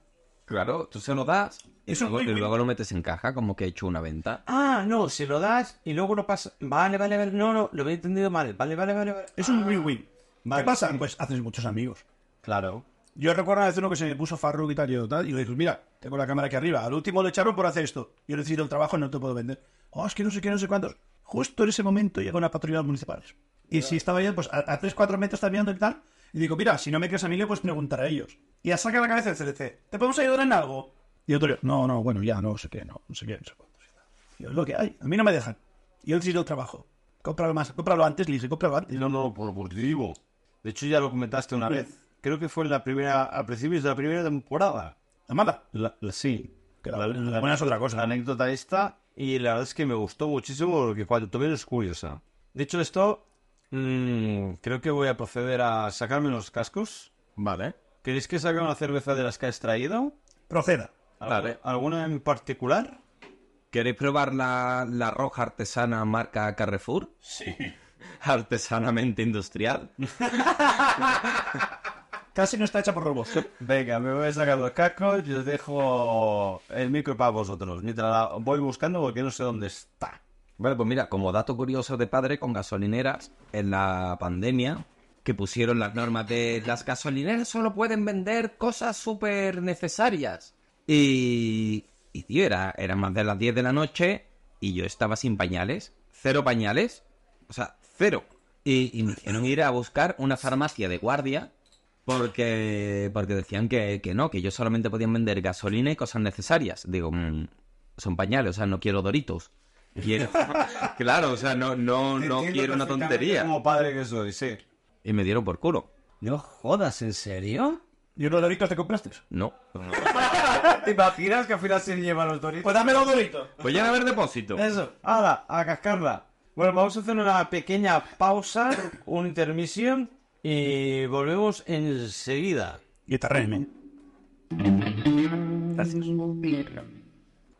[SPEAKER 3] Claro, tú se lo das y
[SPEAKER 1] Eso es
[SPEAKER 3] luego,
[SPEAKER 1] muy-
[SPEAKER 3] y luego lo metes en caja como que he hecho una venta.
[SPEAKER 2] Ah, no, si lo das y luego no pasa. Vale, vale, vale. No, no, lo había entendido mal. Vale, vale, vale. vale.
[SPEAKER 1] Es un win-win.
[SPEAKER 2] Vale.
[SPEAKER 1] ¿Qué pasa? Pues haces muchos amigos.
[SPEAKER 2] Claro.
[SPEAKER 1] Yo recuerdo una vez uno que se me puso Farruk y tal, y yo, tal, y le dije, mira, tengo la cámara aquí arriba, al último le echaron por hacer esto. Yo le hice el trabajo, no te puedo vender. Oh, es que no sé qué, no sé cuántos. Justo en ese momento llega una patrulla de los municipales. Y si estaba yo, pues a, 3-4 metros está mirando y tal, y digo, mira, si no me crees a mí, le puedes preguntar a ellos. Y ya saca la cabeza el CDC, ¿te podemos ayudar en algo? Y otro, no, no, bueno, ya, no sé qué, no, no sé qué, no sé cuántos. Y yo, es lo que hay, a mí no me dejan. Y él hizo el trabajo. Cómpralo más, cómpralo antes, le dije, cómpralo antes.
[SPEAKER 2] No, no, por positivo. De hecho, ya lo comentaste una vez. Creo que fue en la primera, a principios de la primera temporada.
[SPEAKER 1] Amada.
[SPEAKER 2] La- la- sí.
[SPEAKER 1] Que la- la buena es otra cosa.
[SPEAKER 2] La anécdota esta. Y la verdad es que me gustó muchísimo porque cuando tomé es curiosa. Dicho esto, mm, creo que voy a proceder a sacarme los cascos.
[SPEAKER 3] Vale.
[SPEAKER 2] ¿Queréis que saque una cerveza de las que has traído?
[SPEAKER 1] Proceda.
[SPEAKER 2] ¿Algu-
[SPEAKER 3] Vale.
[SPEAKER 2] ¿Alguna en particular?
[SPEAKER 3] ¿Queréis probar la, la roja artesana marca Carrefour? Sí. Artesanamente industrial.
[SPEAKER 1] Casi no está hecha por robots.
[SPEAKER 2] Venga, me voy a sacar los cascos y os dejo el micro para vosotros. Mientras la voy buscando porque no sé dónde está.
[SPEAKER 3] Vale, pues mira, como dato curioso de padre con gasolineras, en la pandemia que pusieron las normas de las gasolineras solo pueden vender cosas súper necesarias. Y, y tío, era, eran más de las 10 de la noche y yo estaba sin pañales, cero pañales, o sea, cero. Y, y me hicieron ir a buscar una farmacia de guardia porque, porque decían que, que no, que ellos solamente podían vender gasolina y cosas necesarias. Digo, mm, son pañales, o sea, no quiero doritos. Quiero- <laughs> claro, o sea, no, no, no
[SPEAKER 1] Entiendo
[SPEAKER 3] quiero una
[SPEAKER 1] perfectamente
[SPEAKER 3] tontería.
[SPEAKER 2] Como padre que soy, sí.
[SPEAKER 3] Y me dieron por culo.
[SPEAKER 2] No jodas, ¿en serio?
[SPEAKER 1] ¿Y unos doritos te compraste?
[SPEAKER 3] No.
[SPEAKER 2] ¿Te imaginas que al final se llevan los doritos?
[SPEAKER 1] Pues dame los doritos.
[SPEAKER 3] Pues ya a haber depósito.
[SPEAKER 2] Eso, hala, a cascarla. Bueno, vamos a hacer una pequeña pausa, un intermisión y volvemos enseguida.
[SPEAKER 1] Guitarra M. Gracias.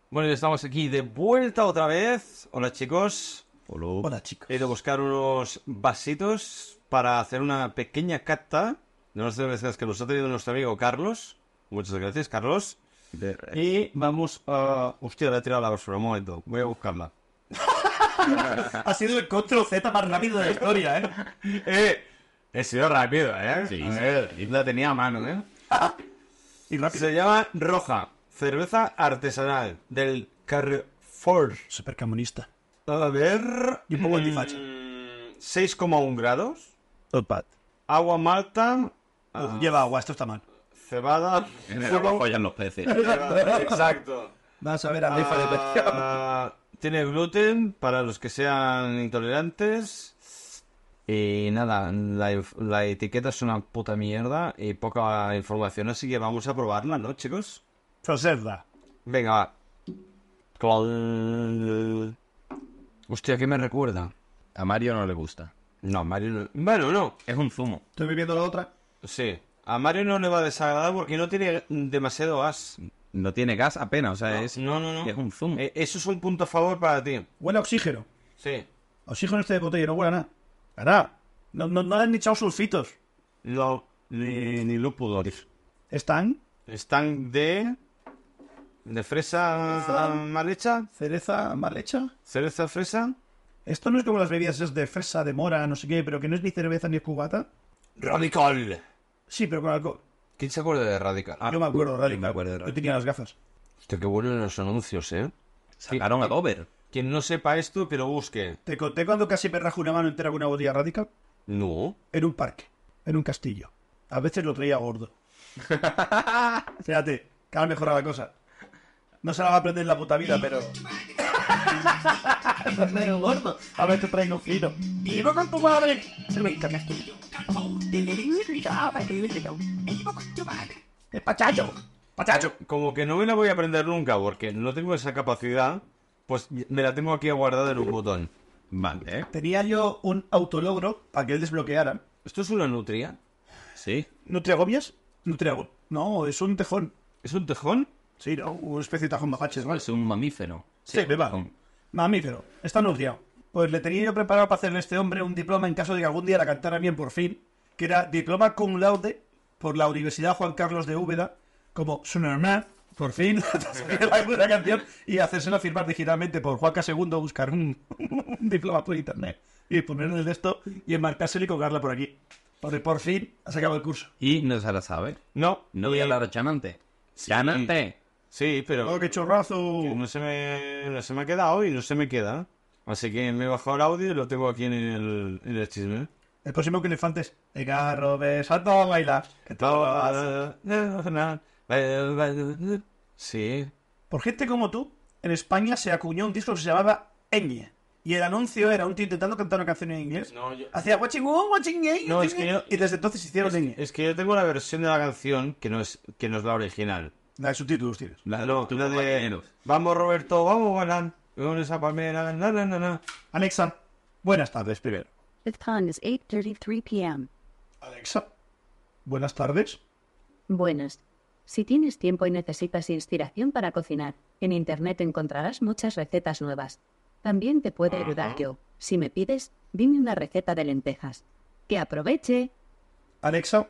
[SPEAKER 2] Bueno, ya estamos aquí de vuelta otra vez. Hola chicos.
[SPEAKER 1] Hola, chicos.
[SPEAKER 2] He ido a buscar unos vasitos para hacer una pequeña cata de unas cervezas que nos ha traído nuestro amigo Carlos. Muchas gracias, Carlos. Y vamos a... Hostia, la he tirado a la basura, un momento. Voy a buscarla.
[SPEAKER 1] Ha sido el control Z más rápido de la historia, ¿eh?
[SPEAKER 2] ¡Eh! He sido rápido, ¿eh? Sí, la tenía a mano, ¿eh?
[SPEAKER 1] Y rápido.
[SPEAKER 2] Se llama Roja, cerveza artesanal del Carrefour.
[SPEAKER 1] Super comunista.
[SPEAKER 2] A ver...
[SPEAKER 1] Y un poco antifacha.
[SPEAKER 2] mm, 6,1 grados.
[SPEAKER 1] Topad.
[SPEAKER 2] Agua malta, ah,
[SPEAKER 1] Lleva agua, esto está mal.
[SPEAKER 2] cebada...
[SPEAKER 3] En el agua follan los peces.
[SPEAKER 2] Exacto.
[SPEAKER 1] Vas a ver a rifa
[SPEAKER 2] Ah, tiene gluten para los que sean intolerantes. Y nada, la, inf- la etiqueta es una puta mierda y poca información, así que vamos a probarla, ¿no, chicos?
[SPEAKER 1] Proceda.
[SPEAKER 2] Venga, va. Col- Hostia, ¿qué me recuerda?
[SPEAKER 3] A Mario no le gusta.
[SPEAKER 2] No, Mario no... Bueno, no.
[SPEAKER 3] Es un zumo.
[SPEAKER 1] Estoy bebiendo la otra.
[SPEAKER 2] Sí. A Mario no le va a desagradar porque no tiene demasiado gas.
[SPEAKER 3] No tiene gas apenas, o sea, es,
[SPEAKER 2] No, no, no.
[SPEAKER 3] es un zumo.
[SPEAKER 2] Eh, eso es un punto a favor para ti.
[SPEAKER 1] Huele a oxígeno.
[SPEAKER 2] Sí.
[SPEAKER 1] Oxígeno este de botella, no huele a nada. Ahora, no, no, no le han echado sulfitos.
[SPEAKER 2] Lo, ni, ni lo pudo decir.
[SPEAKER 1] Están
[SPEAKER 2] Están de. de fresa ah, mal hecha,
[SPEAKER 1] cereza mal hecha.
[SPEAKER 2] cereza fresa.
[SPEAKER 1] Esto no es como las bebidas es de fresa, de mora, no sé qué, pero que no es ni cerveza ni cubata.
[SPEAKER 2] Radical.
[SPEAKER 1] Sí, pero con alcohol.
[SPEAKER 2] ¿Quién se acuerda de Radical?
[SPEAKER 1] yo me acuerdo, Radical.
[SPEAKER 3] Ah, me acuerdo de Radical.
[SPEAKER 1] Yo tenía las gafas.
[SPEAKER 2] Hostia, qué bueno los anuncios, ¿eh?
[SPEAKER 3] Sacaron a Dover.
[SPEAKER 2] Quien no sepa esto, que lo busque.
[SPEAKER 1] Te conté cuando casi me rajo una mano entera con una botella radical
[SPEAKER 2] No.
[SPEAKER 1] en un parque, en un castillo. A veces lo traía <laughs> gordo. Fíjate, que ahora mejora la cosa. No se la va a aprender en la puta vida, <laughs> pero. pero gordo. A ver, te traigo fino. ¡Vivo con tu madre! Se me internet ¡Es pachacho! ¡Pachacho!
[SPEAKER 2] Como que no me la voy a aprender nunca porque no tengo esa capacidad, pues me la tengo aquí guardada en un botón.
[SPEAKER 3] Vale, ¿eh?
[SPEAKER 1] Tenía yo un autologro para que él desbloqueara.
[SPEAKER 2] ¿Esto es una nutria?
[SPEAKER 3] Sí.
[SPEAKER 1] ¿No te agobias? No te agob- No, es un tejón.
[SPEAKER 2] ¿Es un tejón?
[SPEAKER 1] Sí, ¿no? Una especie de tajón mapache, ¿vale?
[SPEAKER 3] Es un mamífero.
[SPEAKER 1] Sí, me va.
[SPEAKER 3] con-
[SPEAKER 1] Mamífero. Está anunciado. Pues le tenía yo preparado para hacerle a este hombre un diploma en caso de que algún día la cantara bien por fin, que era diploma cum laude por la Universidad Juan Carlos de Úbeda como Sunarmath por fin, <laughs> salir la canción y hacérselo firmar digitalmente por Juanca Segundo, buscar un, un diploma por internet y ponerlo en el de esto y enmarcárselo y colgarla por aquí. Porque por fin ha sacado el curso.
[SPEAKER 3] Y no se la sabe.
[SPEAKER 2] No,
[SPEAKER 3] No voy a hablar a Chanante. Chanante.
[SPEAKER 2] Sí, pero
[SPEAKER 1] ¡Oh, qué chorrazo!
[SPEAKER 2] no se, me, no se me ha quedado y no se me queda. Así que me he bajado el audio y lo tengo aquí en el, en el chisme.
[SPEAKER 1] El próximo que elefantes. Venga, Robes, salta a bailar. Que todo lo vas.
[SPEAKER 2] Sí,
[SPEAKER 1] Por gente como tú, en España se acuñó un disco que se llamaba Ñ. Y el anuncio era un tío intentando cantar una canción en inglés.
[SPEAKER 2] No, yo-
[SPEAKER 1] Hacía watching one, watching Ñ,
[SPEAKER 2] No, es
[SPEAKER 1] watching
[SPEAKER 2] que
[SPEAKER 1] Ñ",
[SPEAKER 2] yo-
[SPEAKER 1] Y desde entonces hicieron Ñ.
[SPEAKER 2] Es que yo tengo la versión de la canción que no es, que no es la original.
[SPEAKER 1] La de subtítulos tienes.
[SPEAKER 2] La, no, la de
[SPEAKER 3] compañeros.
[SPEAKER 2] Vamos Roberto, vamos Galán, con esa palmera, na, na, na, na.
[SPEAKER 1] Alexa, buenas tardes primero.
[SPEAKER 5] The time is 8.33 p.m.
[SPEAKER 1] Alexa, buenas tardes.
[SPEAKER 5] Buenas. Si tienes tiempo y necesitas inspiración para cocinar, en Internet encontrarás muchas recetas nuevas. También te puedo ayudar yo. Si me pides, dime una receta de lentejas. ¡Que aproveche!
[SPEAKER 1] Alexa,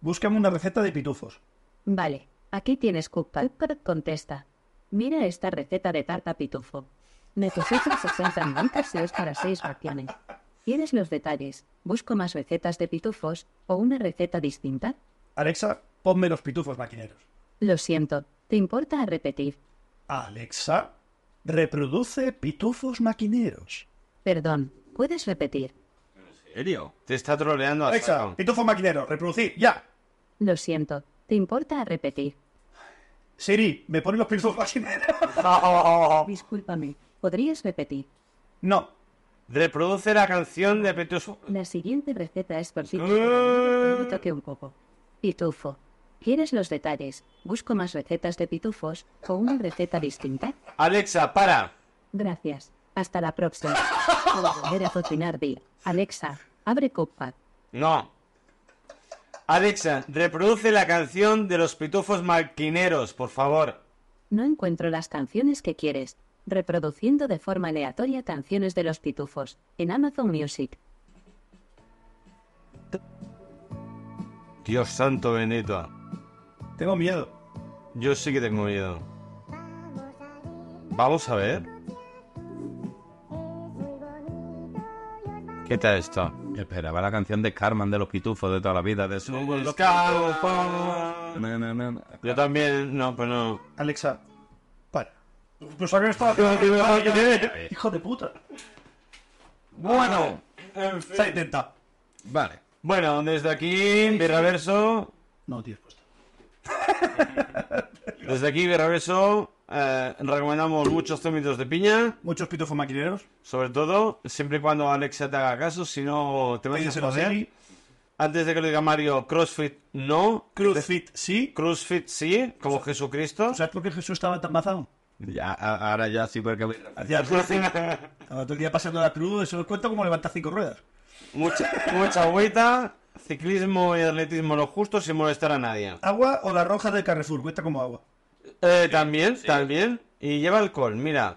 [SPEAKER 1] búscame una receta de pitufos.
[SPEAKER 5] Vale, aquí tienes Cookpad. Contesta. Mira esta receta de tarta pitufo. Necesitas 60 mantas y es para 6 raciones. ¿Quieres los detalles? ¿Busco más recetas de pitufos o una receta distinta?
[SPEAKER 1] Alexa, ponme los pitufos maquineros.
[SPEAKER 5] Lo siento, ¿te importa repetir?
[SPEAKER 1] Alexa, reproduce pitufos maquineros.
[SPEAKER 5] Perdón, ¿puedes repetir?
[SPEAKER 3] ¿En serio?
[SPEAKER 2] Te está troleando a
[SPEAKER 1] Alexa,
[SPEAKER 2] saco.
[SPEAKER 1] pitufo maquinero, reproducir, ya.
[SPEAKER 5] Lo siento, ¿te importa repetir?
[SPEAKER 1] Siri, ¿me pones los pitufos maquineros? <laughs>
[SPEAKER 5] Discúlpame, ¿podrías repetir?
[SPEAKER 1] no.
[SPEAKER 2] Reproduce la canción de Petuso.
[SPEAKER 5] La siguiente receta es por pitufo. Toque un poco. Pitufo. ¿Quieres los detalles? ¿Busco más recetas de pitufos o una receta distinta?
[SPEAKER 2] Alexa, para.
[SPEAKER 5] Gracias. Hasta la próxima. Por volver a cocinar día. Alexa, abre Cookpad.
[SPEAKER 2] No. Alexa, reproduce la canción de los pitufos maquineros, por favor.
[SPEAKER 5] No encuentro las canciones que quieres. Reproduciendo de forma aleatoria canciones de los pitufos en Amazon Music.
[SPEAKER 2] Dios santo bendito.
[SPEAKER 1] Tengo miedo.
[SPEAKER 2] Yo sí que tengo miedo. Vamos a ver. ¿Qué tal está?
[SPEAKER 3] Esperaba la canción de Carmen de los pitufos de toda la vida. De su... Na, na, na, na.
[SPEAKER 2] Yo también, no, pero no.
[SPEAKER 1] Alexa, para. Pues ahora está... Hijo de puta.
[SPEAKER 3] Bueno,
[SPEAKER 1] Se intenta.
[SPEAKER 3] vale.
[SPEAKER 2] Bueno, desde aquí, Birraverso,
[SPEAKER 1] No, tienes puesto.
[SPEAKER 2] desde aquí, Birraverso, eh, recomendamos muchos tómitos de piña,
[SPEAKER 1] Muchos pitufos maquineros.
[SPEAKER 2] sobre todo, siempre y cuando Alexa te haga caso, si no te vas a
[SPEAKER 1] Pídeselo a
[SPEAKER 2] joder.
[SPEAKER 1] Siri.
[SPEAKER 2] Antes de que lo diga Mario, CrossFit no,
[SPEAKER 1] Cruzfit, sí.
[SPEAKER 2] CrossFit sí, como Jesucristo.
[SPEAKER 1] ¿Sabes por qué Jesús estaba tan mazado?
[SPEAKER 3] Ya, a- ahora ya sí porque...
[SPEAKER 1] Hacía crucing.
[SPEAKER 2] <laughs>
[SPEAKER 1] Estaba todo el día pasando la cruz. Eso os cuenta como levantar cinco ruedas.
[SPEAKER 2] Mucha, mucha agüita, ciclismo y atletismo lo justo sin molestar a nadie.
[SPEAKER 1] ¿Agua o la roja del Carrefour? Cuenta como agua.
[SPEAKER 2] Eh, también, también. Y lleva alcohol, mira.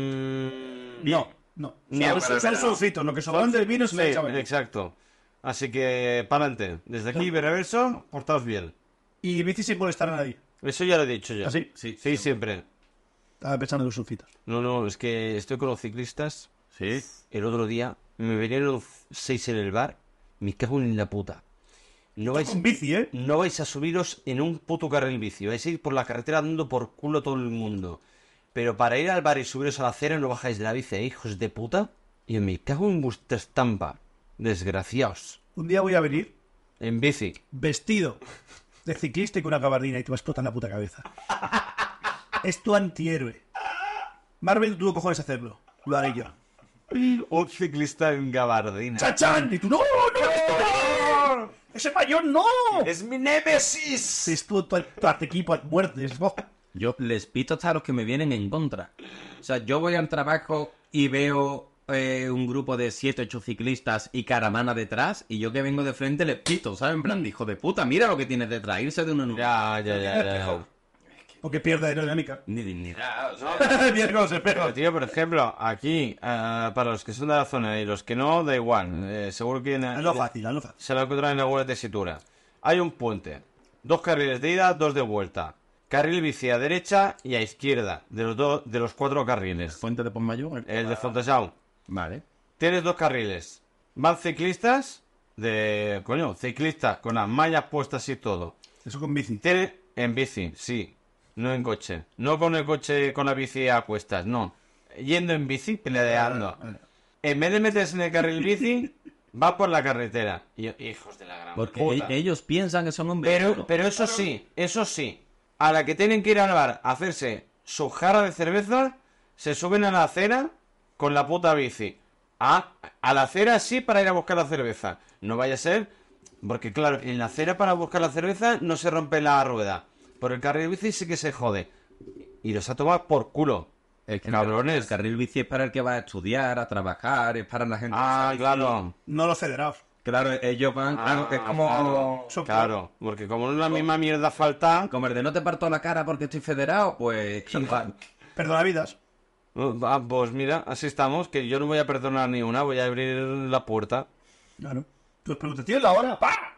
[SPEAKER 2] Mm,
[SPEAKER 1] No, no.
[SPEAKER 2] No,
[SPEAKER 1] Son-
[SPEAKER 2] pero
[SPEAKER 1] son sulfitos. Lo que sobraron del vino se
[SPEAKER 2] Sí,
[SPEAKER 1] lo echaban.
[SPEAKER 2] exacto. Así que, pa'lante. Desde aquí, Berreverso, portaos bien.
[SPEAKER 1] Y bici sin molestar a nadie.
[SPEAKER 2] Eso ya lo he dicho yo.
[SPEAKER 1] ¿Ah, sí?
[SPEAKER 2] Sí, siempre.
[SPEAKER 1] Estaba pensando en los sulfitos.
[SPEAKER 2] No, no, es que estoy con los ciclistas.
[SPEAKER 3] Sí.
[SPEAKER 2] El otro día me vinieron seis en el bar. Me cago en la puta. No vais,
[SPEAKER 1] Con bici, ¿eh?
[SPEAKER 2] no vais a subiros en un puto carril bici. Vais a ir por la carretera dando por culo a todo el mundo. Pero para ir al bar y subiros a la acera no bajáis de la bici, ¿eh, hijos de puta. Y me cago en vuestra estampa. Desgraciaos.
[SPEAKER 1] Un día voy a venir
[SPEAKER 2] En bici.
[SPEAKER 1] vestido de ciclista y con una gabardina y te va a explotar la puta cabeza. es tu antihéroe. Marvel tuvo cojones a hacerlo. Lo haré yo.
[SPEAKER 2] Un ciclista en gabardina.
[SPEAKER 1] ¡Chachán! Y tú, ¡no, no, esto no! ¡Ese mayor no!
[SPEAKER 2] ¡Es mi némesis!
[SPEAKER 1] Si es tu, tu, tu artequipo a muertes, ¿no?
[SPEAKER 3] Yo les pito hasta a los que me vienen en contra. O sea, yo voy al trabajo y veo eh, un grupo de 7, 8 ciclistas y caravana detrás, y yo que vengo de frente les pito, ¿sabes? En plan, hijo de puta, mira lo que tienes detrás, irse de una nube.
[SPEAKER 2] Ya, ya, ya, ya, ya.
[SPEAKER 1] Porque pierde aerodinámica. <laughs>
[SPEAKER 3] Ni dignidad.
[SPEAKER 1] Pierde con los espejos.
[SPEAKER 2] Pero, tío, por ejemplo, aquí, ah, para los que son de la zona y los que no, da igual. Eh, seguro que en-
[SPEAKER 1] Hazlo fácil, hazlo fácil.
[SPEAKER 2] se lo encuentran en alguna tesitura. Hay un puente. Dos carriles de ida, dos de vuelta. Carril bici a derecha y a izquierda, de los, dos de los cuatro carriles.
[SPEAKER 3] Fuente de Pontmayor. eh.
[SPEAKER 2] El de Fontesau.
[SPEAKER 3] Vale.
[SPEAKER 2] Tienes dos carriles. Van ciclistas de... Coño, ciclistas con las mallas puestas y todo.
[SPEAKER 1] Eso con bici.
[SPEAKER 2] Tienes en bici, sí. No en coche. No con el coche, con la bici a cuestas, no. Yendo en bici, pedaleando. En vez de meterse en el carril bici, vas por la carretera. Y- Hijos de la gran
[SPEAKER 3] Porque
[SPEAKER 2] puta.
[SPEAKER 3] e- ellos piensan que son hombres.
[SPEAKER 2] Pero, pero eso sí, eso sí. A la que tienen que ir al bar a hacerse su jarra de cerveza, se suben a la acera con la puta bici. A, a la acera sí para ir a buscar la cerveza. No vaya a ser, porque claro, en la acera para buscar la cerveza no se rompe la rueda. Por el carril bici sí que se jode. Y los ha tomado por culo.
[SPEAKER 3] Es que
[SPEAKER 2] Cabrones.
[SPEAKER 3] El carril bici es para el que va a estudiar, a trabajar, es para la gente.
[SPEAKER 2] Ah, claro.
[SPEAKER 1] No los federados.
[SPEAKER 3] Claro, ellos van. Ah, claro, es como.
[SPEAKER 2] claro,
[SPEAKER 1] Son-
[SPEAKER 2] claro, porque como no es la misma mierda falta,
[SPEAKER 3] Como el de no te parto la cara porque estoy federado, <laughs> pues. igual.
[SPEAKER 1] Perdona vidas.
[SPEAKER 2] Ah, pues mira, así estamos, que yo no voy a perdonar ni una, voy a abrir la puerta.
[SPEAKER 1] Claro. Pues pero te tienes la hora. ¡Pa!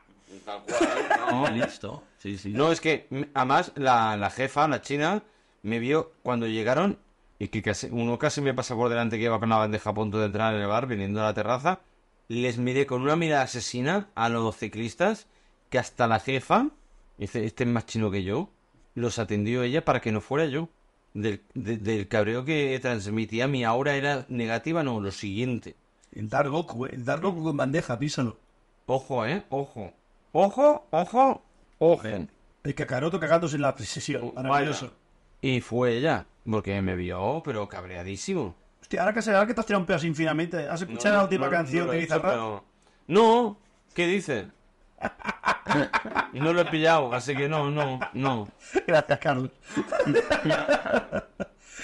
[SPEAKER 3] No, listo. Sí, sí.
[SPEAKER 2] No, es que, mm, además, la, la jefa, la china, me vio cuando llegaron y que casi, uno casi me pasa por delante que iba con la bandeja a punto de entrar en el bar, viniendo a la terraza. Les miré con una mirada asesina a los ciclistas, que hasta la jefa, dice, este es más chino que yo, los atendió ella para que no fuera yo. Del, de- del cabreo que transmitía mi aura era negativa, no, lo siguiente.
[SPEAKER 1] El Dark Goku, eh. El Dark Goku con bandeja, písalo.
[SPEAKER 2] Ojo, eh, ojo. Ojo, ojo, ojo.
[SPEAKER 1] El cacaroto cagándose en la sesión.
[SPEAKER 2] Oh,
[SPEAKER 1] Maravilloso.
[SPEAKER 2] Y fue ella, porque me vio, pero cabreadísimo.
[SPEAKER 1] Hostia, ahora que, se, ahora que te has tirado un pedazo infinitamente, ¿has escuchado la última
[SPEAKER 2] no
[SPEAKER 1] canción
[SPEAKER 2] lo
[SPEAKER 1] de
[SPEAKER 2] he hecho,
[SPEAKER 1] Bizarra?
[SPEAKER 2] pero- No, ¿qué dice? No lo he pillado, así que no, no, no.
[SPEAKER 1] <laughs> Gracias, Carlos.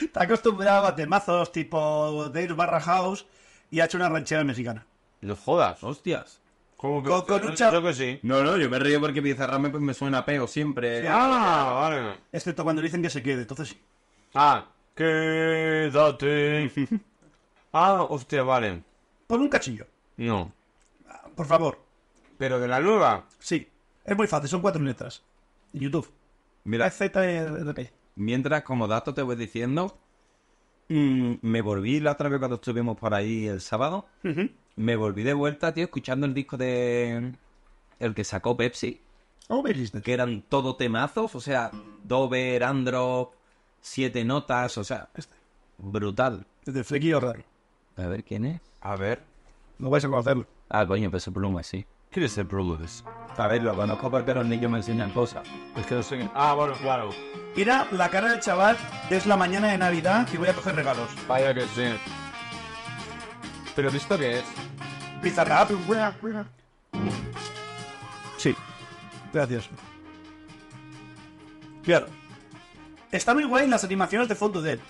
[SPEAKER 1] Está acostumbrado a temazos tipo Dave Barra House y ha hecho una ranchera mexicana.
[SPEAKER 2] No jodas.
[SPEAKER 3] Hostias.
[SPEAKER 2] Como que-
[SPEAKER 1] Con- con un cha-
[SPEAKER 2] Creo que sí.
[SPEAKER 3] No, no, yo me río porque Bizarra me, me suena a peo siempre.
[SPEAKER 2] Ah, vale.
[SPEAKER 1] Excepto cuando le dicen que se quede, entonces sí.
[SPEAKER 2] Ah, quédate. Ah, hostia, vale.
[SPEAKER 1] Pon un cachillo,
[SPEAKER 2] No.
[SPEAKER 1] por favor.
[SPEAKER 2] Pero de la nueva.
[SPEAKER 1] Sí. Es muy fácil, son cuatro letras. En YouTube. E,
[SPEAKER 3] Mira,
[SPEAKER 1] La ZRP.
[SPEAKER 3] Mientras, como dato te voy diciendo, mm, me volví la otra vez cuando estuvimos por ahí el sábado. Me volví de vuelta, tío, escuchando el disco de. El que sacó Pepsi,
[SPEAKER 1] ¿Cómo me hiciste?
[SPEAKER 3] que eran todo temazos, o sea, Dover, Andro, siete notas, o sea,
[SPEAKER 1] Este.
[SPEAKER 3] brutal.
[SPEAKER 1] Desde Flequillo Raro.
[SPEAKER 3] A ver quién es.
[SPEAKER 2] A ver.
[SPEAKER 1] No vais a conocerlo.
[SPEAKER 3] Ah, coño, Peso Pluma, sí.
[SPEAKER 2] ¿Quién es el Bruce?
[SPEAKER 3] A ver, lo conozco porque los niños me enseñan cosas.
[SPEAKER 2] Es que no sé. Ah, bueno, claro.
[SPEAKER 1] Mira la cara del chaval, es la mañana de Navidad y voy a coger regalos.
[SPEAKER 2] Vaya que sí. Pero visto que es.
[SPEAKER 1] Pizarra. Sí. Gracias. Claro. Está muy guay en las animaciones de fondo de él.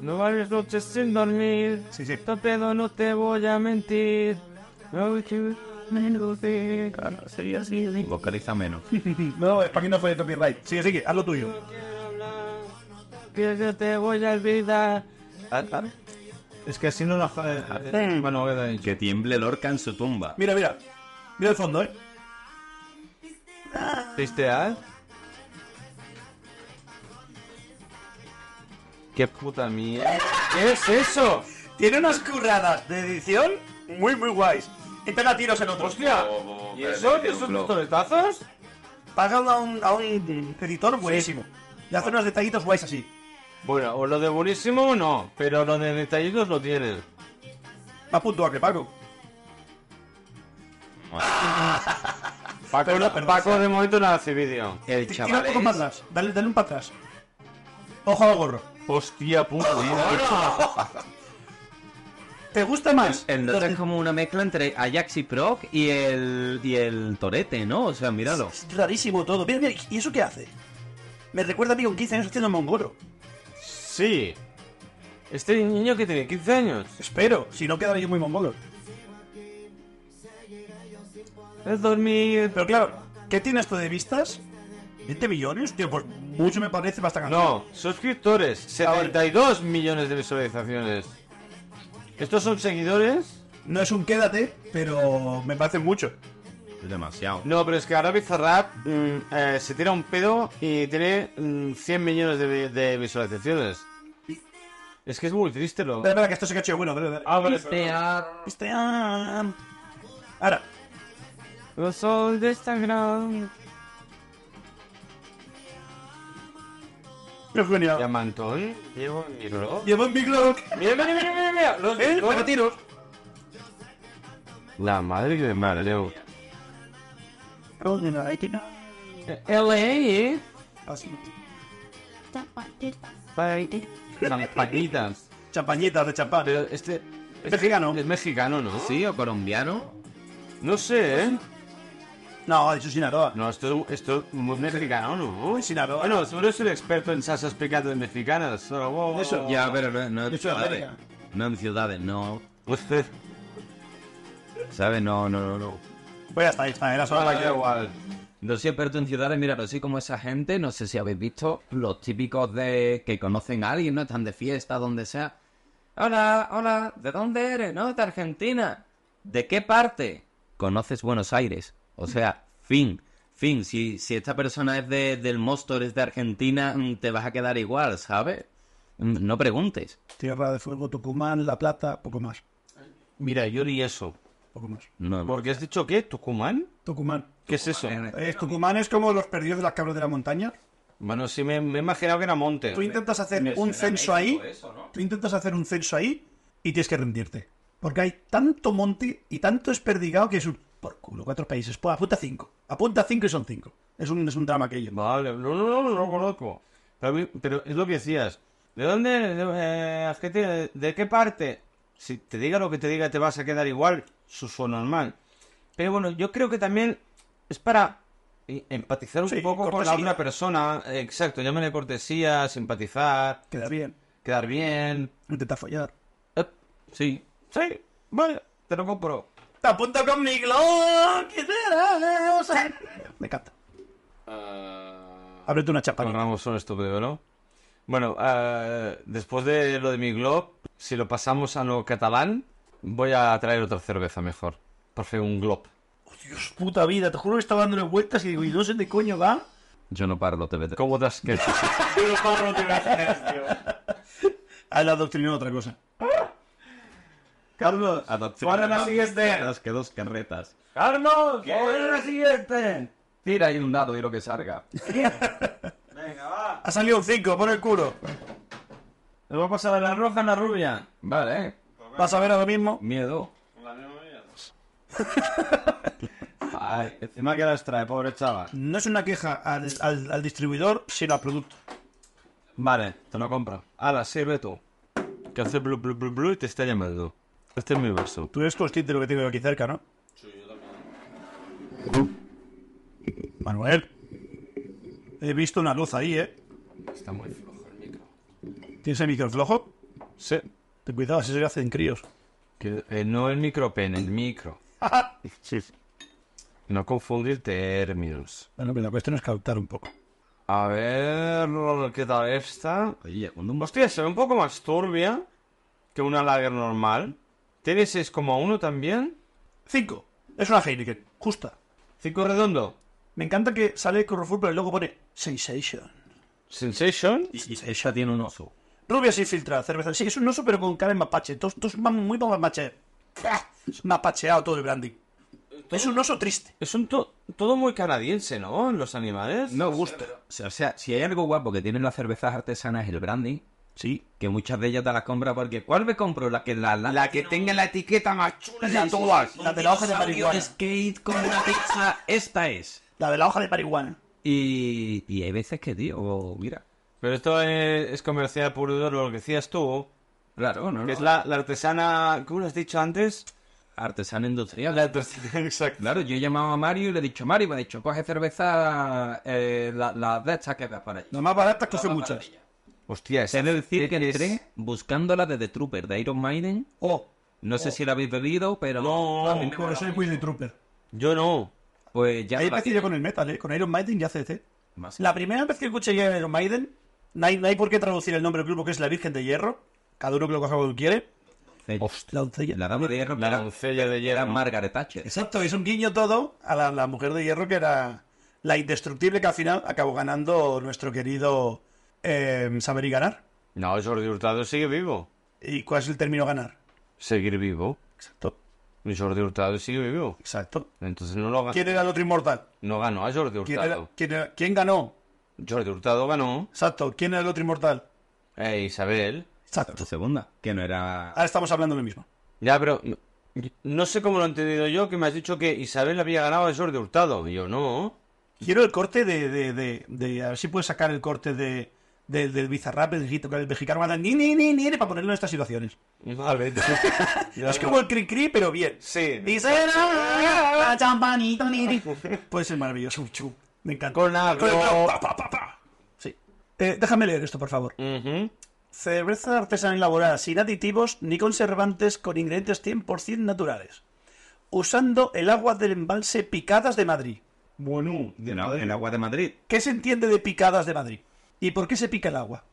[SPEAKER 2] No varias noches sin dormir.
[SPEAKER 1] Sí, sí.
[SPEAKER 2] Tanto pedo no te voy a mentir. No
[SPEAKER 3] Vocaliza menos.
[SPEAKER 1] No, es para que no fue de copyright. Sigue, sigue, haz lo tuyo.
[SPEAKER 2] que te voy a olvidar.
[SPEAKER 3] Ah,
[SPEAKER 2] Es que así no la Bueno, queda ahí.
[SPEAKER 3] que tiemble Lorca en su tumba.
[SPEAKER 1] Mira, mira. Mira el fondo, eh.
[SPEAKER 2] ¿Tristear? ¿Qué puta mierda? ¿Qué es eso?
[SPEAKER 1] Tiene unas curradas de edición muy, muy guays. Y pega tiros en otros.
[SPEAKER 2] ¡Hostia! ¿Y eso? ¿Y esos pistoletazos?
[SPEAKER 1] Paga a un, a un editor buenísimo. Le hace unos detallitos guays así.
[SPEAKER 2] Bueno, o lo de buenísimo no, pero lo de detallitos lo tienes.
[SPEAKER 1] Más puntual que Paco.
[SPEAKER 2] Paco,
[SPEAKER 1] Perdón, perdón,
[SPEAKER 2] Paco
[SPEAKER 1] sí.
[SPEAKER 2] de momento no hace vídeo.
[SPEAKER 3] El
[SPEAKER 1] Tira un
[SPEAKER 3] chaval.
[SPEAKER 1] poco para atrás. Dale, dale un para atrás. Ojo al gorro.
[SPEAKER 2] Hostia puta.
[SPEAKER 1] ¿Te gusta más?
[SPEAKER 3] El Dota es como una mezcla entre Ajax y Proc y el, y el Torete, ¿no? O sea, míralo.
[SPEAKER 1] Es rarísimo todo. Mira, mira, ¿y eso qué hace? Me recuerda a mí con 15 años haciendo mongoro.
[SPEAKER 2] Sí. Este niño que tiene 15 años.
[SPEAKER 1] Espero, si no quedaré yo muy mongolo.
[SPEAKER 2] Es dormir.
[SPEAKER 1] Pero claro, ¿qué tiene esto de vistas? ¿20 millones? Tío, pues mucho me parece para esta canción.
[SPEAKER 2] No, suscriptores. 72 millones de visualizaciones. ¿Estos son seguidores?
[SPEAKER 1] No es un quédate, pero me parece mucho.
[SPEAKER 6] Es demasiado.
[SPEAKER 2] No, pero es que ahora Bizarrap mm, eh, se tira un pedo y tiene mm, 100 millones de, vi- de visualizaciones. Es que es muy triste, lo.
[SPEAKER 1] Espera, espera, que esto se cacho bueno. Dale, dale.
[SPEAKER 2] Ah, vale, perdón.
[SPEAKER 3] Pistear.
[SPEAKER 1] Este, ah, Ahora,
[SPEAKER 2] Los sol de Instagram.
[SPEAKER 1] qué genial.
[SPEAKER 2] Diamantón. Llevo mi reloj.
[SPEAKER 1] Llevo en Big Lock.
[SPEAKER 2] Mira, mira, mira, mira, mira. Los,
[SPEAKER 1] ¿Eh?
[SPEAKER 2] los-
[SPEAKER 1] Los tiros.
[SPEAKER 2] La madre que me madre, Leo.
[SPEAKER 1] Oh, no, no, hay que no.
[SPEAKER 2] LA, eh.
[SPEAKER 1] Así.
[SPEAKER 2] Champanitas.
[SPEAKER 1] Champañitas de champán.
[SPEAKER 2] Pero este.
[SPEAKER 1] Es mexicano.
[SPEAKER 2] Es mexicano, ¿no?
[SPEAKER 3] Sí, o colombiano.
[SPEAKER 2] No sé, ¿eh?
[SPEAKER 1] No, ha dicho Sinaloa.
[SPEAKER 2] No, esto, esto es muy mexicano, ¿no?
[SPEAKER 1] Uy, Sinaloa.
[SPEAKER 2] Bueno, seguro es el experto en salsas picantes mexicanas. Solo, wow, wow,
[SPEAKER 1] Eso.
[SPEAKER 2] wow.
[SPEAKER 3] Ya, pero no, no en
[SPEAKER 1] De Sudamérica.
[SPEAKER 3] ciudades. No en ciudades, no.
[SPEAKER 2] Usted.
[SPEAKER 3] ¿Sabes? No, no, no, no.
[SPEAKER 1] Pues ya está, ya está. Era solo
[SPEAKER 2] Ahora que igual.
[SPEAKER 3] No soy experto en ciudades, mira, pero soy como esa gente, no sé si habéis visto, los típicos de que conocen a alguien, ¿no? Están de fiesta, donde sea. Hola, hola, ¿de dónde eres? ¿No? De Argentina. ¿De qué parte? Conoces Buenos Aires. O sea, fin, fin. Si, si esta persona es de, del Mosto, eres de Argentina, mm, te vas a quedar igual, ¿sabes? Mm, No preguntes.
[SPEAKER 1] Tierra de Fuego, Tucumán, La Plata, poco más.
[SPEAKER 2] Mira, yo ni eso.
[SPEAKER 1] Poco más.
[SPEAKER 3] No,
[SPEAKER 2] Porque has dicho qué? ¿Tucumán?
[SPEAKER 1] Tucumán.
[SPEAKER 2] ¿Qué es eso?
[SPEAKER 1] Eh, Tucumán es como los perdidos de las cabras de la montaña.
[SPEAKER 2] Bueno, sí me, me he imaginado que era monte.
[SPEAKER 1] Tú intentas hacer
[SPEAKER 3] me
[SPEAKER 1] un
[SPEAKER 3] suena
[SPEAKER 1] censo ahí.
[SPEAKER 3] México eso, ¿no?
[SPEAKER 1] Tú intentas hacer un censo ahí y tienes que rendirte. Porque hay tanto monte y tanto esperdigado que es un. Por culo, cuatro países. Pues apunta cinco. Apunta cinco y son cinco. Es un, es un drama aquello.
[SPEAKER 2] Vale, no, no, no, no lo conozco. Pero, a mí- pero es lo que decías. ¿De dónde? eres? De, eh, Argentina, ¿de- ¿De qué parte? Si te diga lo que te diga, te vas a quedar igual. Suso normal. Pero bueno, yo creo que también es para eh, empatizar un
[SPEAKER 1] Sí,
[SPEAKER 2] poco con la
[SPEAKER 1] cortesía.
[SPEAKER 2] otra persona. Eh, Exacto, llámale cortesía, simpatizar,
[SPEAKER 1] Queda bien.
[SPEAKER 2] quedar bien.
[SPEAKER 1] Intenta follar.
[SPEAKER 2] Eh, sí, sí, vale, te lo compro.
[SPEAKER 1] ¡Te apunta con mi Glock! ¿Qué será? O sea, Me encanta. Ábrete una chapa.
[SPEAKER 2] Los Ramos son estúpidos, ¿no? Bueno, eh, después de lo de mi glob, si lo pasamos a lo catalán, voy a traer otra cerveza mejor. Por favor, un glob.
[SPEAKER 1] Dios, puta vida. Te juro que estaba dándole vueltas y digo, ¿y no sé de coño va?
[SPEAKER 3] Yo no parlo, te vete.
[SPEAKER 2] ¿Cómo te has quedado?
[SPEAKER 1] Ah, la doctrina otra cosa. Carlos, ¿cuál es la siguiente?
[SPEAKER 3] Las que dos carretas.
[SPEAKER 2] ¡Carlos! ¿Cuál es la siguiente?
[SPEAKER 3] Tira ahí un dado y lo que salga.
[SPEAKER 1] Ha salido un 5, por el culo.
[SPEAKER 2] Nos va a pasar a la roja a la rubia.
[SPEAKER 3] Vale, ¿eh?
[SPEAKER 1] Vas a ver ahora mismo.
[SPEAKER 3] Miedo.
[SPEAKER 2] <laughs> Ay, encima que las trae, pobre chaval.
[SPEAKER 1] No es una queja al, al- al distribuidor, sino al producto.
[SPEAKER 2] Vale, te lo compro. Ala, sirve tú. Que hace blu blu blu blu y te está llamando. Este es mi verso.
[SPEAKER 1] Tú eres consciente de lo que tengo aquí cerca, ¿no? Sí, yo también. Manuel. He visto una luz ahí, ¿eh?
[SPEAKER 2] Está muy flojo el micro.
[SPEAKER 1] ¿Tienes el micro flojo?
[SPEAKER 2] Sí.
[SPEAKER 1] Ten cuidado, así se le hacen críos.
[SPEAKER 2] Que, eh, no el micro pen, el <laughs> micro. No confundir términos.
[SPEAKER 1] Bueno, pero la cuestión es captar un poco.
[SPEAKER 2] A ver, ¿qué tal esta?
[SPEAKER 3] Oye, cuando un bosque.
[SPEAKER 2] Hostia, se ve un poco más turbia que una lager normal. Tiene 6,1 también.
[SPEAKER 1] 5. Es una Heineken. Justa.
[SPEAKER 2] 5 redondo.
[SPEAKER 1] Me encanta que sale el Corrofull, pero luego pone Sensation.
[SPEAKER 2] Sensation.
[SPEAKER 3] Ella tiene un oso.
[SPEAKER 1] Rubia sin filtrar, cerveza. Sí, es un oso, pero con cara de mapache. Todos, todos van muy mapache. Es mapacheado todo el branding. Es un oso triste.
[SPEAKER 2] Es un to- todo muy canadiense, ¿no? Los animales.
[SPEAKER 3] No gusta. O sea, o sea, si hay algo guapo que tienen las cervezas artesanas es el branding. Sí. Que muchas de ellas te las compras porque ¿cuál me compro? La que la, la,
[SPEAKER 2] que tenga la etiqueta más chula
[SPEAKER 1] La todas. La de la hoja de marihuana.
[SPEAKER 3] skate con una pizza. Esta es.
[SPEAKER 1] La de la hoja de marihuana.
[SPEAKER 3] Y, y hay veces que, tío, mira.
[SPEAKER 2] Pero esto es, es comercial puro y duro, lo que decías tú.
[SPEAKER 3] Claro, ¿no?
[SPEAKER 2] Que
[SPEAKER 3] no.
[SPEAKER 2] es la, la artesana. ¿Cómo lo has dicho antes?
[SPEAKER 3] artesana industrial.
[SPEAKER 2] La artesana, exacto.
[SPEAKER 3] Claro, yo he llamado a Mario y le he dicho, Mario, me ha dicho, coge cerveza, eh, la- las de estas que veas por ahí.
[SPEAKER 1] Las más baratas coge muchas.
[SPEAKER 2] Hostia,
[SPEAKER 3] Se
[SPEAKER 2] esa-
[SPEAKER 3] debe decir que
[SPEAKER 2] es-
[SPEAKER 3] entré buscándola desde Trooper de Iron Maiden.
[SPEAKER 1] Oh,
[SPEAKER 3] No sé si la habéis bebido, pero.
[SPEAKER 2] No,
[SPEAKER 3] a mí me
[SPEAKER 1] porque
[SPEAKER 3] mola.
[SPEAKER 1] soy muy de trooper.
[SPEAKER 2] Yo no.
[SPEAKER 3] Pues ya.
[SPEAKER 1] Ahí
[SPEAKER 3] la-
[SPEAKER 1] empecé yo con el metal, ¿eh? Con Iron Maiden y ACC.
[SPEAKER 3] Más.
[SPEAKER 1] La primera vez que escuché yo Iron Maiden, no hay, no hay por qué traducir el nombre del grupo que es La Virgen de Hierro. Cada uno que lo coja como quiere.
[SPEAKER 3] doncella.
[SPEAKER 2] Hostia.
[SPEAKER 1] La doncella.
[SPEAKER 3] La dama de hierro que
[SPEAKER 2] La
[SPEAKER 3] era,
[SPEAKER 2] doncella de
[SPEAKER 3] era
[SPEAKER 2] hierro.
[SPEAKER 3] Margaret Thatcher.
[SPEAKER 1] Exacto, es un guiño todo a la, la mujer de hierro que era la indestructible que al final acabó ganando nuestro querido eh, saber y ganar.
[SPEAKER 2] No, Jordi Hurtado sigue vivo.
[SPEAKER 1] ¿Y cuál es el término ganar?
[SPEAKER 2] Seguir vivo.
[SPEAKER 1] Exacto.
[SPEAKER 2] Jordi Hurtado sigue vivo.
[SPEAKER 1] Exacto.
[SPEAKER 2] Entonces no lo ganó.
[SPEAKER 1] ¿Quién era el otro inmortal?
[SPEAKER 2] No ganó a Jordi
[SPEAKER 1] ¿Quién, era-
[SPEAKER 2] Hurtado.
[SPEAKER 1] quién era- quién ganó?
[SPEAKER 2] Jordi Hurtado ganó
[SPEAKER 1] Exacto. ¿Quién era el otro inmortal?
[SPEAKER 2] a Isabel.
[SPEAKER 1] Exacto.
[SPEAKER 3] La segunda, que no era...
[SPEAKER 1] Ahora estamos hablando de lo mismo.
[SPEAKER 2] Ya, pero no sé cómo lo he entendido yo, que me has dicho que Isabel había ganado a Jordi Hurtado. Y yo, no.
[SPEAKER 1] Quiero el corte de, de, de, de- A ver si puedes sacar el corte de, de- del bizarrap, el, hit- el mexicano, ni, ni, ni, ni, para ponerlo en estas situaciones.
[SPEAKER 2] Vale. Ya
[SPEAKER 1] Es
[SPEAKER 2] no.
[SPEAKER 1] como el cri cri, pero bien.
[SPEAKER 2] <laughs> Sí.
[SPEAKER 1] Dice "Ah, la champanita, ni, ni". Puede ser maravilloso, chu. Me encanta.
[SPEAKER 2] Con la-
[SPEAKER 1] el clavo, pa, pa, pa, pa. Sí. Eh, déjame leer esto, por favor.
[SPEAKER 2] Ujú.
[SPEAKER 1] Cerveza artesanal elaborada sin aditivos ni conservantes con ingredientes 100% naturales. Usando el agua del embalse Picadas de Madrid.
[SPEAKER 2] Bueno,
[SPEAKER 3] en agua- en agua de Madrid.
[SPEAKER 1] ¿Qué se entiende de Picadas de Madrid? ¿Y por qué se pica el agua?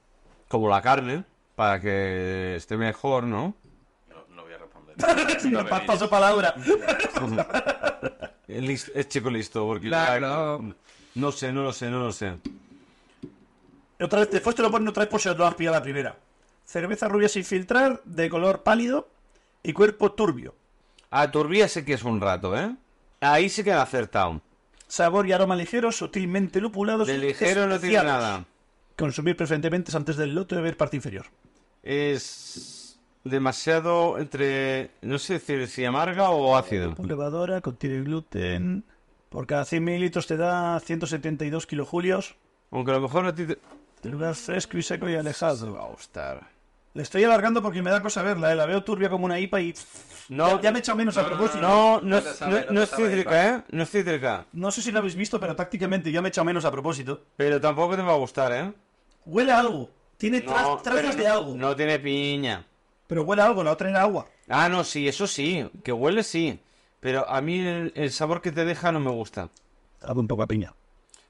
[SPEAKER 2] Como la carne, para que esté mejor, ¿no?
[SPEAKER 1] Pa- Paso palabra.
[SPEAKER 2] El lis- Es chico listo, porque
[SPEAKER 3] Claro.
[SPEAKER 2] no sé, no lo sé, no lo sé.
[SPEAKER 1] Otra vez, después te lo ponen otra vez por si no lo has pillado la primera. Cerveza rubia sin filtrar, de color pálido y cuerpo turbio.
[SPEAKER 2] A Turbía sé que es un rato, ¿eh? Ahí sí que ha acertado.
[SPEAKER 1] Sabor y aroma ligeros, sutilmente lupulados.
[SPEAKER 2] De
[SPEAKER 1] y
[SPEAKER 2] ligero no tiene
[SPEAKER 1] especiados.
[SPEAKER 2] nada.
[SPEAKER 1] Consumir preferentemente antes del lote de ver parte inferior.
[SPEAKER 2] Es demasiado entre... No sé decir si amarga o ácido.
[SPEAKER 1] Levadora, contiene gluten. Por cada 100 mililitros te da 172 kilojulios.
[SPEAKER 2] Aunque a lo mejor a ti te...
[SPEAKER 1] Te lugar fresco y seco y alejado.
[SPEAKER 2] va a gustar.
[SPEAKER 1] Le estoy alargando porque me da cosa verla, ¿eh? la veo turbia como una IPA y
[SPEAKER 2] No,
[SPEAKER 1] ya me he echado menos a propósito.
[SPEAKER 2] no, no,
[SPEAKER 3] No te
[SPEAKER 2] es-
[SPEAKER 3] sabe,
[SPEAKER 2] no,
[SPEAKER 3] no te
[SPEAKER 2] no es
[SPEAKER 3] sabe,
[SPEAKER 2] cítrica, ¿eh? No es cítrica.
[SPEAKER 1] No sé si lo habéis visto, pero tácticamente ya me he echado menos a propósito.
[SPEAKER 2] Pero tampoco te va a gustar, ¿eh?
[SPEAKER 1] Huele a algo. Tiene tra-
[SPEAKER 2] No, pero
[SPEAKER 1] trazas de
[SPEAKER 2] no-
[SPEAKER 1] algo.
[SPEAKER 2] No tiene piña.
[SPEAKER 1] Pero huele a algo, la otra era agua.
[SPEAKER 2] Ah, no, sí, eso sí, que huele sí, pero a mí el, el sabor que te deja no me gusta.
[SPEAKER 1] Sabe un poco a piña.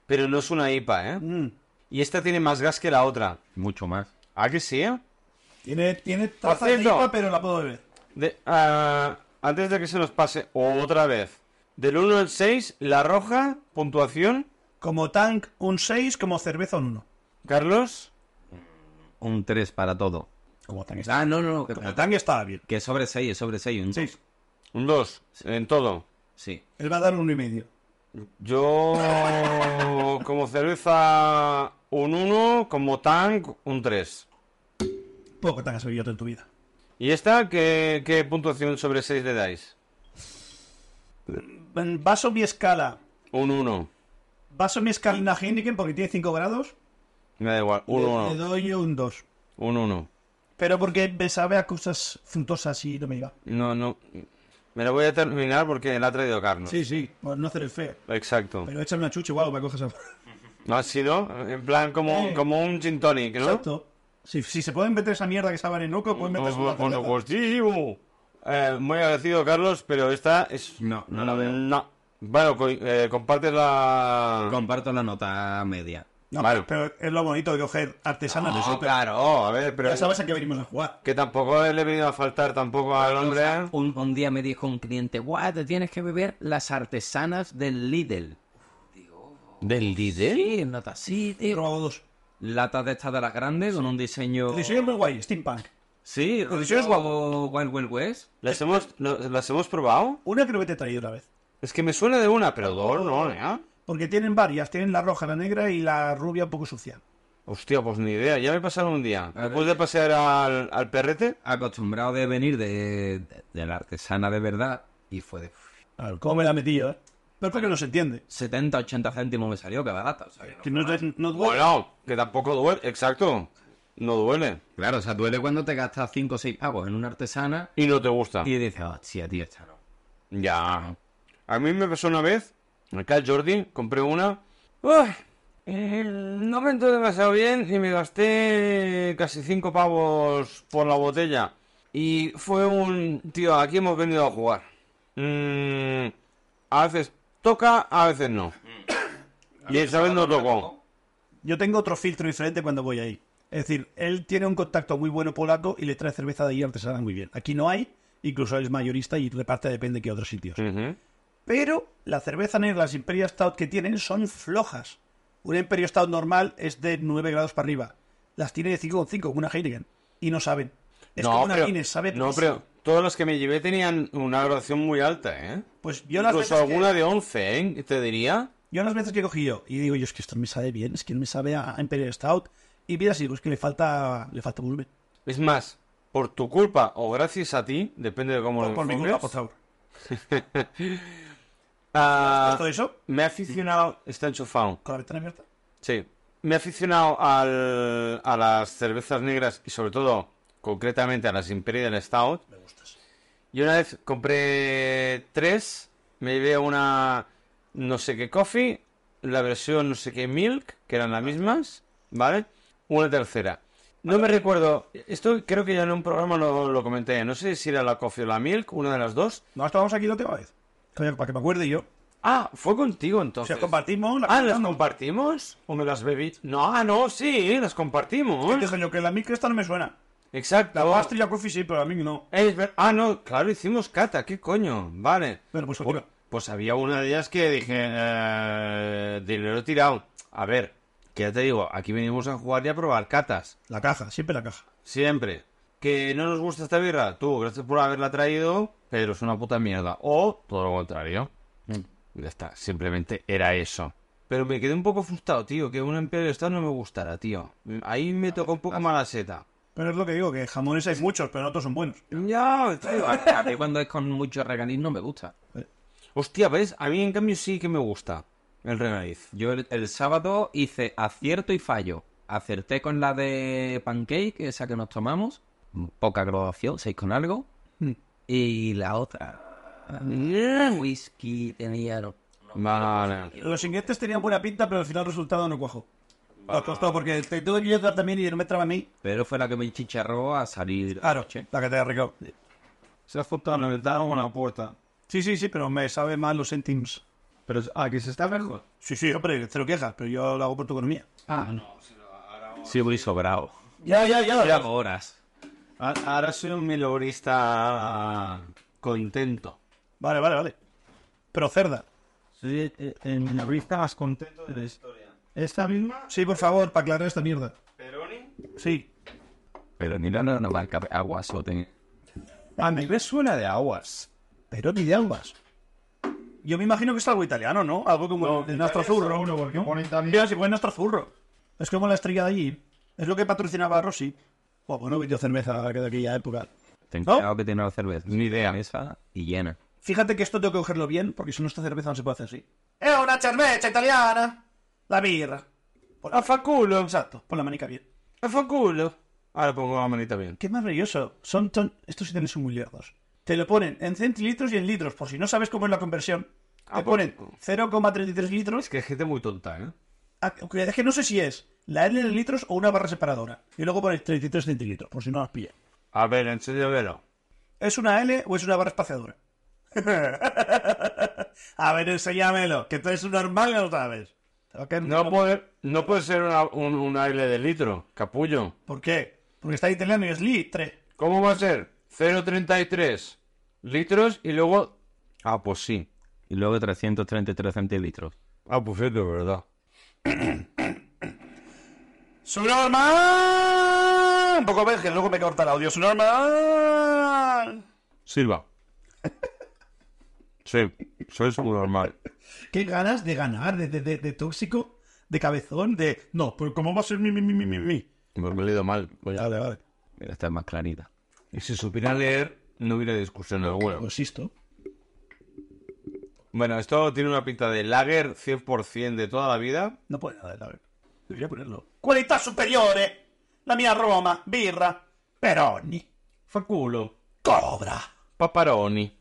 [SPEAKER 2] Pero no es una IPA, ¿eh?
[SPEAKER 1] Mm.
[SPEAKER 2] Y esta tiene más gas que la otra.
[SPEAKER 3] Mucho más.
[SPEAKER 2] ¿Ah, que sí? eh?
[SPEAKER 1] Tiene, tiene trazas de
[SPEAKER 2] cierto.
[SPEAKER 1] IPA, pero la puedo beber.
[SPEAKER 2] De- ah, antes de que se nos pase otra vez. Del 1 al 6, la roja, puntuación,
[SPEAKER 1] Como tank un 6, como cerveza un 1.
[SPEAKER 2] Carlos.
[SPEAKER 3] Un 3 para todo.
[SPEAKER 1] Como tank está.
[SPEAKER 3] Ah, no, no, no. Que,
[SPEAKER 1] Como tank está bien.
[SPEAKER 3] que es sobre 6, es sobre 6. Un 6.
[SPEAKER 2] Un 2, en todo.
[SPEAKER 3] Sí.
[SPEAKER 1] Él va a dar un 1,5.
[SPEAKER 2] Yo, como cerveza, un 1, como tank, un 3.
[SPEAKER 1] Poco tank has bebido tú en tu vida.
[SPEAKER 2] ¿Y esta qué, qué puntuación sobre 6 le dais?
[SPEAKER 1] En Vaso mi escala.
[SPEAKER 2] Un 1.
[SPEAKER 1] Vaso mi escala en la Heineken porque tiene 5 grados.
[SPEAKER 2] Me da igual,
[SPEAKER 1] Le-
[SPEAKER 2] un 1.
[SPEAKER 1] Le, doy un 2.
[SPEAKER 2] Un 1.
[SPEAKER 1] Pero porque me sabe a cosas frutosas y no me iba.
[SPEAKER 2] No, no. Me lo voy a terminar porque la ha traído Carlos.
[SPEAKER 1] Sí, sí. Bueno, no hacer el feo.
[SPEAKER 2] Exacto.
[SPEAKER 1] Pero échale una chucha igual para coger sabor.
[SPEAKER 2] No ha sido, en plan, como,
[SPEAKER 1] Eh.
[SPEAKER 2] como un gin tonic, ¿no?
[SPEAKER 1] Exacto. Si, si se pueden meter esa mierda que saben en loco, pueden meterse una
[SPEAKER 2] Por- por
[SPEAKER 1] cerveza.
[SPEAKER 2] supuestísimo. pues Eh, muy agradecido, Carlos, pero esta es.
[SPEAKER 3] No, no la veo.
[SPEAKER 2] No. Bueno, co- eh, comparte la.
[SPEAKER 3] Comparto la nota media.
[SPEAKER 1] No,
[SPEAKER 2] Vale.
[SPEAKER 1] pero es lo bonito de coger artesanas de
[SPEAKER 2] No,
[SPEAKER 1] súper.
[SPEAKER 2] claro, oh, a ver, pero.
[SPEAKER 1] Ya sabes a qué venimos a jugar.
[SPEAKER 2] Que tampoco le he venido a faltar tampoco al hombre. ¿eh?
[SPEAKER 3] Un, un día me dijo un cliente, guau, te tienes que beber las artesanas del Lidl.
[SPEAKER 2] ¿Del Lidl?
[SPEAKER 3] Sí, nota sí,
[SPEAKER 1] He
[SPEAKER 3] tío.
[SPEAKER 1] robado dos.
[SPEAKER 3] Latas de estas de las grandes con un diseño...
[SPEAKER 1] El diseño es muy guay, steampunk.
[SPEAKER 3] Sí,
[SPEAKER 1] El diseño es
[SPEAKER 3] guapo. Wild Wild West.
[SPEAKER 2] ¿Las hemos, lo- ¿Las hemos probado?
[SPEAKER 1] Una creo que te he traído una vez.
[SPEAKER 2] Es que me suena de una, pero dos no, ¿eh?
[SPEAKER 1] Porque tienen varias. Tienen la roja, la negra y la rubia un poco sucia.
[SPEAKER 2] Hostia, pues ni idea. Ya me pasaron un día.
[SPEAKER 3] A ver.
[SPEAKER 2] Después de pasear al, al perrete,
[SPEAKER 3] Acostumbrado de venir de, de- de la artesana de verdad. Y fue de
[SPEAKER 1] A ver, ¿cómo me la he metido, eh? Pero porque no se entiende.
[SPEAKER 3] 70, 80 céntimos me salió, que barata. o sea, que no-
[SPEAKER 1] Que no, es- no duele.
[SPEAKER 2] bueno, que tampoco duele. Exacto, no duele.
[SPEAKER 3] Claro, o sea, duele cuando te gastas 5 o 6 pavos en una artesana
[SPEAKER 2] Y no te gusta.
[SPEAKER 3] y dices, hostia, tío, esta no.
[SPEAKER 2] Ya. A mí me pasó una vez, acá el Jordi, compré una. Uy, eh, no me entró demasiado bien y me gasté casi 5 pavos por la botella. Y fue un... Tío, aquí hemos venido a jugar. Mm, a veces toca, a veces no. y esta vez no tocó.
[SPEAKER 1] Yo tengo otro filtro diferente cuando voy ahí. Es decir, él tiene un contacto muy bueno polaco y le trae cerveza de ahí artesana muy bien. Aquí no hay, incluso él es mayorista y reparte depende de qué otros sitios.
[SPEAKER 2] Ujú.
[SPEAKER 1] Pero la cerveza negra, las Imperial Stout que tienen son flojas. Una Imperial Stout normal es de 9 grados para arriba. Las tiene de 5,5 como una Heineken. Y no saben. Es como una Guinness, sabe Pues,
[SPEAKER 2] no,
[SPEAKER 1] pésimo.
[SPEAKER 2] pero todos los que me llevé tenían una graduación muy alta, ¿eh?
[SPEAKER 1] Pues yo las
[SPEAKER 2] Incluso
[SPEAKER 1] veces que-
[SPEAKER 2] alguna de 11, ¿eh? Te diría.
[SPEAKER 1] Yo las veces que he cogido y digo, yo es que esto me sabe bien, es que me sabe a a Imperial Stout. Y mira, si digo, es que le falta, le falta volumen.
[SPEAKER 2] Es más, por tu culpa o gracias a ti, depende de cómo
[SPEAKER 1] Por,
[SPEAKER 2] lo
[SPEAKER 1] por mi
[SPEAKER 2] enfoques,
[SPEAKER 1] culpa, por favor.
[SPEAKER 2] ah,
[SPEAKER 1] ¿Todo eso?
[SPEAKER 2] me he aficionado, está enchufado,
[SPEAKER 1] ¿Con la ventana abierta?
[SPEAKER 2] sí. Me he aficionado al- a las cervezas negras y sobre todo, concretamente, a las Imperial Stout.
[SPEAKER 1] Me gustas.
[SPEAKER 2] Y una vez compré tres, me llevé una no sé qué coffee, la versión no sé qué milk, que eran las mismas, ¿vale? Una tercera. No me recuerdo, esto creo que ya en un programa lo, lo comenté, no sé si era la coffee o la milk, una de las dos.
[SPEAKER 1] No, estábamos aquí la última vez. Coño, para que me acuerde yo.
[SPEAKER 2] Ah, fue contigo
[SPEAKER 1] O
[SPEAKER 2] entonces.
[SPEAKER 1] sea, compartimos la
[SPEAKER 2] Ah, ¿las compartimos? ¿O me las bebí? No, ah, no, sí, las
[SPEAKER 1] Este
[SPEAKER 2] compartimos.
[SPEAKER 1] coño, que la micro esta no me suena.
[SPEAKER 2] Exacto.
[SPEAKER 1] La pastilla coffee sí, pero la micro no.
[SPEAKER 2] Es ver- Ah, no, claro, hicimos cata, qué coño, vale.
[SPEAKER 1] Bueno, pues continúa.
[SPEAKER 2] Pues había una de ellas que dije, eh, dinero tirado. A ver, que ya te digo, aquí venimos a jugar y a probar catas.
[SPEAKER 1] La caja, siempre la caja.
[SPEAKER 2] Siempre. Que no nos gusta esta birra, tú, gracias por haberla traído, pero es una puta mierda. O todo lo contrario. Ya está, simplemente era eso. Pero me quedé un poco frustrado, tío, que un Imperial Stout no me gustara, tío. Ahí me tocó un poco mala seta.
[SPEAKER 1] Pero es lo que digo, que jamones hay muchos, pero no todos son buenos.
[SPEAKER 2] Ya, tío.
[SPEAKER 3] <laughs> A mí cuando es con mucho regaliz no me gusta.
[SPEAKER 2] Hostia, ¿ves? A mí en cambio sí que me gusta el regaliz.
[SPEAKER 3] Yo el, el sábado hice acierto y fallo. Acerté con la de pancake, esa que nos tomamos. Poca graduación, 6 con algo. Y la otra. Whisky tenía. no-
[SPEAKER 2] Vale.
[SPEAKER 1] Los ingredientes tenían buena pinta, pero al final el resultado no cuajó. No, todo, todo, porque te tuve que ayudar también y no me traba a mí.
[SPEAKER 3] Pero fue la que me chicharró a salir.
[SPEAKER 1] Claro,
[SPEAKER 3] anoche.
[SPEAKER 1] la que te ha recado.
[SPEAKER 6] Se ha juntado la ventana con la puerta.
[SPEAKER 1] Sí, sí, sí, pero me sabe mal los centims.
[SPEAKER 6] Pero, ah, que se está mejor.
[SPEAKER 1] Sí, sí, hombre, te lo quejas, pero yo lo hago por tu economía.
[SPEAKER 3] Ah, Sí, voy sobrado.
[SPEAKER 1] Ya, ya, ya.
[SPEAKER 3] Yo hago horas.
[SPEAKER 2] A- Ahora soy un milobrista contento.
[SPEAKER 1] Vale, vale, vale. Pero cerda.
[SPEAKER 6] Soy eh, el minorista más contento de la historia. Esta misma.
[SPEAKER 1] Sí, por favor, para aclarar esta mierda. Sí.
[SPEAKER 3] Pero ni la no marca agua, solo tenía.
[SPEAKER 6] A mí me suena de aguas.
[SPEAKER 1] Pero ni de ambas. Yo me imagino que es algo italiano, ¿no? Algo como el de Nastrazurro.
[SPEAKER 6] seguro, porque
[SPEAKER 1] ¿no?
[SPEAKER 6] pone Italia.
[SPEAKER 1] Mira, si pone Nastrazurro. Es como la estrella de allí. Es lo que patrocinaba Rossi. Pues Bueno, bueno, vendió cerveza que de aquella época.
[SPEAKER 3] Ten
[SPEAKER 1] ¿No?
[SPEAKER 3] cuidado que tiene la cerveza. Ni idea. Esa y llena.
[SPEAKER 1] Fíjate que esto tengo que cogerlo bien, porque si no esta cerveza no se puede hacer así. ¡Es una cerveza italiana! La birra. Pon la,
[SPEAKER 2] faculo!
[SPEAKER 1] exacto, pon la manica bien.
[SPEAKER 2] ¡A faculo! Ahora pongo la manita bien.
[SPEAKER 1] ¡Qué maravilloso! Son ton... Estos sí son muy lerdos. Te lo ponen en centilitros y en litros, por si no sabes cómo es la conversión.
[SPEAKER 2] Ah,
[SPEAKER 1] te
[SPEAKER 2] por-
[SPEAKER 1] ponen 0,33 litros.
[SPEAKER 2] Es que hay gente muy tonta, ¿eh?
[SPEAKER 1] Ah, Es que no sé si es la L en litros o una barra separadora. Y luego pones 33 centilitros, por si no las pillas.
[SPEAKER 2] A ver, enséñamelo.
[SPEAKER 1] ¿Es una L o es una barra espaciadora? <laughs> A ver, enséñamelo, que tú eres un normal y no lo sabes. Te va a caer un
[SPEAKER 2] No puede, no puede ser una- un, un aire de litro, capullo.
[SPEAKER 1] ¿Por qué? Porque está en italiano y es litre.
[SPEAKER 2] ¿Cómo va a ser? 0,33 litros y luego... Ah, pues sí.
[SPEAKER 3] Y luego 333 centilitros.
[SPEAKER 2] Ah, pues sí, de verdad.
[SPEAKER 1] ¡Su
[SPEAKER 2] Ah,
[SPEAKER 1] normal! Un poco ves que luego me corta el audio. ¡Su normal!
[SPEAKER 2] Silva. Sí, sois muy normal.
[SPEAKER 1] Qué ganas de ganar, de, de, de, de tóxico, de cabezón, de... No, pero ¿cómo va a ser mi, mi, mi, mi, mi, mi?
[SPEAKER 2] Me he leído mal. coño.
[SPEAKER 1] Vale, vale.
[SPEAKER 3] Mira, esta es más clarita.
[SPEAKER 2] Y si supiera leer, no hubiera discusión alguna.
[SPEAKER 1] Lo insisto.
[SPEAKER 2] Bueno, esto tiene una pinta de lager 100% de toda la vida.
[SPEAKER 1] No puede nada, a ver. Debería ponerlo. Qualità superiore! La mia Roma, birra, Peroni,
[SPEAKER 2] Faculo.
[SPEAKER 1] Cobra.
[SPEAKER 2] Paparoni.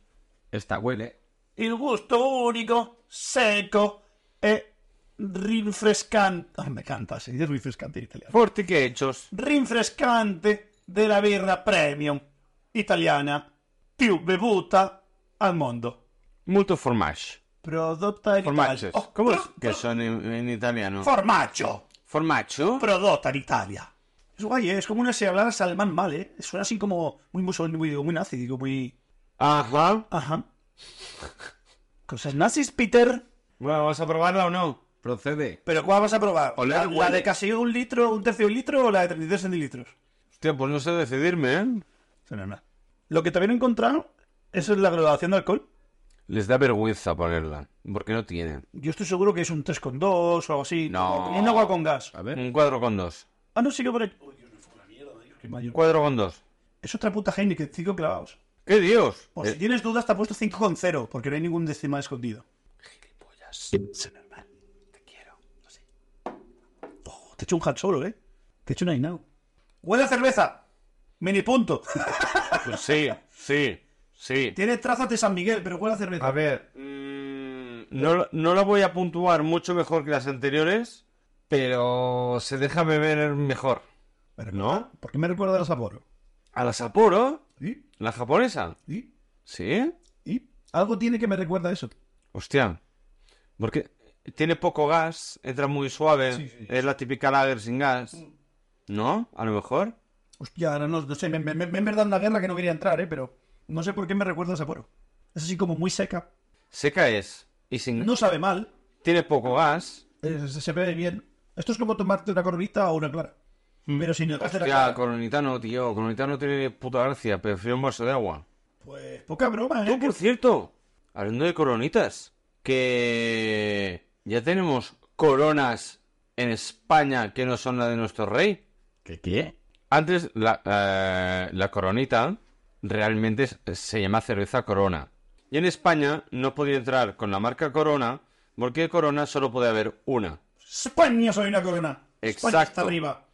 [SPEAKER 3] Esta huele.
[SPEAKER 1] Il gusto unico, secco e rinfrescante. Ah, me canta, si dice rinfrescante in italiano.
[SPEAKER 2] Fortichechos.
[SPEAKER 1] Rinfrescante della birra premium italiana più bevuta al mondo.
[SPEAKER 2] Molto formaggio.
[SPEAKER 1] Prodotta in
[SPEAKER 2] Formaggi.
[SPEAKER 1] Italia. Oh,
[SPEAKER 2] ¿Cómo
[SPEAKER 1] pro-
[SPEAKER 2] es? Que son en, en italiano.
[SPEAKER 1] Formaggio.
[SPEAKER 2] Formaggio.
[SPEAKER 1] Prodotta in Italia. Es guay, ¿eh? es como una si hablaras alemán mal, ¿eh? Suena así como muy musulmán, muy, digo, muy nazi, digo, muy...
[SPEAKER 2] Ajá.
[SPEAKER 1] Ajá. Cosas nazis, Peter.
[SPEAKER 2] Bueno, ¿vas a probarla o no?
[SPEAKER 3] Procede.
[SPEAKER 1] ¿Pero cuál vas a probar?
[SPEAKER 3] Olé,
[SPEAKER 1] ¿La, la
[SPEAKER 3] huele.
[SPEAKER 1] de casi un litro, un tercio de un litro o la de 33 centilitros?
[SPEAKER 2] Hostia, pues no sé decidirme, ¿eh?
[SPEAKER 1] Suena nada. Lo que también he encontrado, eso es la graduación de alcohol.
[SPEAKER 2] Les da vergüenza ponerla, porque no tienen.
[SPEAKER 1] Yo estoy seguro que es un 3,2 o algo así.
[SPEAKER 2] No.
[SPEAKER 1] Como Un agua con gas.
[SPEAKER 3] A ver.
[SPEAKER 2] Un cuadro con dos.
[SPEAKER 1] Ah, no, sí que por ahí. Uy, Dios, me fue una mierda, Dios, qué mayor.
[SPEAKER 2] Cuadro con dos.
[SPEAKER 1] Es otra puta Heineken, 5 clavados.
[SPEAKER 2] ¡Qué Dios!
[SPEAKER 6] Eh.
[SPEAKER 1] Por si tienes dudas, te ha puesto 5,0, porque no hay ningún decimal escondido. Gilipollas. Te quiero. No sé. te he hecho un hat solo, ¿eh? Te he hecho un ainao. ¡Huele a cerveza! Mini punto.
[SPEAKER 2] Pues sí, sí, sí.
[SPEAKER 1] Tiene trazas de San Miguel, pero huele a cerveza.
[SPEAKER 6] A ver,
[SPEAKER 2] Mm, No, no la voy a puntuar mucho mejor que las anteriores, pero se deja beber mejor.
[SPEAKER 1] Pero,
[SPEAKER 2] ¿No?
[SPEAKER 1] ¿Por qué me recuerda a los Sapporo?
[SPEAKER 2] ¿A la Sapporo?
[SPEAKER 1] ¿Y?
[SPEAKER 2] ¿La japonesa?
[SPEAKER 1] ¿Y?
[SPEAKER 2] ¿Sí?
[SPEAKER 1] ¿Y? Algo tiene que me recuerda a eso.
[SPEAKER 2] Hostia. Porque tiene poco gas, entra muy suave,
[SPEAKER 1] Sí, sí. Mm.
[SPEAKER 2] es la típica lager sin gas. ¿No? A lo mejor.
[SPEAKER 1] Hostia, ahora no, no sé, me, me, me- en verdad una guerra que no quería entrar, ¿eh? Pero no sé por qué me recuerda a Sapporo. Es así como muy seca.
[SPEAKER 2] Seca es. Y sin...
[SPEAKER 1] No sabe mal.
[SPEAKER 2] Tiene poco gas.
[SPEAKER 1] eh, se, se ve bien. Esto es como tomarte una corvita o una clara. Pero sin el gas de la
[SPEAKER 2] Hostia,
[SPEAKER 1] clara.
[SPEAKER 2] coronitano, tío. Coronitano tiene puta gracia. Prefiero un vaso de agua.
[SPEAKER 1] Pues poca broma,
[SPEAKER 2] Tú,
[SPEAKER 1] ¿eh?
[SPEAKER 2] por cierto, hablando de coronitas, que ya tenemos coronas en España que no son la de nuestro rey.
[SPEAKER 3] ¿Qué qué?
[SPEAKER 2] Antes, la, eh, la coronita realmente es- se llama cerveza corona. Y en España no podía entrar con la marca corona porque de corona solo puede haber una.
[SPEAKER 1] España soy una corona. España
[SPEAKER 2] Exacto.
[SPEAKER 1] está arriba.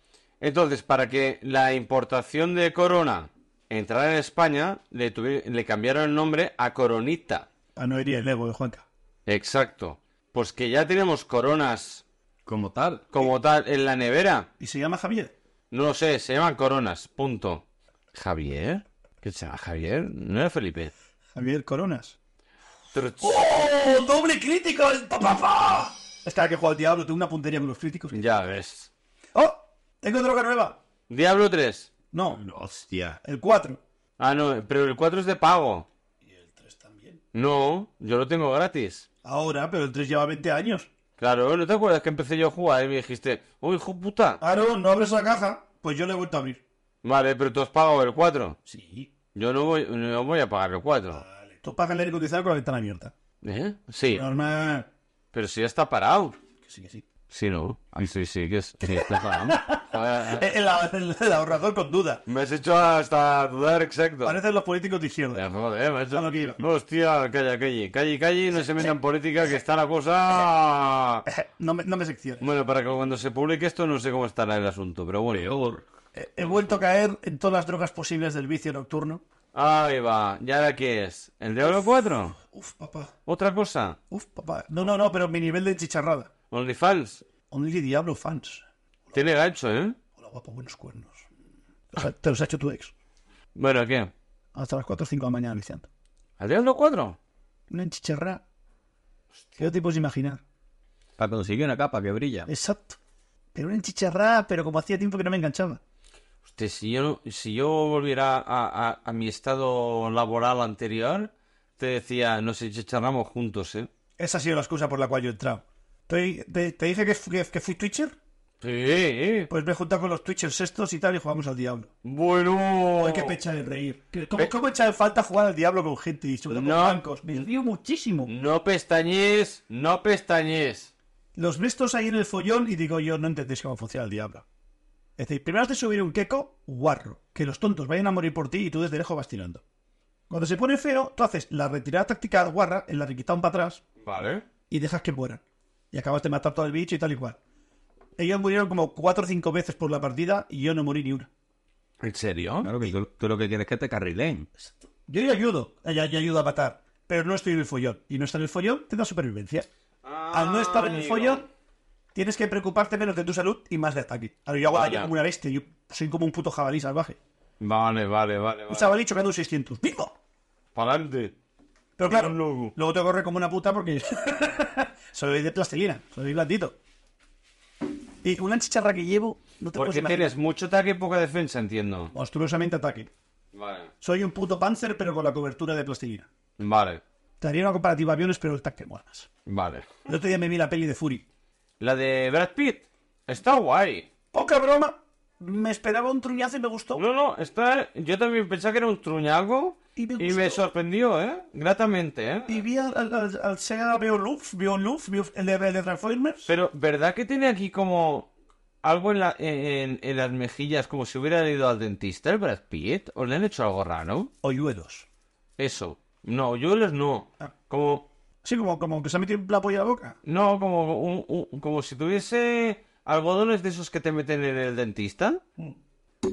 [SPEAKER 2] Entonces, para que la importación de corona entrara en España, le, tuvi- le cambiaron el nombre a coronita.
[SPEAKER 1] Ah, no iría el ego de Juanca.
[SPEAKER 2] Exacto. Pues que ya tenemos coronas
[SPEAKER 3] Como tal.
[SPEAKER 2] como tal en la nevera.
[SPEAKER 1] ¿Y se llama Javier?
[SPEAKER 2] No lo sé, se llaman coronas. Punto. Javier. ¿Qué se llama Javier? No era Felipe.
[SPEAKER 1] Javier Coronas.
[SPEAKER 2] Truch.
[SPEAKER 1] ¡Oh! ¡Doble crítico! ¡Pa, pa, pa! Es que ahora que juego al diablo, tengo una puntería con los críticos.
[SPEAKER 2] Ya ves.
[SPEAKER 1] ¡Oh! Tengo droga nueva.
[SPEAKER 2] Diablo 3.
[SPEAKER 1] No,
[SPEAKER 3] Hostia.
[SPEAKER 1] el 4.
[SPEAKER 2] Ah, no, pero el 4 es de pago. No, yo lo tengo gratis.
[SPEAKER 1] Ahora, pero el 3 lleva 20 años.
[SPEAKER 2] Claro, ¿no te acuerdas que empecé yo a jugar y me dijiste, uy, hijo puta?
[SPEAKER 1] Aaron, no abres la caja. Pues yo le he vuelto a abrir.
[SPEAKER 2] Vale, pero tú has pagado el 4.
[SPEAKER 1] Sí.
[SPEAKER 2] Yo no voy, no voy a pagar el 4.
[SPEAKER 1] Vale. Tú pagas el aire acondicionado con la ventana abierta.
[SPEAKER 2] ¿Eh? Sí,
[SPEAKER 1] Normal.
[SPEAKER 2] pero si ya está parado.
[SPEAKER 1] Que sí, que sí.
[SPEAKER 2] Sí, no. Ay, sí, sí, que es. que está parado. Joder, eh,
[SPEAKER 1] <laughs> El, el- el ahorrador con duda.
[SPEAKER 2] Me has hecho hasta dudar exacto.
[SPEAKER 1] Parecen los políticos de izquierda.
[SPEAKER 2] Eh, Joder, me has hecho-
[SPEAKER 1] A lo que iba.
[SPEAKER 2] Hostia, calla, calle. Calle, calle, no se metan en política, que está la cosa.
[SPEAKER 1] "Eh, No me, no me secciones.
[SPEAKER 2] Bueno, para que cuando se publique esto no sé cómo estará el asunto, pero bueno.
[SPEAKER 3] Peor.
[SPEAKER 1] He, Eh, he vuelto a caer en todas las drogas posibles del vicio nocturno.
[SPEAKER 2] Ahí va, ¿y ahora qué es? ¿El Diablo 4?
[SPEAKER 1] Uf, papá.
[SPEAKER 2] ¿Otra cosa?
[SPEAKER 1] Uf, papá. No, no, no, pero mi nivel de chicharrada.
[SPEAKER 2] ¿OnlyFans?
[SPEAKER 1] Only Diablo fans.
[SPEAKER 2] Tiene gancho, ¿eh?
[SPEAKER 1] Hola, guapo, buenos cuernos. O sea, te los ha hecho tu ex.
[SPEAKER 2] Bueno, ¿qué?
[SPEAKER 1] Hasta las 4 o 5 de la mañana, Vicente.
[SPEAKER 2] ¿Al Diablo 4?
[SPEAKER 1] Una enchicharra. ¿Qué no te puedes imaginar?
[SPEAKER 3] Para conseguir una capa que brilla.
[SPEAKER 1] Exacto. Pero una enchicharra, pero como hacía tiempo que no me enganchaba.
[SPEAKER 2] Hostia, si yo, si yo volviera a, a- a mi estado laboral anterior, te decía, nos chicharramos juntos, ¿eh?
[SPEAKER 1] Esa ha sido la excusa por la cual yo he entrado. Estoy- te, te dije que, fu- que- que fui Twitcher.
[SPEAKER 2] Sí, eh.
[SPEAKER 1] Pues me he juntado con los Twitchers estos y tal y jugamos al diablo.
[SPEAKER 2] Bueno.
[SPEAKER 1] Hay que pechar de reír. Que- ¿Cómo, cómo echar en falta jugar al diablo con gente y sobre todo
[SPEAKER 2] No. Mm.
[SPEAKER 1] con bancos? Me río muchísimo.
[SPEAKER 2] No pestañes, no pestañes.
[SPEAKER 1] Los vistos ahí en el follón y digo yo, no entendéis cómo funciona el diablo. Es decir, primero has de subir un queco, guarro. Que los tontos vayan a morir por ti y tú desde lejos vas tirando. Cuando se pone feo, tú haces la retirada táctica guarra, el arrequitón para atrás
[SPEAKER 2] Vale.
[SPEAKER 1] y dejas que mueran. Y acabas de matar todo el bicho y tal y cual. Ellos murieron como cuatro o cinco veces por la partida y yo no morí ni una.
[SPEAKER 2] ¿En serio?
[SPEAKER 3] Claro que tú, tú lo que quieres es que te carrilen.
[SPEAKER 1] Yo le ayudo, ella yo ayudo a matar, pero no estoy en el follón. Y no estar en el follón te da supervivencia. Al Ah, no estar en el
[SPEAKER 2] amigo.
[SPEAKER 1] follón, tienes que preocuparte menos de tu salud y más de ataque. Ahora yo hago
[SPEAKER 2] Vaya.
[SPEAKER 1] daño como una bestia, yo soy como un puto jabalí salvaje.
[SPEAKER 2] Vale, vale, vale.
[SPEAKER 1] Un
[SPEAKER 2] vale.
[SPEAKER 1] jabalí chocando un 600, ¡vivo!
[SPEAKER 2] Para adelante.
[SPEAKER 1] Pero claro,
[SPEAKER 2] Un lobo.
[SPEAKER 1] luego te <laughs> corre como una puta porque soy de plastilina, soy blandito. Y una chicharra que llevo, no te puedes
[SPEAKER 2] Porque
[SPEAKER 1] imaginar.
[SPEAKER 2] tienes mucho ataque y poca defensa, entiendo.
[SPEAKER 1] Monstruosamente ataque.
[SPEAKER 2] Vale.
[SPEAKER 1] Soy un puto panzer, pero con la cobertura de plastilina.
[SPEAKER 2] Vale.
[SPEAKER 1] Te haría una comparativa a aviones, pero el tanque mola más.
[SPEAKER 2] Vale.
[SPEAKER 1] El otro día me vi la peli de Fury.
[SPEAKER 2] La de Brad Pitt está guay.
[SPEAKER 1] ¡Poca broma! Me esperaba un truñazo y me gustó.
[SPEAKER 2] No, no, está. Yo también pensaba que era un truñaco.
[SPEAKER 1] Y
[SPEAKER 2] Y
[SPEAKER 1] me
[SPEAKER 2] me,
[SPEAKER 1] gustó.
[SPEAKER 2] sorprendió, ¿eh? Gratamente, ¿eh?
[SPEAKER 1] Y vi al, al, al, al Sega Beowulf, Beowulf, Beowulf, el de, el de Transformers.
[SPEAKER 2] Pero, ¿verdad que tiene aquí como algo en, la- en- en las mejillas, como si hubiera ido al dentista el Brad Pitt? ¿O le han hecho algo raro?
[SPEAKER 1] Hoyuelos.
[SPEAKER 2] Eso. No, yo les no.
[SPEAKER 1] Ah.
[SPEAKER 2] Como.
[SPEAKER 1] Sí, como, como que se ha metido la polla a la boca.
[SPEAKER 2] No, como, un- un- como si tuviese algodones de esos que te meten en el dentista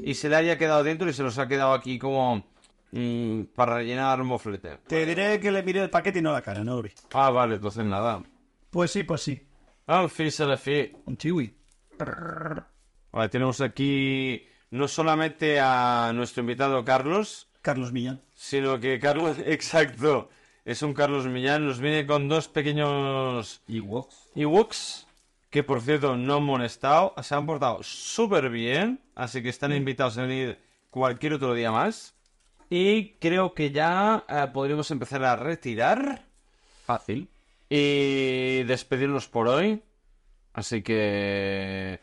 [SPEAKER 2] y se le haya quedado dentro y se los ha quedado aquí como mm, para rellenar moflete.
[SPEAKER 1] Te diré que le miré el paquete y no la cara, no lo vi.
[SPEAKER 2] Ah, vale, entonces nada.
[SPEAKER 1] Pues sí, pues sí.
[SPEAKER 2] Ah, en fin, se le fi.
[SPEAKER 1] Un chiwi.
[SPEAKER 2] Vale, tenemos aquí no solamente a nuestro invitado Carlos,
[SPEAKER 1] Carlos Millán.
[SPEAKER 2] sino que Carlos, <laughs> exacto, es un Carlos Millán, nos viene con dos pequeños
[SPEAKER 3] Y Wox.
[SPEAKER 2] Ewoks, que por cierto no han molestado, se han portado súper bien, así que están invitados a venir cualquier otro día más. Y creo que ya eh, podríamos empezar a retirar
[SPEAKER 3] Fácil.
[SPEAKER 2] y despedirnos por hoy. Así que,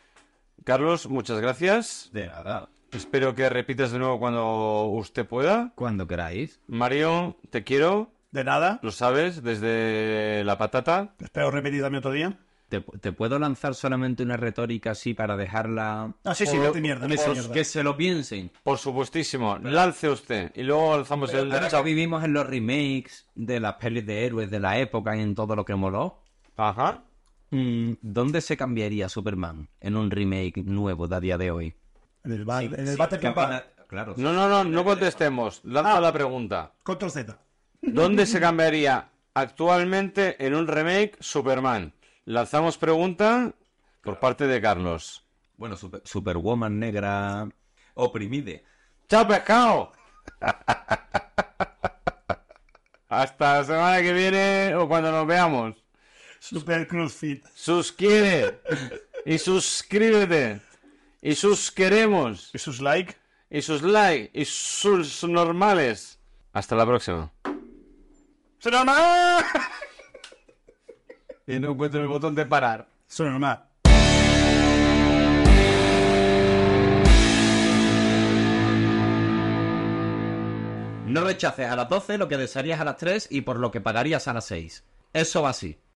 [SPEAKER 2] Carlos, muchas gracias.
[SPEAKER 3] De nada.
[SPEAKER 2] Espero que repitas de nuevo cuando usted pueda.
[SPEAKER 3] Cuando queráis.
[SPEAKER 2] Mario, te quiero,
[SPEAKER 1] De nada.
[SPEAKER 2] lo sabes, desde la patata.
[SPEAKER 1] Espero repetir también otro día.
[SPEAKER 3] ¿Te, te puedo lanzar solamente una retórica así para dejarla...
[SPEAKER 1] Ah, sí, sí,
[SPEAKER 2] O-
[SPEAKER 1] vete mierda, vete
[SPEAKER 3] Pues
[SPEAKER 1] mierda.
[SPEAKER 3] que se lo piensen.
[SPEAKER 2] Por supuestísimo, lance usted y luego alzamos el...
[SPEAKER 3] Ahora que vivimos en los remakes de las pelis de héroes de la época y en todo lo que moló,
[SPEAKER 2] Ajá.
[SPEAKER 3] mm, ¿dónde se cambiaría Superman en un remake nuevo de a día de hoy?
[SPEAKER 1] En el, bar, en el váter
[SPEAKER 3] ¿Qué
[SPEAKER 1] campana.
[SPEAKER 3] opina- Claro.
[SPEAKER 2] No, no, no, no contestemos. Lanza la pregunta.
[SPEAKER 1] Control Z.
[SPEAKER 2] ¿Dónde se cambiaría actualmente en un remake Superman? Lanzamos pregunta por parte de Carlos.
[SPEAKER 3] Bueno, super- Superwoman negra oprimide.
[SPEAKER 2] ¡Chao, pescado! <laughs> Hasta la semana que viene o cuando nos veamos.
[SPEAKER 1] Super CrossFit.
[SPEAKER 2] Susquiere y suscríbete y sus queremos
[SPEAKER 1] Y sus like.
[SPEAKER 2] y sus like y sus normales. Hasta la próxima.
[SPEAKER 1] ¡Son normal!
[SPEAKER 2] Y no encuentro el botón de parar.
[SPEAKER 1] Son normal.
[SPEAKER 3] No rechaces a las 12 lo que desearías a las 3 y por lo que pagarías a las 6. Eso va así.